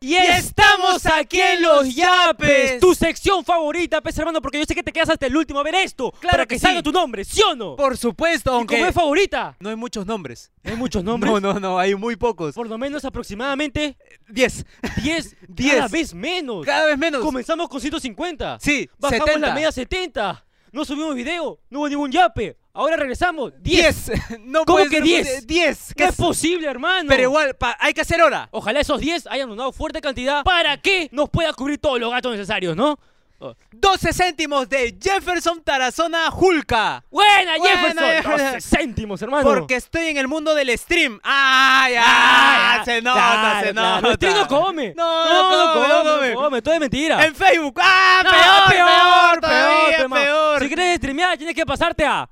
C: Y estamos aquí en Los Yapes, tu sección favorita, pez hermano, porque yo sé que te quedas hasta el último a ver esto.
B: Claro
C: para
B: que
C: que,
B: sí.
C: salga tu nombre, ¿sí o no?
B: Por supuesto,
C: y como
B: aunque
C: es favorita,
B: no hay muchos nombres.
C: hay muchos nombres.
B: No, no, no, hay muy pocos.
C: Por lo menos aproximadamente
B: 10.
C: 10,
B: 10.
C: cada vez menos.
B: Cada vez menos.
C: Comenzamos con 150.
B: Sí,
C: Bajamos
B: 70.
C: la media 70. No subimos video, no hubo ningún yape. Ahora regresamos. 10.
B: 10. No
C: ¿Cómo
B: puede
C: que
B: ser
C: 10?
B: 10.
C: No
B: ¿Qué
C: es posible, hermano.
B: Pero igual, pa- hay que hacer hora.
C: Ojalá esos 10 hayan donado fuerte cantidad para que nos pueda cubrir todos los gastos necesarios, ¿no? Oh.
B: 12 céntimos de Jefferson Tarazona Julka.
C: Buena,
B: Buena,
C: Jefferson.
B: Jefferson.
C: 12 céntimos, hermano.
B: Porque estoy en el mundo del stream. ¡Ay, ay!
C: Ah,
B: Se nota,
C: claro,
B: se nota.
C: claro. El tío no come.
B: No, no, come, no come.
C: Todo es mentira.
B: En Facebook. ¡Ah!
C: No,
B: peor, peor,
C: todavía,
B: peor, peor,
C: hermano. Si quieres streamear, tienes que pasarte a.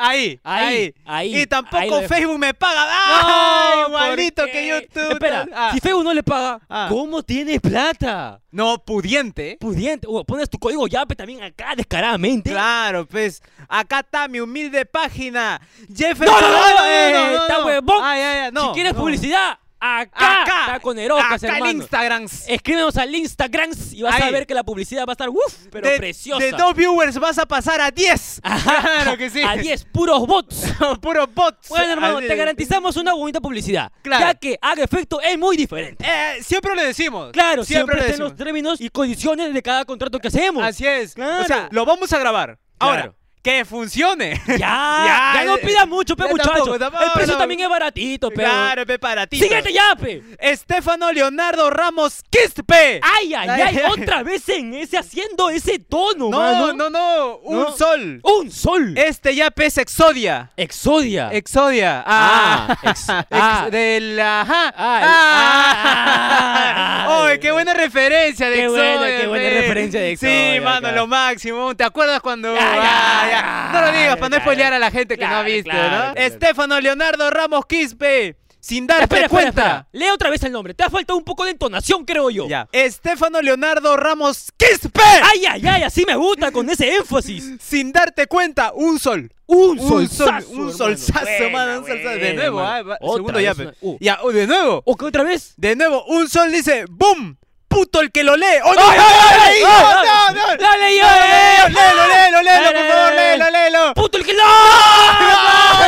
B: Ahí, ahí,
C: Ahí, ahí,
B: Y tampoco
C: ahí lo dejo.
B: Facebook me paga.
C: No,
B: ¡Ah! igualito que
C: ¿por qué?
B: YouTube.
C: Espera,
B: Ah.
C: si Facebook no le paga,
B: Ah.
C: ¿cómo tienes plata?
B: No, pudiente.
C: Pudiente, o pones tu código YAPE también acá descaradamente.
B: Claro, pues. Acá está mi humilde página. Jefferson.
C: No, no, no, no, no,
B: Ay,
C: no,
B: ay,
C: está
B: no.
C: huevón.
B: Ay, ay, ay, no,
C: si quieres
B: no.
C: publicidad, acá,
B: acá.
C: está con Erocas,
B: acá
C: hermano. Eh,
B: en Instagram.
C: Escríbenos al Instagram y vas a
B: Ahí.
C: ver que la publicidad va a estar uff, pero
B: de,
C: preciosa.
B: De dos viewers vas a pasar a 10.
C: Ajá.
B: Claro que sí.
C: A 10 puros bots.
B: Puro bots.
C: Bueno, hermano,
B: Así
C: te
B: es.
C: garantizamos una bonita publicidad.
B: Claro.
C: Ya que haga efecto es muy diferente.
B: Eh, siempre lo decimos.
C: Claro, siempre,
B: lo
C: estén los términos y condiciones de cada contrato que hacemos.
B: Así es.
C: Claro.
B: O sea, lo vamos a grabar. Ahora,
C: Claro.
B: que funcione.
C: Ya, ya, no pidas mucho, pe
B: eh, Ya
C: muchacho.
B: tampoco, tampoco,
C: El precio
B: no.
C: también es baratito, pe.
B: Claro, pe, para ti.
C: Síguete ya, pe.
B: Estefano Leonardo Ramos Quispe.
C: Ay, ay, ay,
B: Ay, ay.
C: otra vez en ese haciendo ese tono,
B: no,
C: mano.
B: no, no, un
C: No.
B: sol.
C: Un sol.
B: Este ya es Exodia.
C: Exodia.
B: Exodia. Ah,
C: Ah, ex-
B: Ex-
C: ah.
B: del ajá.
C: Ay,
B: Ah.
C: ah.
B: Oye, qué buena referencia de
C: Qué
B: Exodia.
C: buena, qué buena
B: pe.
C: referencia de
B: Sí,
C: Exodia,
B: mano,
C: claro.
B: lo máximo. ¿Te acuerdas cuando
C: Ya, ya,
B: Ah, ya. No lo digas
C: claro,
B: para no
C: claro.
B: spoilear a la gente que no ha
C: Claro,
B: visto,
C: claro,
B: ¿no?
C: claro.
B: Estefano Leonardo Ramos Quispe. sin darte
C: Espera, espera,
B: cuenta.
C: espera. Lee otra vez el nombre. Te ha faltado un poco de entonación, creo yo.
B: Ya. Estefano Leonardo Ramos Quispe.
C: Ay, ay, ay, así me gusta con ese énfasis.
B: Sin darte cuenta, un sol. Un
C: Un,
B: sol,
C: solsazo,
B: un
C: hermano.
B: solsazo,
C: Buena,
B: mano, un solsazo. De
C: buena,
B: nuevo,
C: hermano.
B: ah, va-
C: Otra
B: segundo
C: vez
B: ya. pe.
C: una- uh.
B: Ya, uh, de nuevo.
C: ¿O qué otra vez?
B: De nuevo, un sol dice, ¡boom! ¡Puto el que lo lee! ¡Oh, no!
C: ¡Ay, ay, ay, ay!
B: ¡No,
C: ¡Ay,
B: no, no!
C: ¡La leyó!
B: ¡Léelo, léelo,
C: eh!
B: léelo, léelo, por favor, léelo, léelo!
C: ¡Puto el que lo!
B: ¡No, ¡Lo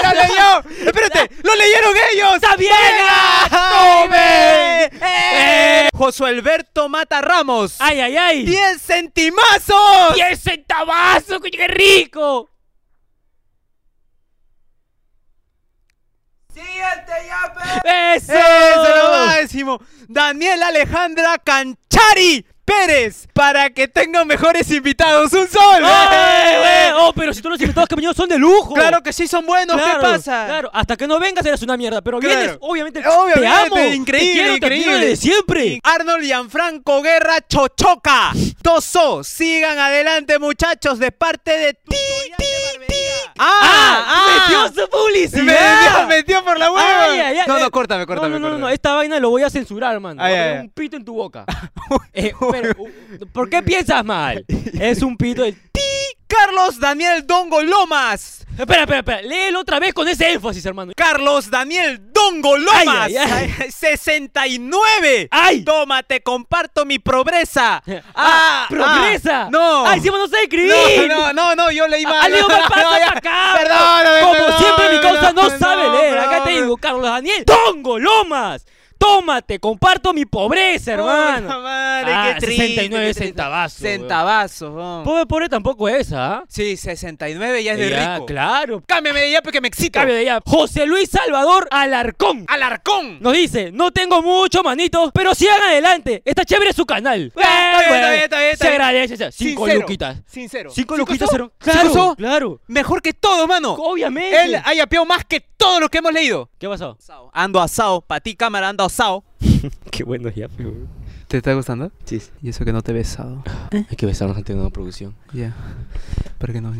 B: Ah, leyó! ¡Espérate! ¡Lo leyeron ellos!
C: ¡Está bien!
B: ¡Tome! ¡Eh! Josué Alberto Mata Ramos.
C: ¡Ay, ay, ay!
B: ¡10 centimazos!
C: ¡Diez centavazos! coño, ¡Qué rico!
H: ¡Siguiente, ya, pe!
C: ¡Eso!
B: ¡Eso es lo máximo! Daniel Alejandra Canchari Pérez. Para que tengan mejores invitados. ¡Un sol!
C: ¡Eh, eh! ¡Oh, pero si todos los invitados que han venido son de lujo!
B: ¡Claro que sí son buenos!
C: Claro,
B: ¿Qué pasa?
C: Claro, hasta que no vengas eres una mierda, pero
B: Claro. Eh,
C: vienes, obviamente,
B: Obviamente,
C: te amo,
B: increíble,
C: te quiero, te admiro
B: increíble.
C: desde siempre.
B: Arnold Gianfranco Guerra Chochoca. Toso, sigan adelante muchachos de parte de ti. ti, ti.
C: ¡Ah!
B: ah,
C: ¡Metió su publicidad!
B: metió, Ah, metió por la hueva.
C: Ay, ay, ay,
B: no,
C: eh,
B: no, córtame,
C: No,
B: córtame.
C: no, no, no,
B: córtame.
C: esta vaina lo voy a censurar, man.
B: Ay,
C: Voy a
B: ay,
C: poner
B: ay.
C: un pito en tu boca. Eh, pero, uh, ¿Por qué piensas mal? Es un pito del... ti.
B: Carlos Daniel Dongo Lomas.
C: Espera, espera, espera. Léelo otra vez con ese énfasis, hermano.
B: Carlos Daniel Dongo Lomas.
C: Ay, ay,
B: 69.
C: ¡Ay!
B: Toma, te comparto mi progresa.
C: ¡Ah!
B: Ah,
C: ¡Progresa!
B: ah, no.
C: ¡Ay, sí, no sé escribir!
B: No, no, no, no, yo leí mal.
C: ¡Ha leído mal pata
B: ya.
C: pa' acá!
B: Perdóname,
C: Como
B: perdóname,
C: siempre, mi causa no,
B: perdóname,
C: sabe leer. Acá te
B: perdóname.
C: digo, Carlos Daniel. ¡Tongo, Lomas! Tómate, comparto mi pobreza,
B: Puta
C: hermano.
B: madre,
C: Ah,
B: qué triste,
C: 69
B: qué triste.
C: centavazos, weón.
B: Centavazos, weón.
C: Pobre, pobre tampoco es, ¿ah?
B: Sí, 69 ya es de
C: Ya,
B: rico.
C: claro.
B: Cámbiame de ya porque me excita.
C: Cambio de ya. José Luis Salvador Alarcón.
B: ¡Alarcón!
C: Nos dice, no tengo mucho, manito, pero sigan adelante. Está chévere su canal.
B: Ya, está bien, está bien, está bien, está
C: Se
B: bien.
C: agradece. o sea, Cinco
B: Sincero,
C: luquitas.
B: Sincero.
C: Cinco luquitas.
B: so?
C: cero-
B: ¿Cinco
C: Claro,
B: so?
C: claro.
B: Mejor que todo, mano.
C: Obviamente.
B: Él ha yapeado más que todo lo que hemos leído.
C: ¿Qué pasó?
B: Ando asado. Pa' ti, cámara, ando asado.
C: Qué bueno ya,
B: ¿Te está gustando?
C: Sí.
B: Y eso que no te he besado.
C: Hay que besarnos antes de una producción.
B: Ya. Para que no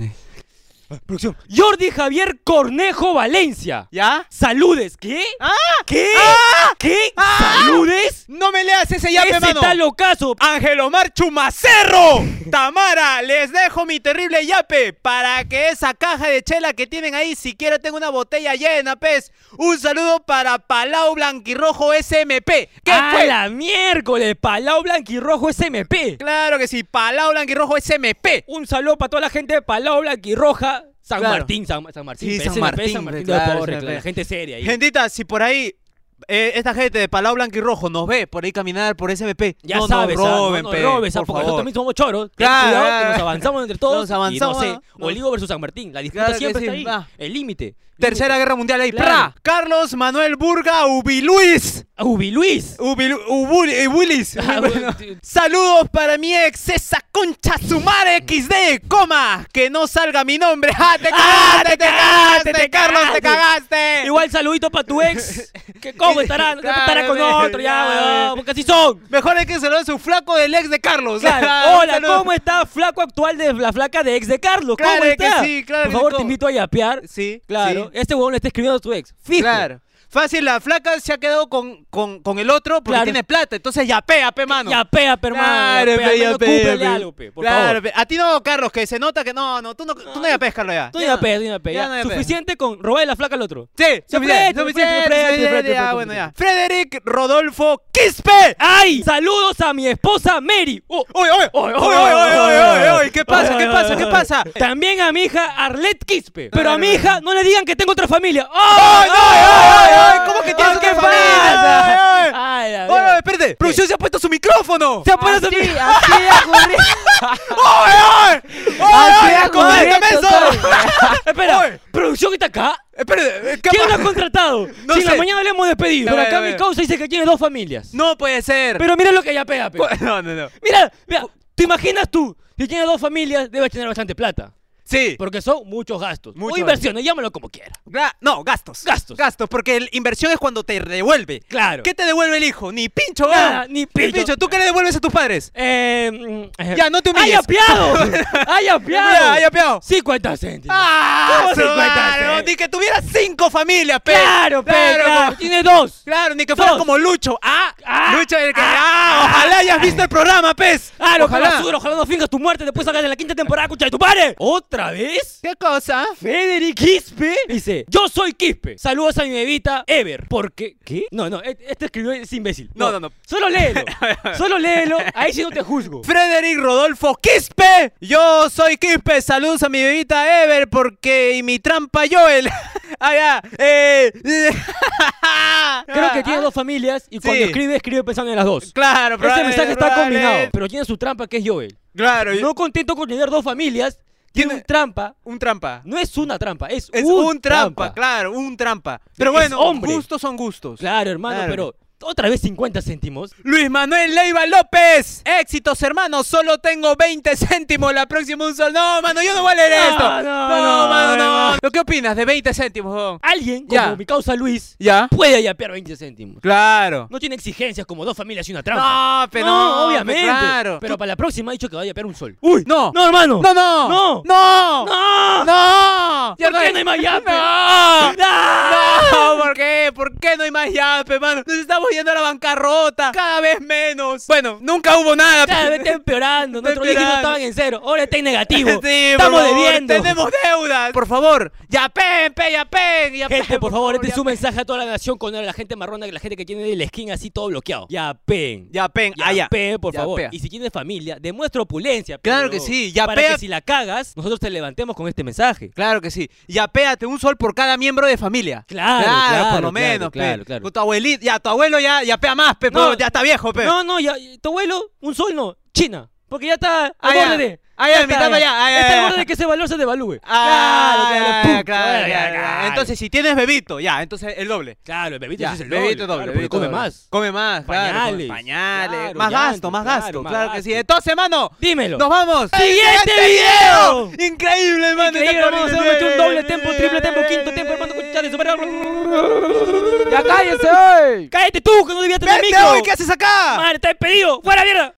C: Ah, Producción. Jordi Javier Cornejo Valencia.
B: ¿Ya?
C: Saludes. ¿Qué?
B: ¡Ah!
C: ¿Qué?
B: ¡Ah!
C: ¿Qué?
B: ¡Ah!
C: ¿Saludes?
B: No me leas ese yape,
C: Ese
B: mano.
C: tal ocaso.
B: Ángel Omar Chumacerro. Tamara, les dejo mi terrible yape para que esa caja de chela que tienen ahí siquiera tenga una botella llena, pez. Un saludo para Palau Blanquirrojo SMP. ¿Qué
C: ¡A
B: fue?
C: la miércoles! Palau Blanquirrojo SMP.
B: Claro que sí, Palau Blanquirrojo SMP.
C: Un saludo para toda la gente de Palau Blanquirroja. San
B: Claro.
C: Martín, San, San Martín.
B: Sí,
C: pero
B: San
C: ese me parece
B: Martín,
C: San Martín de
B: claro,
C: la Torre,
B: ese me
C: claro, la
B: parece.
C: gente seria ahí.
B: Gentita, si por ahí eh, esta gente de Palau Blanquirrojo nos ve por ahí caminar por SMP,
C: ya
B: no
C: sabes,
B: nos
C: ah,
B: roben,
C: no,
B: pe,
C: nos robes, ah,
B: por
C: porque nosotros
B: favor.
C: también somos choros. Ten
B: Claro,
C: cuidado que
B: claro.
C: nos avanzamos entre todos.
B: Nos avanzamos,
C: Y no sé,
B: ¿no?
C: Olivo versus San Martín. La disputa
B: Claro que
C: siempre
B: sí,
C: está ahí.
B: va.
C: El límite.
B: Tercera Guerra Mundial ahí, ¡pra!
C: Claro.
B: Carlos Manuel Burga Ubiluis.
C: Ubi Luis.
B: Ubilu- Ubuli- eh, Willis.
C: Ah,
B: Bueno.
C: bueno.
B: Saludos para mi ex, esa concha sumare XD, coma, que no salga mi nombre. ¡Ah, te
C: Ah,
B: cagaste,
C: te
B: te cagaste,
C: cagaste,
B: te Carlos,
C: cagaste.
B: te cagaste!
C: Igual saludito para tu ex. Que cómo estará, que
B: Claro,
C: estará con
B: ve,
C: otro, ya,
B: ya,
C: weón.
B: ve.
C: Porque así son.
B: Mejor es que se lo dé su flaco del ex de Carlos. Ah,
C: Claro. Hola,
B: Saludos.
C: ¿cómo está flaco actual de la flaca de ex de Carlos?
B: Claro
C: ¿Cómo
B: que
C: está?
B: sí, claro
C: Por
B: que
C: favor,
B: sí.
C: te invito a yapear.
B: Sí,
C: Claro.
B: sí.
C: Este huevón le está escribiendo a tu ex. Fijo.
B: Claro. Fácil, la flaca se ha quedado con, con, con el otro porque
C: Claro.
B: tiene plata, entonces yapea, pe mano.
C: Yapea, pe, hermano.
B: Claro,
C: yapea,
B: pe,
C: al menos
B: yapea,
C: cúmplele
B: pe.
C: algo, pe, por
B: Claro,
C: favor.
B: pe. A ti no, Carlos, que se nota que no, no, tú no, tú no yapeas, Carlos, ya.
C: Tú
B: Ya
C: ya
B: no.
C: pe, tú ya pe,
B: Ya
C: ya.
B: no yapea.
C: Suficiente con robarle la flaca al otro.
B: Sí,
C: Suficiente,
B: suficiente,
C: suficiente,
B: suficiente,
C: suficiente,
B: suficiente,
C: suficiente,
B: ya, bueno, ya. Frederick Rodolfo Quispe.
C: ¡Ay! ¡Saludos a mi esposa Mary! Oh,
B: Uy, uy, uy, uy, uy, uy, uy, uy, ¿qué pasa? ¿Qué pasa? ¿Qué pasa?
C: También a mi hija Arlette Quispe. Pero a mi
B: Claro.
C: hija no le digan que tengo otra familia. ¡Oh!
B: ¡Ay, no, ay, ay, ay! ¿Cómo que
C: ay,
B: tienes
C: ¿qué
B: otra familia? Ay, Ah, ay.
C: pasa? Ay, la
B: Oye,
C: mierda.
B: oye, espérate, producción se ha puesto su micrófono.
C: ¡Se ha puesto a mi-
B: ¡Oye, oye! ¡Oye, oye!
D: ha
B: ¡Coméntame
D: correcto,
B: eso!
C: Espera,
B: Oye.
C: ¿producción está acá?
B: Espérate, ¿qué
C: ¿Quién lo
B: pasa?
C: ha contratado?
B: No
C: si en la
B: sé.
C: mañana le hemos despedido.
B: Ya,
C: Por
B: ya,
C: acá
B: ya,
C: mi
B: ya.
C: causa dice que tiene dos familias.
B: No puede ser.
C: Pero mira lo que ella pega, pe.
B: Cu- No, no, no.
C: Mira, mira, ¿te imaginas tú? Si tienes dos familias, debes tener bastante plata.
B: Sí.
C: Porque son muchos gastos.
B: Muchos
C: o inversiones, llámalo como quiera.
B: Gra- no, gastos.
C: Gastos.
B: Gastos, porque el- inversión es cuando te devuelve.
C: Claro.
B: ¿Qué te devuelve el hijo? Ni pincho,
C: Nada,
B: weón.
C: ni pincho.
B: ¿Tú qué le devuelves a tus padres?
C: Eh, mm, eh,
B: Ya, no te
C: ¡Ay,
B: humilles.
C: apiado! ¡Ay, apiado!
B: Ya, ¡Ay, apiado!
C: 50 céntimos.
B: ¡Ah!
C: ¿Cómo
B: su
C: 50
B: madre,
C: céntimos?
B: weón? Ni que tuvieras cinco familias, pe.
C: ¡Claro, pe,
B: Claro,
C: claro!
B: como-
C: ¡Tiene dos!
B: Claro, ni que fueras
C: Dos.
B: como Lucho. ¡Ah!
C: Ah,
B: Lucho el que.
C: ah,
B: ¡Ah! Ojalá hayas visto el programa, pez.
C: ¡Claro, ojalá!
B: ojalá.
C: Basura, ojalá no finjas tu muerte después sacas de la quinta temporada, escucha de tu padre. ¿Otra vez?
B: ¿Qué cosa?
C: Federic Quispe dice, yo soy Quispe. Saludos a mi bebita Ever. Porque, ¿qué? No, no, e- este escribió es imbécil.
B: No, no, no.
C: Solo léelo. Solo léelo. Ahí sí no te juzgo.
B: Frederick Rodolfo Quispe. Yo soy Quispe. Saludos a mi bebita Ever porque y mi trampa Joel. ah, ya. Eh,
C: Creo que tiene dos familias y cuando
B: Ah, Sí.
C: escribe, escribe pensando en las dos.
B: Claro,
C: Este
B: probable-
C: mensaje está
B: probable-
C: combinado, pero tiene su trampa que es Joel.
B: Claro,
C: No contento con tener dos familias, tiene
B: Tiene-
C: un trampa.
B: un trampa.
C: No es una trampa, es,
B: Es un,
C: un,
B: trampa, claro, un trampa. Pero
C: Es
B: bueno,
C: hombre.
B: gustos son gustos.
C: Claro, hermano,
B: Claro.
C: pero otra vez 50 céntimos.
B: Luis Manuel Leiva López. Éxitos, hermanos. Solo tengo 20 céntimos. La próxima un sol. No, mano, yo no voy a leer
C: No,
B: esto.
C: no, no,
B: mano, no.
C: hermano.
B: ¿Lo qué opinas de 20 céntimos? huevón?
C: Alguien, como
B: Ya.
C: mi causa Luis,
B: ¿Ya?
C: puede yapear 20 céntimos.
B: Claro.
C: No tiene exigencias como dos familias y una trampa.
B: No, pero no,
C: obviamente.
B: pe, claro.
C: Pero para la próxima ha dicho que va a yapear un sol.
B: Uy, no.
C: No, hermano.
B: No, no.
C: No.
B: No.
C: No.
B: No.
C: ¿Por qué no hay más yape?
B: No.
C: No.
B: No, ¿por qué? ¿Por qué no hay más yape, mano? Nos estamos yendo a la bancarrota. Cada vez menos. Bueno, nunca hubo nada. pe.
C: Cada vez está empeorando. Nuestros dígitos
B: empeorando.
C: estaban en cero. Ahora está en negativo.
B: Sí, por
C: Estamos
B: favor,
C: debiendo.
B: Tenemos deudas. Por favor, yapen, pe, yapen, yapen.
C: Gente, por favor, este es un
B: yapen.
C: mensaje a toda la nación con la gente marrona, la gente que tiene la skin así todo bloqueado. Yapen.
B: Yapen, ah, ya.
C: Yapea, por
B: Ya,
C: favor.
B: pea.
C: Y si tienes familia, demuestra opulencia. pe,
B: Claro
C: huevón.
B: que sí,
C: Para
B: yapea.
C: que si la cagas, nosotros te levantemos con este mensaje.
B: Claro que sí. Yapéate un sol por cada miembro de familia.
C: Claro, claro,
B: por
C: claro,
B: lo menos, pe.
C: claro, claro.
B: Con tu abuelito, ya, tu abuelo ya yapea más, pe,
C: No.
B: po, ya está viejo, pe.
C: No, no, ya, tu abuelo, un sol no, China. Porque ya está al
B: Ah, ya.
C: borde de.
B: Ah, ya,
C: está,
B: mitad allá. Ah, ya,
C: está
B: ya,
C: al
B: ya.
C: borde de que ese valor se devalúe.
B: Ah,
C: pum.
B: claro, claro,
C: Claro,
B: claro, claro. Entonces, si tienes bebito, ya, entonces el doble.
C: Claro, el bebito
B: Ya,
C: ese Este es el
B: bebito
C: doble, claro,
B: bebito
C: porque come
B: doble.
C: más.
B: Come más, claro, come-
C: Pañales.
B: pañales.
C: Claro,
B: más
C: llanto,
B: gasto, más
C: claro,
B: gasto,
C: más
B: claro que
C: gasto.
B: sí. Entonces, mano,
C: Dímelo.
B: nos vamos.
C: ¡Siguiente video!
B: Increíble, hermano.
C: Increíble,
B: Esta
C: hermano, se va a
B: corrida
C: meter un
B: nueve.
C: doble tempo, triple tempo, quinto tempo, hermano, con chale, super-
D: ¡Ya cállense!
C: ¡Cállate tú, que no debías tener
B: Vete
C: micro!
B: hoy, ¿qué haces acá?
C: ¡Madre, está despedido! ¡Fuera, mierda!